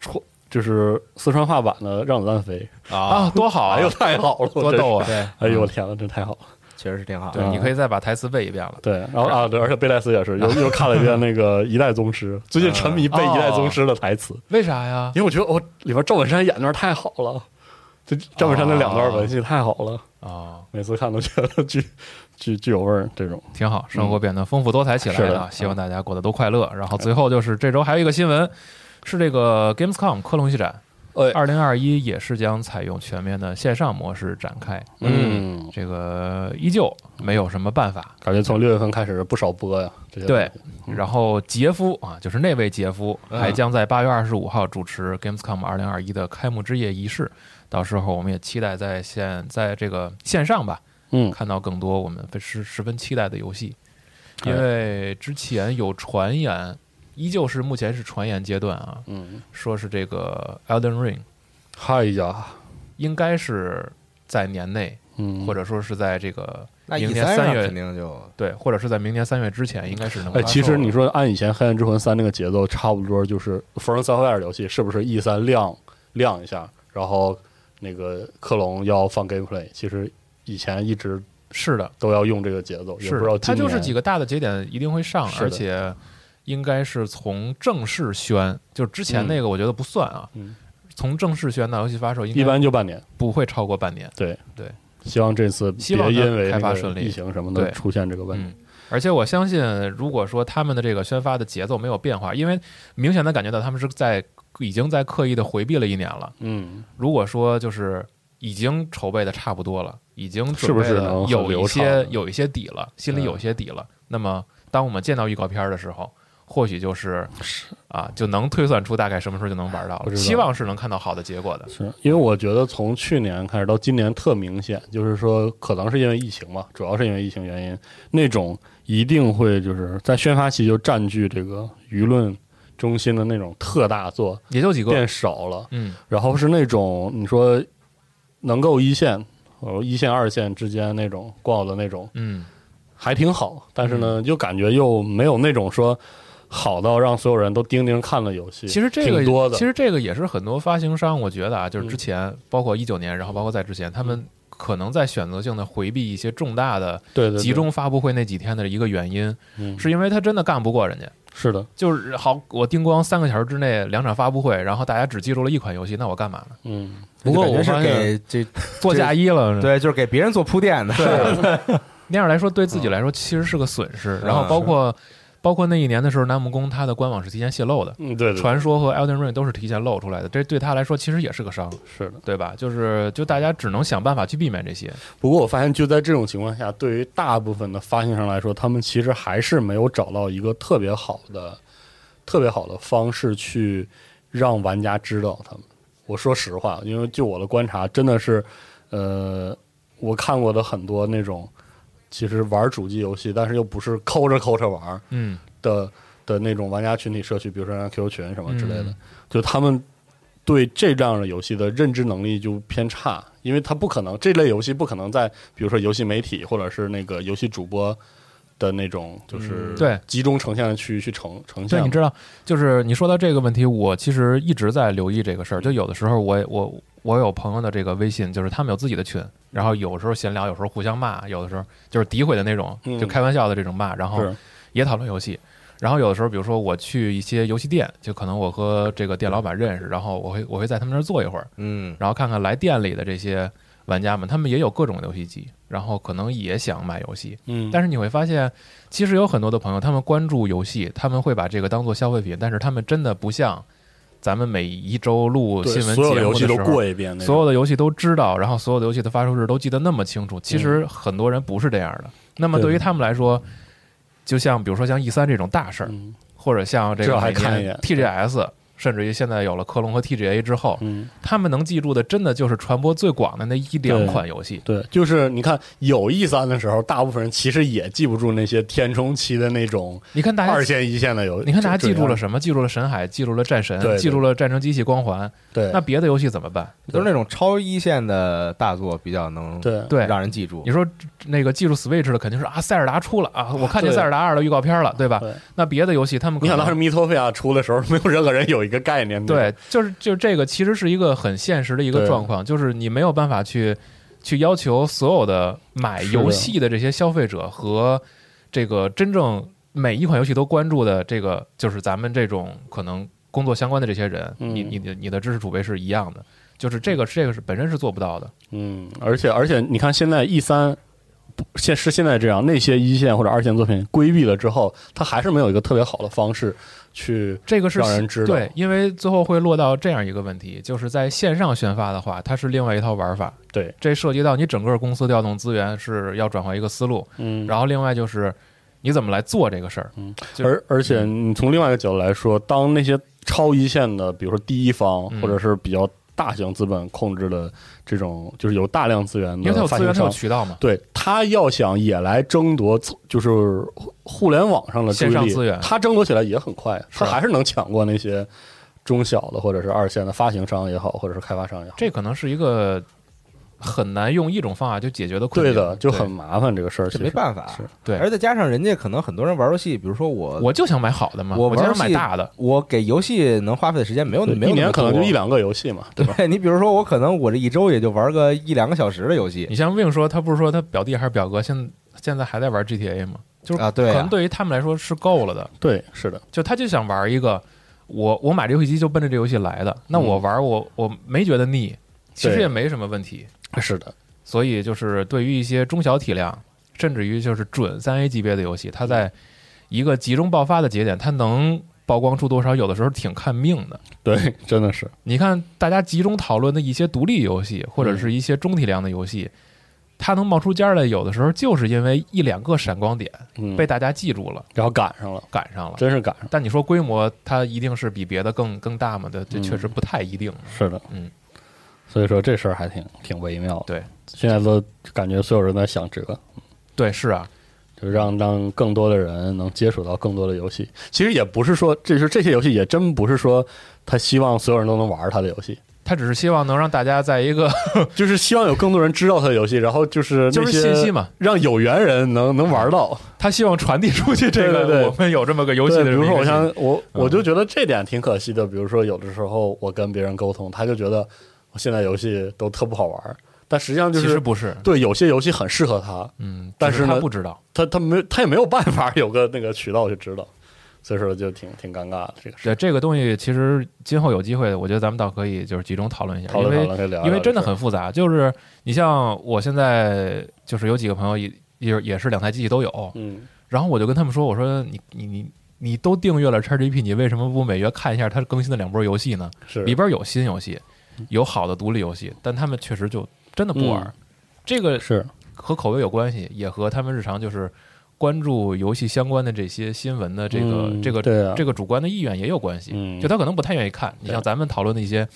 Speaker 7: 出就是四川话版的《让子弹飞》，
Speaker 6: 啊，多好啊
Speaker 7: 哎呦，，太好了，
Speaker 6: 多逗
Speaker 7: 啊！
Speaker 6: 啊！
Speaker 1: 对，
Speaker 7: 哎呦，我天呐，真太好了。
Speaker 1: 确实是挺好的。
Speaker 6: 对，你可以再把台词背一遍了。
Speaker 7: 对，然 后啊，对，而且贝莱斯也是又又看了一遍那个《一代宗师》， 最近沉迷背《一代宗师》的台词，
Speaker 6: 为啥呀？
Speaker 7: 因为我觉得哦，里边赵本山演那段太好了，就赵本山那两段文戏太好了。
Speaker 6: 啊，
Speaker 7: 每次看都觉得 巨巨巨有味儿，这种
Speaker 6: 挺好，生活变得丰富多彩起来
Speaker 7: 是
Speaker 6: 了。啊
Speaker 7: 的嗯
Speaker 6: 希望大家过得都快乐。然后最后就是这周还有一个新闻，是这个 Gamescom 科隆游戏展
Speaker 7: 哎，
Speaker 6: 二零二一也是将采用全面的线上模式展开。
Speaker 7: 嗯，
Speaker 6: 这个依旧没有什么办法，
Speaker 7: 感觉从六月份开始不少播呀，这些
Speaker 6: 对
Speaker 7: 东西，
Speaker 6: 然后杰夫啊，就是那位杰夫，
Speaker 7: 嗯
Speaker 6: 还将在八月二十五号主持 Gamescom 二零二一的开幕之夜仪式。到时候我们也期待在线在这个线上吧，
Speaker 7: 嗯，
Speaker 6: 看到更多我们非十十分期待的游戏。因为之前有传言，依旧是目前是传言阶段啊，
Speaker 7: 嗯，
Speaker 6: 说是这个 Elden Ring
Speaker 7: 嗨呀，
Speaker 6: 应该是在年内，
Speaker 7: 嗯，
Speaker 6: 或者说是在这个
Speaker 1: 那
Speaker 6: 明
Speaker 1: E
Speaker 6: 年
Speaker 1: 三
Speaker 6: 三
Speaker 1: 上
Speaker 6: 月
Speaker 1: 肯定就
Speaker 6: 对，或者是在明年三月之前，应该是能发售
Speaker 7: 哎，
Speaker 6: 的。
Speaker 7: 其实你说按以前《黑暗之魂三》那个节奏，差不多就是《From Software》游戏是不是 E 三亮亮一下，然后那个克隆要放 gameplay，其实以前一直
Speaker 6: 是的，
Speaker 7: 都要用这个节奏，也
Speaker 6: 是
Speaker 7: 不知道
Speaker 6: 的，它
Speaker 7: 今
Speaker 6: 就是
Speaker 7: 年
Speaker 6: 几个大的节点一定会上，
Speaker 7: 是的
Speaker 6: 而且应该是从正式宣，就是之前那个我觉得不算啊，
Speaker 7: 嗯
Speaker 6: 从正式宣到游戏发售应
Speaker 7: 一
Speaker 6: 该
Speaker 7: 般就半年，
Speaker 6: 不会超过半年。
Speaker 7: 希望这次
Speaker 6: 希
Speaker 7: 别
Speaker 6: 望它
Speaker 7: 因为
Speaker 6: 开发
Speaker 7: 那
Speaker 6: 顺
Speaker 7: 个
Speaker 6: 利
Speaker 7: 疫情什么
Speaker 6: 对
Speaker 7: 的出现这个问题
Speaker 6: 嗯，而且我相信，如果说他们的这个宣发的节奏没有变化，因为明显的感觉到他们是在已经在刻意的回避了一年了。
Speaker 7: 嗯，
Speaker 6: 如果说就是已经筹备的差不多了，已经准
Speaker 7: 是不
Speaker 6: 备
Speaker 7: 是
Speaker 6: 的
Speaker 7: 能很
Speaker 6: 有一
Speaker 7: 流畅
Speaker 6: 些
Speaker 7: 呢
Speaker 6: 有一些底了，心里有些底了，那么当我们见到预告片儿的时候，或许就是啊，就能推算出大概什么时候就能玩到
Speaker 7: 不
Speaker 6: 了。
Speaker 7: 知道
Speaker 6: 期望是能看到好的结果的。
Speaker 7: 是因为我觉得从去年开始到今年特明显，就是说可能是因为疫情吧，主要是因为疫情原因，那种一定会就是在宣发期就占据这个舆论中心的那种特大作
Speaker 6: 也就几个，
Speaker 7: 变少了，
Speaker 6: 嗯，
Speaker 7: 然后是那种你说能够一线。呃，一线二线之间那种逛的那种
Speaker 6: 嗯，
Speaker 7: 还挺好，但是呢，就感觉又没有那种说好到让所有人都盯盯看的游戏。
Speaker 6: 其实这个
Speaker 7: 挺多的，
Speaker 6: 其实这个也是很多发行商，我觉得啊，就是
Speaker 7: 嗯
Speaker 6: 之前、包括一九年，然后包括在之前，他们可能在选择性的回避一些重大的
Speaker 7: 对对对
Speaker 6: 集中发布会那几天的一个原因，
Speaker 7: 嗯
Speaker 6: 是因为他真的干不过人家。
Speaker 7: 是的，
Speaker 6: 就是好，我叮咣三个小时之内两场发布会，然后大家只记住了一款游戏，那我干嘛呢？
Speaker 7: 嗯，
Speaker 1: 就
Speaker 7: 不过
Speaker 1: 感觉
Speaker 7: 我
Speaker 1: 是
Speaker 7: 发现
Speaker 1: 给 这
Speaker 6: 做嫁衣了，，
Speaker 1: 对，就是给别人做铺垫的，
Speaker 6: 那样来说对自
Speaker 7: 嗯
Speaker 6: 己来说其实是个损失。然后包括包括那一年的时候，南木宫它的官网是提前泄露的，
Speaker 7: 嗯，对对，对
Speaker 6: 传说和 Elden Ring 都是提前露出来的，这对他来说其实也是个伤，
Speaker 7: 是的。
Speaker 6: 对吧？就是就大家只能想办法去避免这些。
Speaker 7: 不过我发现，就在这种情况下，对于大部分的发行商来说，他们其实还是没有找到一个特别好的、特别好的方式去让玩家知道他们。我说实话，因为就我的观察，真的是，呃，我看过的很多那种，其实玩主机游戏，但是又不是抠着抠着玩儿
Speaker 6: 嗯，
Speaker 7: 的的那种玩家群体社区，比如说 QQ 群什么之类的，
Speaker 6: 嗯
Speaker 7: 就他们对这样的游戏的认知能力就偏差，因为他不可能这类游戏不可能在比如说游戏媒体或者是那个游戏主播的那种就是
Speaker 6: 对
Speaker 7: 集中呈现的区域去呈呈
Speaker 6: 对，
Speaker 7: 现
Speaker 6: 你。知道，就是你说到这个问题，我其实一直在留意这个事儿。就有的时候我，我我有朋友的这个微信，就是他们有自己的群，然后有时候闲聊，有时候互相骂，有的时候就是诋毁的那种，
Speaker 7: 嗯
Speaker 6: 就开玩笑的这种骂，然后
Speaker 7: 是
Speaker 6: 也讨论游戏。然后有的时候，比如说我去一些游戏店，就可能我和这个店老板认识，然后我会我会在他们那儿坐一会儿，
Speaker 1: 嗯，
Speaker 6: 然后看看来店里的这些玩家们，他们也有各种游戏机，然后可能也想买游戏，
Speaker 7: 嗯，
Speaker 6: 但是你会发现，其实有很多的朋友，他们关注游戏，他们会把这个当做消费品，但是他们真的不像咱们每一周录
Speaker 7: 对
Speaker 6: 新闻节
Speaker 7: 所有
Speaker 6: 目
Speaker 7: 的游戏
Speaker 6: 的
Speaker 7: 都
Speaker 6: 时候
Speaker 7: 过一遍那种，
Speaker 6: 所有的游戏都知道，然后所有的游戏的发售日都记得那么清楚。其
Speaker 7: 嗯
Speaker 6: 实很多人不是这样的。那么对于他们来说，就像比如说像 E 三这种大事儿，
Speaker 7: 嗯
Speaker 6: 或者像这
Speaker 7: 至
Speaker 6: 个
Speaker 7: 少还
Speaker 6: 每年
Speaker 7: 看一眼
Speaker 6: TGS，甚至于现在有了克隆和 TGA 之后，
Speaker 7: 嗯，
Speaker 6: 他们能记住的真的就是传播最广的那一两
Speaker 7: 对
Speaker 6: 款游戏。
Speaker 7: 对，就是你看有 E 三的时候，大部分人其实也记不住那些填充期的那种
Speaker 6: 你看大家
Speaker 7: 二线一线的游戏，
Speaker 6: 哎你看大家记住了
Speaker 7: 是
Speaker 6: 什么？记住了神海，记住了战神，
Speaker 7: 对对
Speaker 6: 记住了战争机器光环。
Speaker 7: 对
Speaker 6: 那别的游戏怎么办？
Speaker 1: 都是那种超一线的大作比较能
Speaker 7: 对
Speaker 6: 对，
Speaker 1: 让人记住
Speaker 6: 你。说那个记住 Switch 的肯定是啊，塞尔达出了啊，我看见
Speaker 7: 对
Speaker 6: 塞尔达二的预告片了，对吧
Speaker 7: 对？
Speaker 6: 那别的游戏他们可
Speaker 7: 你想
Speaker 6: 能
Speaker 7: 当时米托菲亚出的时候， 没有任何人有一个概念。
Speaker 6: 嗯对，就是就是这个其实是一个很现实的一个
Speaker 7: 对
Speaker 6: 状况，就是你没有办法去去要求所有的买
Speaker 7: 是的
Speaker 6: 游戏的这些消费者和这个真正每一款游戏都关注的这个，就是咱们这种可能工作相关的这些人，
Speaker 7: 嗯
Speaker 6: 你你的你的知识储备是一样的，就是这个这个是本身是做不到的。
Speaker 7: 嗯，而且而且，你看现在 E 三，现是现在这样，那些一线或者二线作品规避了之后，它还是没有一个特别好的方式去
Speaker 6: 这个是
Speaker 7: 让人知道
Speaker 6: 对，因为最后会落到这样一个问题，就是在线上宣发的话，它是另外一套玩法，
Speaker 7: 对，
Speaker 6: 这涉及到你整个公司调动资源是要转换一个思路，
Speaker 7: 嗯
Speaker 6: 然后另外就是你怎么来做这个事儿，就嗯
Speaker 7: 而而且你从另外一个角度来说，当那些超一线的，比如说第一方、
Speaker 6: 嗯
Speaker 7: 或者是比较大型资本控制的这种，就是有大量资源
Speaker 6: 因为它
Speaker 7: 的
Speaker 6: 有
Speaker 7: 发
Speaker 6: 资源，
Speaker 7: 行
Speaker 6: 它有
Speaker 7: 商，
Speaker 6: 渠道嘛。
Speaker 7: 对他要想也来争夺，就是互互联网上的注意力
Speaker 6: 线上资源
Speaker 7: 他争夺起来也很快，啊
Speaker 6: 是
Speaker 7: 他
Speaker 6: 啊
Speaker 7: 还是能抢过那些中小的或者是二线的发行商也好，或者是开发商也好。
Speaker 6: 这可能是一个很难用一种方法就解决的困
Speaker 7: 对
Speaker 6: 境，
Speaker 7: 的，就很
Speaker 6: 对
Speaker 7: 麻烦这个事儿，
Speaker 1: 这
Speaker 7: 其
Speaker 1: 没
Speaker 7: 实
Speaker 1: 办法，啊
Speaker 7: 是
Speaker 6: 对
Speaker 1: 而再加上人家可能很多人玩游戏，比如说我，我
Speaker 6: 我就想买好的嘛，
Speaker 1: 我
Speaker 6: 我就
Speaker 1: 玩游
Speaker 6: 想
Speaker 1: 戏
Speaker 6: 买大的，
Speaker 1: 我给游戏能花费的时间没有
Speaker 7: 对
Speaker 1: 没有
Speaker 7: 一年可能就
Speaker 6: 啊
Speaker 7: 一
Speaker 1: 两，
Speaker 7: 两个游戏嘛，对 吧？
Speaker 1: 对你比如说我可能我这一周也就玩个一两个小时的游戏
Speaker 6: 你像 Win 说，他不是说他表弟还是表哥，现现在还在玩 GTA 吗？就是
Speaker 1: 啊，对
Speaker 6: 可
Speaker 1: 啊
Speaker 6: 能，对于他们来说是够了的，
Speaker 7: 对，是 的，
Speaker 6: 就他就想玩一个，我我买这游戏机就奔着这游戏来的，那
Speaker 1: 嗯
Speaker 6: 我玩我我没觉得腻，其实
Speaker 7: 对
Speaker 6: 也没什么问题。
Speaker 7: 是的，
Speaker 6: 所以就是对于一些中小体量，甚至于就是准三 A 级别的游戏，它
Speaker 7: 嗯
Speaker 6: 在一个集中爆发的节点，它能曝光出多少，有的时候挺看命的。
Speaker 7: 对，真的是，嗯
Speaker 6: 你看大家集中讨论的一些独立游戏，或者是一些中体量的游戏，它能冒出尖儿来，有的时候就是因为一两个闪光点
Speaker 7: 嗯，
Speaker 6: 被大家记住了，
Speaker 7: 然后赶上了，
Speaker 6: 赶上了。
Speaker 7: 真是赶上了，
Speaker 6: 但你说规模，它一定是比别的更更大吗？这这确
Speaker 7: 嗯
Speaker 6: 实不太一定。
Speaker 7: 是的，
Speaker 6: 嗯，
Speaker 7: 所以说这事儿还挺挺微妙的。
Speaker 6: 对，
Speaker 7: 现在都感觉所有人都在想这个，
Speaker 6: 对，是啊，
Speaker 7: 就是让让更多的人能接触到更多的游戏。其实也不是说，这是这些游戏也真不是说他希望所有人都能玩他的游 戏，
Speaker 6: 他只是希望能让大家在一个
Speaker 7: 就是希望有更多人知道他的游戏，然后就是
Speaker 6: 就
Speaker 7: 那
Speaker 6: 是
Speaker 7: 些
Speaker 6: 信息嘛，
Speaker 7: 让有缘人能能玩到。
Speaker 6: 他希望传递出去这
Speaker 7: 对
Speaker 6: 个
Speaker 7: 对对
Speaker 6: 我们有这么个 游戏
Speaker 7: 对，
Speaker 6: 的
Speaker 7: 比
Speaker 6: 这么
Speaker 7: 如
Speaker 6: 一个信息。
Speaker 7: 说我像我
Speaker 6: 嗯
Speaker 7: 我就觉得这点挺可惜的。比如说有的时候我跟别人沟通，他就觉得我现在游戏都特不好玩，但实际上就
Speaker 6: 其实
Speaker 7: 是
Speaker 6: 不是，
Speaker 7: 对有些游戏很适合他，
Speaker 6: 嗯，
Speaker 7: 但
Speaker 6: 只
Speaker 7: 是
Speaker 6: 他
Speaker 7: 呢
Speaker 6: 不知道，
Speaker 7: 他他没他也没有办法有个那个渠道去知道，所以说就挺挺尴尬的这个事。
Speaker 6: 对这个东西，其实今后有机会，我觉得咱们倒可以就是集中讨论一下，
Speaker 7: 讨论
Speaker 6: 因
Speaker 7: 讨论，
Speaker 6: 为
Speaker 7: 可以聊聊
Speaker 6: 因为真的
Speaker 7: 这事
Speaker 6: 很复杂。就是你像我现在，就是有几个朋友也也也是两台机器都有，
Speaker 7: 嗯，
Speaker 6: 然后我就跟他们说，我说你你你你都订阅了 XGP，你为什么不每月看一下它更新的两波游戏呢？
Speaker 7: 是
Speaker 6: 里边有新游戏，有好的独立游戏，但他们确实就真的不玩。
Speaker 7: 嗯
Speaker 6: 这个
Speaker 7: 是
Speaker 6: 和口味有关系，也和他们日常就是关注游戏相关的这些新闻的这个、
Speaker 7: 嗯
Speaker 6: 这个
Speaker 7: 对啊
Speaker 6: 这个主观的意愿也有关系。
Speaker 7: 嗯
Speaker 6: 就他可能不太愿意看，你
Speaker 7: 对
Speaker 6: 像咱们讨论的一些，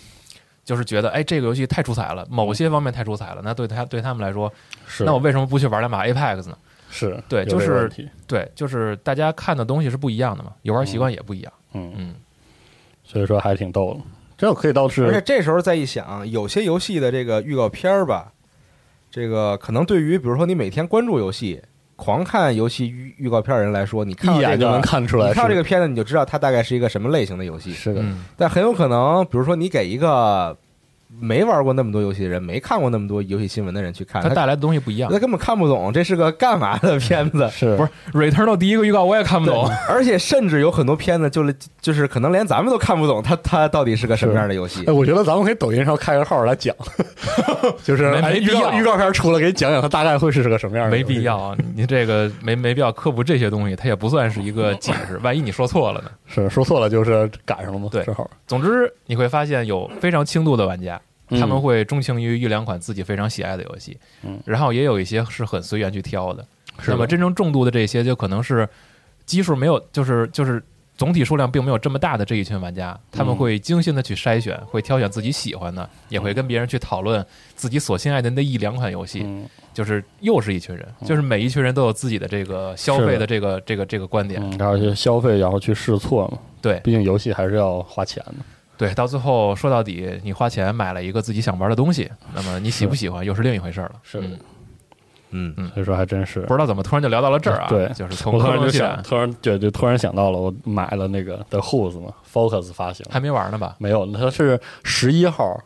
Speaker 6: 就是觉得哎这个游戏太出彩了，某些方面太出彩了，那对他对他们来说，
Speaker 7: 是
Speaker 6: 那我为什么不去玩两把 Apex 呢？
Speaker 7: 是
Speaker 6: 对
Speaker 7: 有这个
Speaker 6: 就是
Speaker 7: 问题
Speaker 6: 对，就是大家看的东西是不一样的嘛，游玩习惯也不一样。
Speaker 7: 嗯，
Speaker 6: 嗯，
Speaker 7: 所以说还挺逗的。这可以倒
Speaker 1: 而且
Speaker 7: 是
Speaker 1: 这时候再一想，有些游戏的这个预告片儿吧，这个可能对于比如说你每天关注游戏、狂看游戏预预告片儿的人来说，你看
Speaker 7: 一
Speaker 1: 到这
Speaker 7: 眼就
Speaker 1: 个
Speaker 7: 能看出来
Speaker 1: 你
Speaker 7: 是，
Speaker 1: 看到这个片子，你就知道它大概是一个什么类型的游戏。
Speaker 7: 是的，
Speaker 6: 嗯
Speaker 1: 但很有可能，比如说你给一个没玩过那么多游戏的人、没看过那么多游戏新闻的人去看，
Speaker 6: 它
Speaker 1: 他
Speaker 6: 带来的东西不一样
Speaker 1: 他。根本看不懂这是个干嘛的片 子。
Speaker 7: 是
Speaker 6: 不是 Returnal 第一个预告我也看不懂，
Speaker 1: 而且甚至有很多片子就是就是可能连咱们都看不懂它它到底是个什么样的游戏
Speaker 7: 哎，。我觉得咱们可以抖音上开个号来 讲，就是
Speaker 6: 没
Speaker 7: 哎
Speaker 6: 没必
Speaker 7: 预告
Speaker 6: 要
Speaker 7: 预告片出来，给你讲讲它大概会是个什么样的。
Speaker 6: 没必要，啊！你这个没没必要科普这些东西，它也不算是一个解 释，万一你说错了呢？
Speaker 7: 是说错了就是赶上了嘛，
Speaker 6: 对
Speaker 7: 正好
Speaker 6: 总之，你会发现有非常轻度的玩家，
Speaker 7: 嗯
Speaker 6: 他们会钟情于一两款自己非常喜爱的游戏，
Speaker 7: 嗯
Speaker 6: 然后也有一些是很随缘去挑的。
Speaker 7: 是
Speaker 6: 那么
Speaker 7: 的
Speaker 6: 真正重度的这些，就可能是基数没有，就是就是总体数量并没有这么大的这一群玩家，他们会精心的去筛
Speaker 7: 嗯
Speaker 6: 选，会挑选自己喜欢的，也会跟别人去讨论自己所心爱的那一两款游戏。
Speaker 7: 嗯
Speaker 6: 就是又是一群人，就是每一群人都有自己的这个消费
Speaker 7: 是
Speaker 6: 的
Speaker 7: 的
Speaker 6: 这个这个这个观点。
Speaker 7: 嗯，然后去消费，然后去试错嘛。
Speaker 6: 对
Speaker 7: 毕竟游戏还是要花钱的。
Speaker 6: 对，到最后说到底，你花钱买了一个自己想玩的东西，那么你喜不喜欢又是另一回事儿了。
Speaker 7: 是
Speaker 6: 嗯
Speaker 1: 嗯，
Speaker 7: 所以说还真是
Speaker 6: 不，知道怎么突然就聊到了这儿啊？
Speaker 7: 对
Speaker 6: 就是从
Speaker 7: 我突
Speaker 6: 科
Speaker 7: 然
Speaker 6: 隆
Speaker 7: 就
Speaker 6: 系
Speaker 7: 想，
Speaker 6: 的
Speaker 7: 突然对，就突然想到了，我买了那个 The Who's 嘛，Focus 发行
Speaker 6: 还没玩呢吧？
Speaker 7: 没有，它是十一号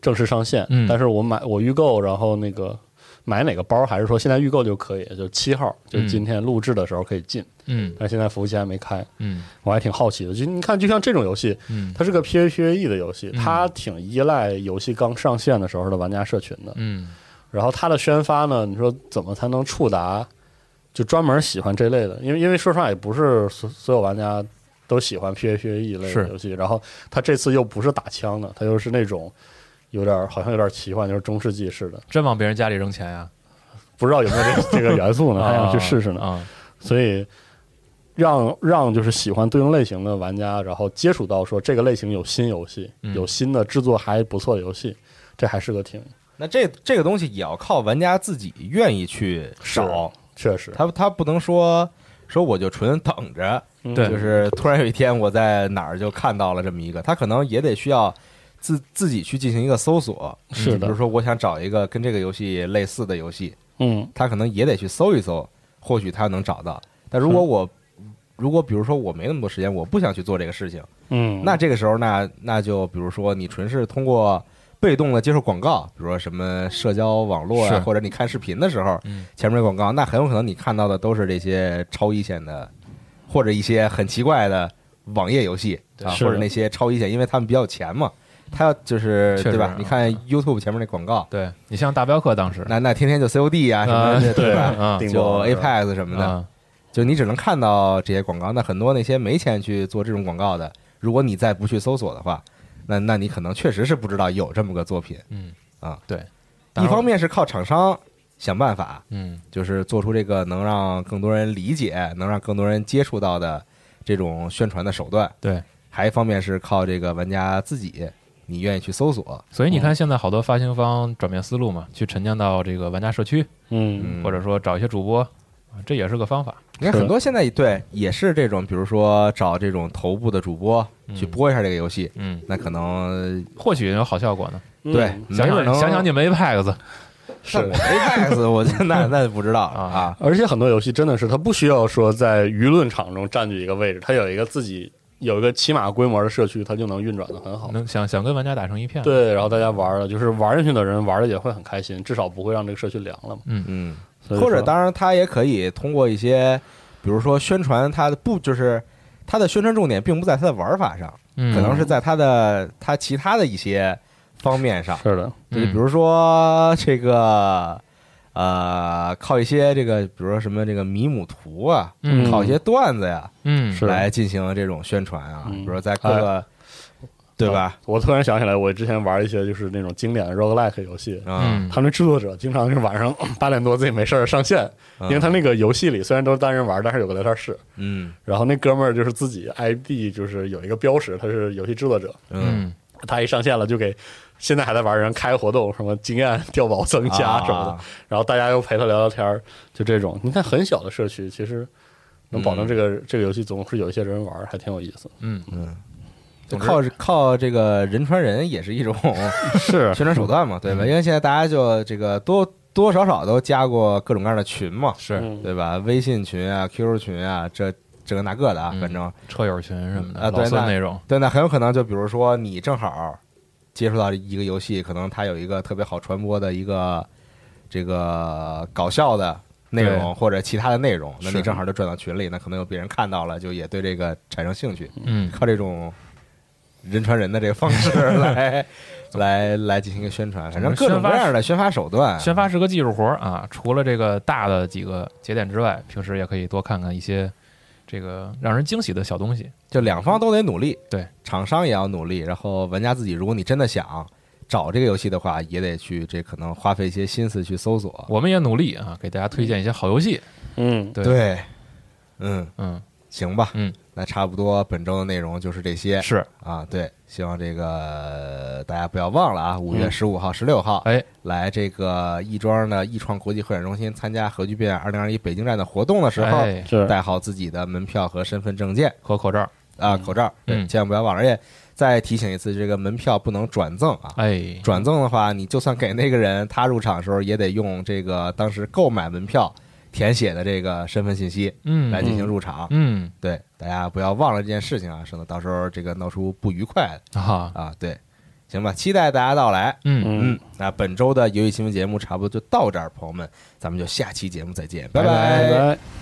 Speaker 7: 正式上线，
Speaker 6: 嗯
Speaker 7: 但是我买我预购，然后那个买哪个包还是说现在预购就可以，就七号，就是今天录制的时候可以进，
Speaker 6: 嗯
Speaker 7: 但现在服务器还没开，
Speaker 6: 嗯
Speaker 7: 我还挺好奇的。就你看，就像这种游戏，
Speaker 6: 嗯
Speaker 7: 它是个 PVPVE E 的游戏，
Speaker 6: 嗯
Speaker 7: 它挺依赖游戏刚上线的时候的玩家社群的。
Speaker 6: 嗯
Speaker 7: 然后它的宣发呢，你说怎么才能触达就专门喜欢这类的？因为因为说实话，也不是所所有玩家都喜欢 PVPVE E 类
Speaker 6: 是
Speaker 7: 的游戏。然后它这次又不是打枪的，它又是那种有点好像有点奇幻，就是中世纪式的，
Speaker 6: 真往别人家里扔钱啊呀？
Speaker 7: 不知道有没有 这这个元素呢？还想去试试呢。
Speaker 6: 啊！
Speaker 7: 所以让让就是喜欢对应类型的玩家，然后接触到说这个类型有新游戏，
Speaker 6: 嗯
Speaker 7: 有新的制作还不错的游戏，这还是个挺
Speaker 1: 那这这个东西也要靠玩家自己愿意去找，
Speaker 7: 确实，
Speaker 1: 他他不能说说我就纯等着，
Speaker 7: 嗯
Speaker 6: 对
Speaker 1: 就是突然有一天我在哪儿就看到了这么一个，他可能也得需要自自己去进行一个搜索，嗯
Speaker 7: 是
Speaker 1: 比
Speaker 7: 的
Speaker 1: 如，说我想找一个跟这个游戏类似的游戏，
Speaker 7: 嗯
Speaker 1: 他可能也得去搜一搜，或许他能找到。但如果我如果比如说我没那么多时间，我不想去做这个事情，
Speaker 7: 嗯，
Speaker 1: 那这个时候那那就比如说你纯是通过被动的接受广告，比如说什么社交网络
Speaker 6: 是
Speaker 1: 啊，或者你看视频的时候，
Speaker 6: 嗯
Speaker 1: 前面有广告，那很有可能你看到的都是这些超一线的，或者一些很奇怪的网页游戏啊，
Speaker 7: 是
Speaker 1: 或者那些超一线，因为他们比较有钱嘛，他要就是
Speaker 6: 确实
Speaker 1: 对吧
Speaker 6: 啊？
Speaker 1: 你看 YouTube 前面那广告，
Speaker 6: 对你像大镖客当时
Speaker 1: 那那天天就 COD 啊什么
Speaker 6: 啊
Speaker 1: 的，
Speaker 6: 对
Speaker 1: 吧？
Speaker 6: 啊
Speaker 7: 顶
Speaker 1: 就
Speaker 7: 多
Speaker 1: Apex 什么的，
Speaker 6: 啊，
Speaker 1: 就你只能看到这些广告。那很多那些没钱去做这种广告的，如果你再不去搜索的话，那那你可能确实是不知道有这么个作品。
Speaker 6: 嗯
Speaker 1: 啊，
Speaker 6: 对，
Speaker 1: 一方面是靠厂商想办法，
Speaker 6: 嗯
Speaker 1: 就是做出这个能让更多人理解、能让更多人接触到的这种宣传的手段。
Speaker 6: 对，
Speaker 1: 还一方面是靠这个玩家自己，你愿意去搜索，
Speaker 6: 所
Speaker 7: 哦
Speaker 6: 以你看现在好多发行方转变思路嘛，去沉淀到这个玩家社区，
Speaker 7: 嗯，
Speaker 6: 或者说找一些主播，啊这也是个方法。
Speaker 1: 你看
Speaker 7: 是
Speaker 1: 很多现在对也是这种，比如说找这种头部的主播
Speaker 6: 嗯
Speaker 1: 去播一下这个游戏，
Speaker 6: 嗯，
Speaker 1: 那可能
Speaker 6: 或许有好效果呢。
Speaker 1: 对
Speaker 7: 嗯
Speaker 6: 想想想想你们 Apex，
Speaker 1: 是
Speaker 7: 是
Speaker 1: Apex，我就 那那不知道
Speaker 6: 啊
Speaker 1: 啊，
Speaker 7: 而且很多游戏真的是它不需要说在舆论场中占据一个位置，它有一个自己有一个起码规模的社区，它就能运转的很好。
Speaker 6: 能想想跟玩家打成一片。，
Speaker 7: 对，然后大家玩了，就是玩进去的人玩的也会很开心，至少不会让这个社区凉了嘛。
Speaker 1: 嗯，
Speaker 7: 所以
Speaker 1: 或者
Speaker 7: 说
Speaker 1: 当然他也可以通过一些，比如说宣传他的不就是他的宣传重点并不在他的玩法上，
Speaker 6: 嗯，
Speaker 1: 可能是在他的他其他的一些方面上，
Speaker 7: 是的，
Speaker 1: 就是比如说这个。呃，靠一些这个，比如说什么这个迷母图啊，
Speaker 6: 嗯
Speaker 1: 靠一些段子呀，
Speaker 6: 嗯
Speaker 7: 是
Speaker 1: 来进行这种宣传啊，
Speaker 7: 嗯
Speaker 1: 比如在各个，对吧？
Speaker 7: 我突然想起来，我之前玩一些就是那种经典的 roguelike 游戏，
Speaker 1: 啊，
Speaker 6: 嗯
Speaker 7: 他们制作者经常是晚上八点多自己没事儿上线，
Speaker 1: 啊
Speaker 7: 因为他那个游戏里虽然都是单人玩，但是有个聊天室。
Speaker 1: 嗯
Speaker 7: 然后那哥们儿就是自己 ID 就是有一个标识，他是游戏制作者，
Speaker 1: 嗯
Speaker 6: 嗯
Speaker 7: 他一上线了就给现在还在玩的人开活动，什么经验 碉堡增加什么的，
Speaker 1: 啊
Speaker 7: 然后大家又陪他聊聊天儿，就这种。你看很小的社区，其实
Speaker 1: 嗯
Speaker 7: 能保证这个、这个游戏总是有一些人玩儿，还挺有意思。
Speaker 6: 嗯
Speaker 1: 就靠靠这个人传人也是一种
Speaker 7: 是
Speaker 1: 宣传手段嘛，对
Speaker 6: 嗯
Speaker 1: 吧？因为现在大家就这个多多少少都加过各种各样的群嘛，
Speaker 6: 是
Speaker 1: 对吧？微信群啊、QQ 群啊，这这个那个的啊，
Speaker 6: 嗯
Speaker 1: 反正
Speaker 6: 车友群什么的，
Speaker 1: 啊对
Speaker 6: 老孙
Speaker 1: 那
Speaker 6: 那种，
Speaker 1: 对，那很有可能就比如说你正好接触到一个游戏，可能它有一个特别好传播的一个这个搞笑的内容或者其他的内容，那你
Speaker 6: 是
Speaker 1: 正好就转到群里，那可能有别人看到了，就也对这个产生兴趣，
Speaker 6: 嗯，
Speaker 1: 靠这种人传人的这个方 式来来来进行一个宣传，反正各种各样的宣发手段，
Speaker 6: 宣发是个技术活儿啊，除了这个大的几个节点之外，平时也可以多看看一些这个让人惊喜的小东西。
Speaker 1: 就两方都得努力，
Speaker 6: 对，
Speaker 1: 厂商也要努力，然后玩家自己，如果你真的想。找这个游戏的话，也得去这可能花费一些心思去搜索。
Speaker 6: 我们也努力啊，给大家推荐一些好游戏。
Speaker 7: 嗯，
Speaker 6: 对，
Speaker 1: 对，嗯，
Speaker 6: 嗯，
Speaker 1: 行吧，
Speaker 6: 嗯，
Speaker 1: 那差不多本周的内容就是这些
Speaker 6: 是，
Speaker 1: 啊。对，希望这个大家不要忘了啊，五月十五号、十六号，
Speaker 6: 嗯哎，
Speaker 1: 来这个亦庄的亦创国际会展中心参加核聚变二零二一北京站的活动的时候，
Speaker 6: 哎
Speaker 7: 是
Speaker 1: 带好自己的门票和身份证件
Speaker 6: 和口罩，
Speaker 1: 啊、口罩，对，
Speaker 6: 嗯
Speaker 1: 千万不要忘了。而且再提醒一次，这个门票不能转赠啊。
Speaker 6: 哎，
Speaker 1: 转赠的话，你就算给那个人，他入场的时候也得用这个当时购买门票填写的这个身份信息
Speaker 6: 嗯，
Speaker 1: 来进行入场。
Speaker 6: 嗯，
Speaker 1: 对，大家不要忘了这件事情啊，省得到时候这个闹出不愉快
Speaker 6: 啊，
Speaker 1: 啊。对，行吧，期待大家到来。
Speaker 6: 嗯，
Speaker 1: 嗯，那本周的游戏新闻节目差不多就到这儿，朋友们，咱们就下期节目再见，
Speaker 6: 拜
Speaker 1: 拜
Speaker 7: 拜拜。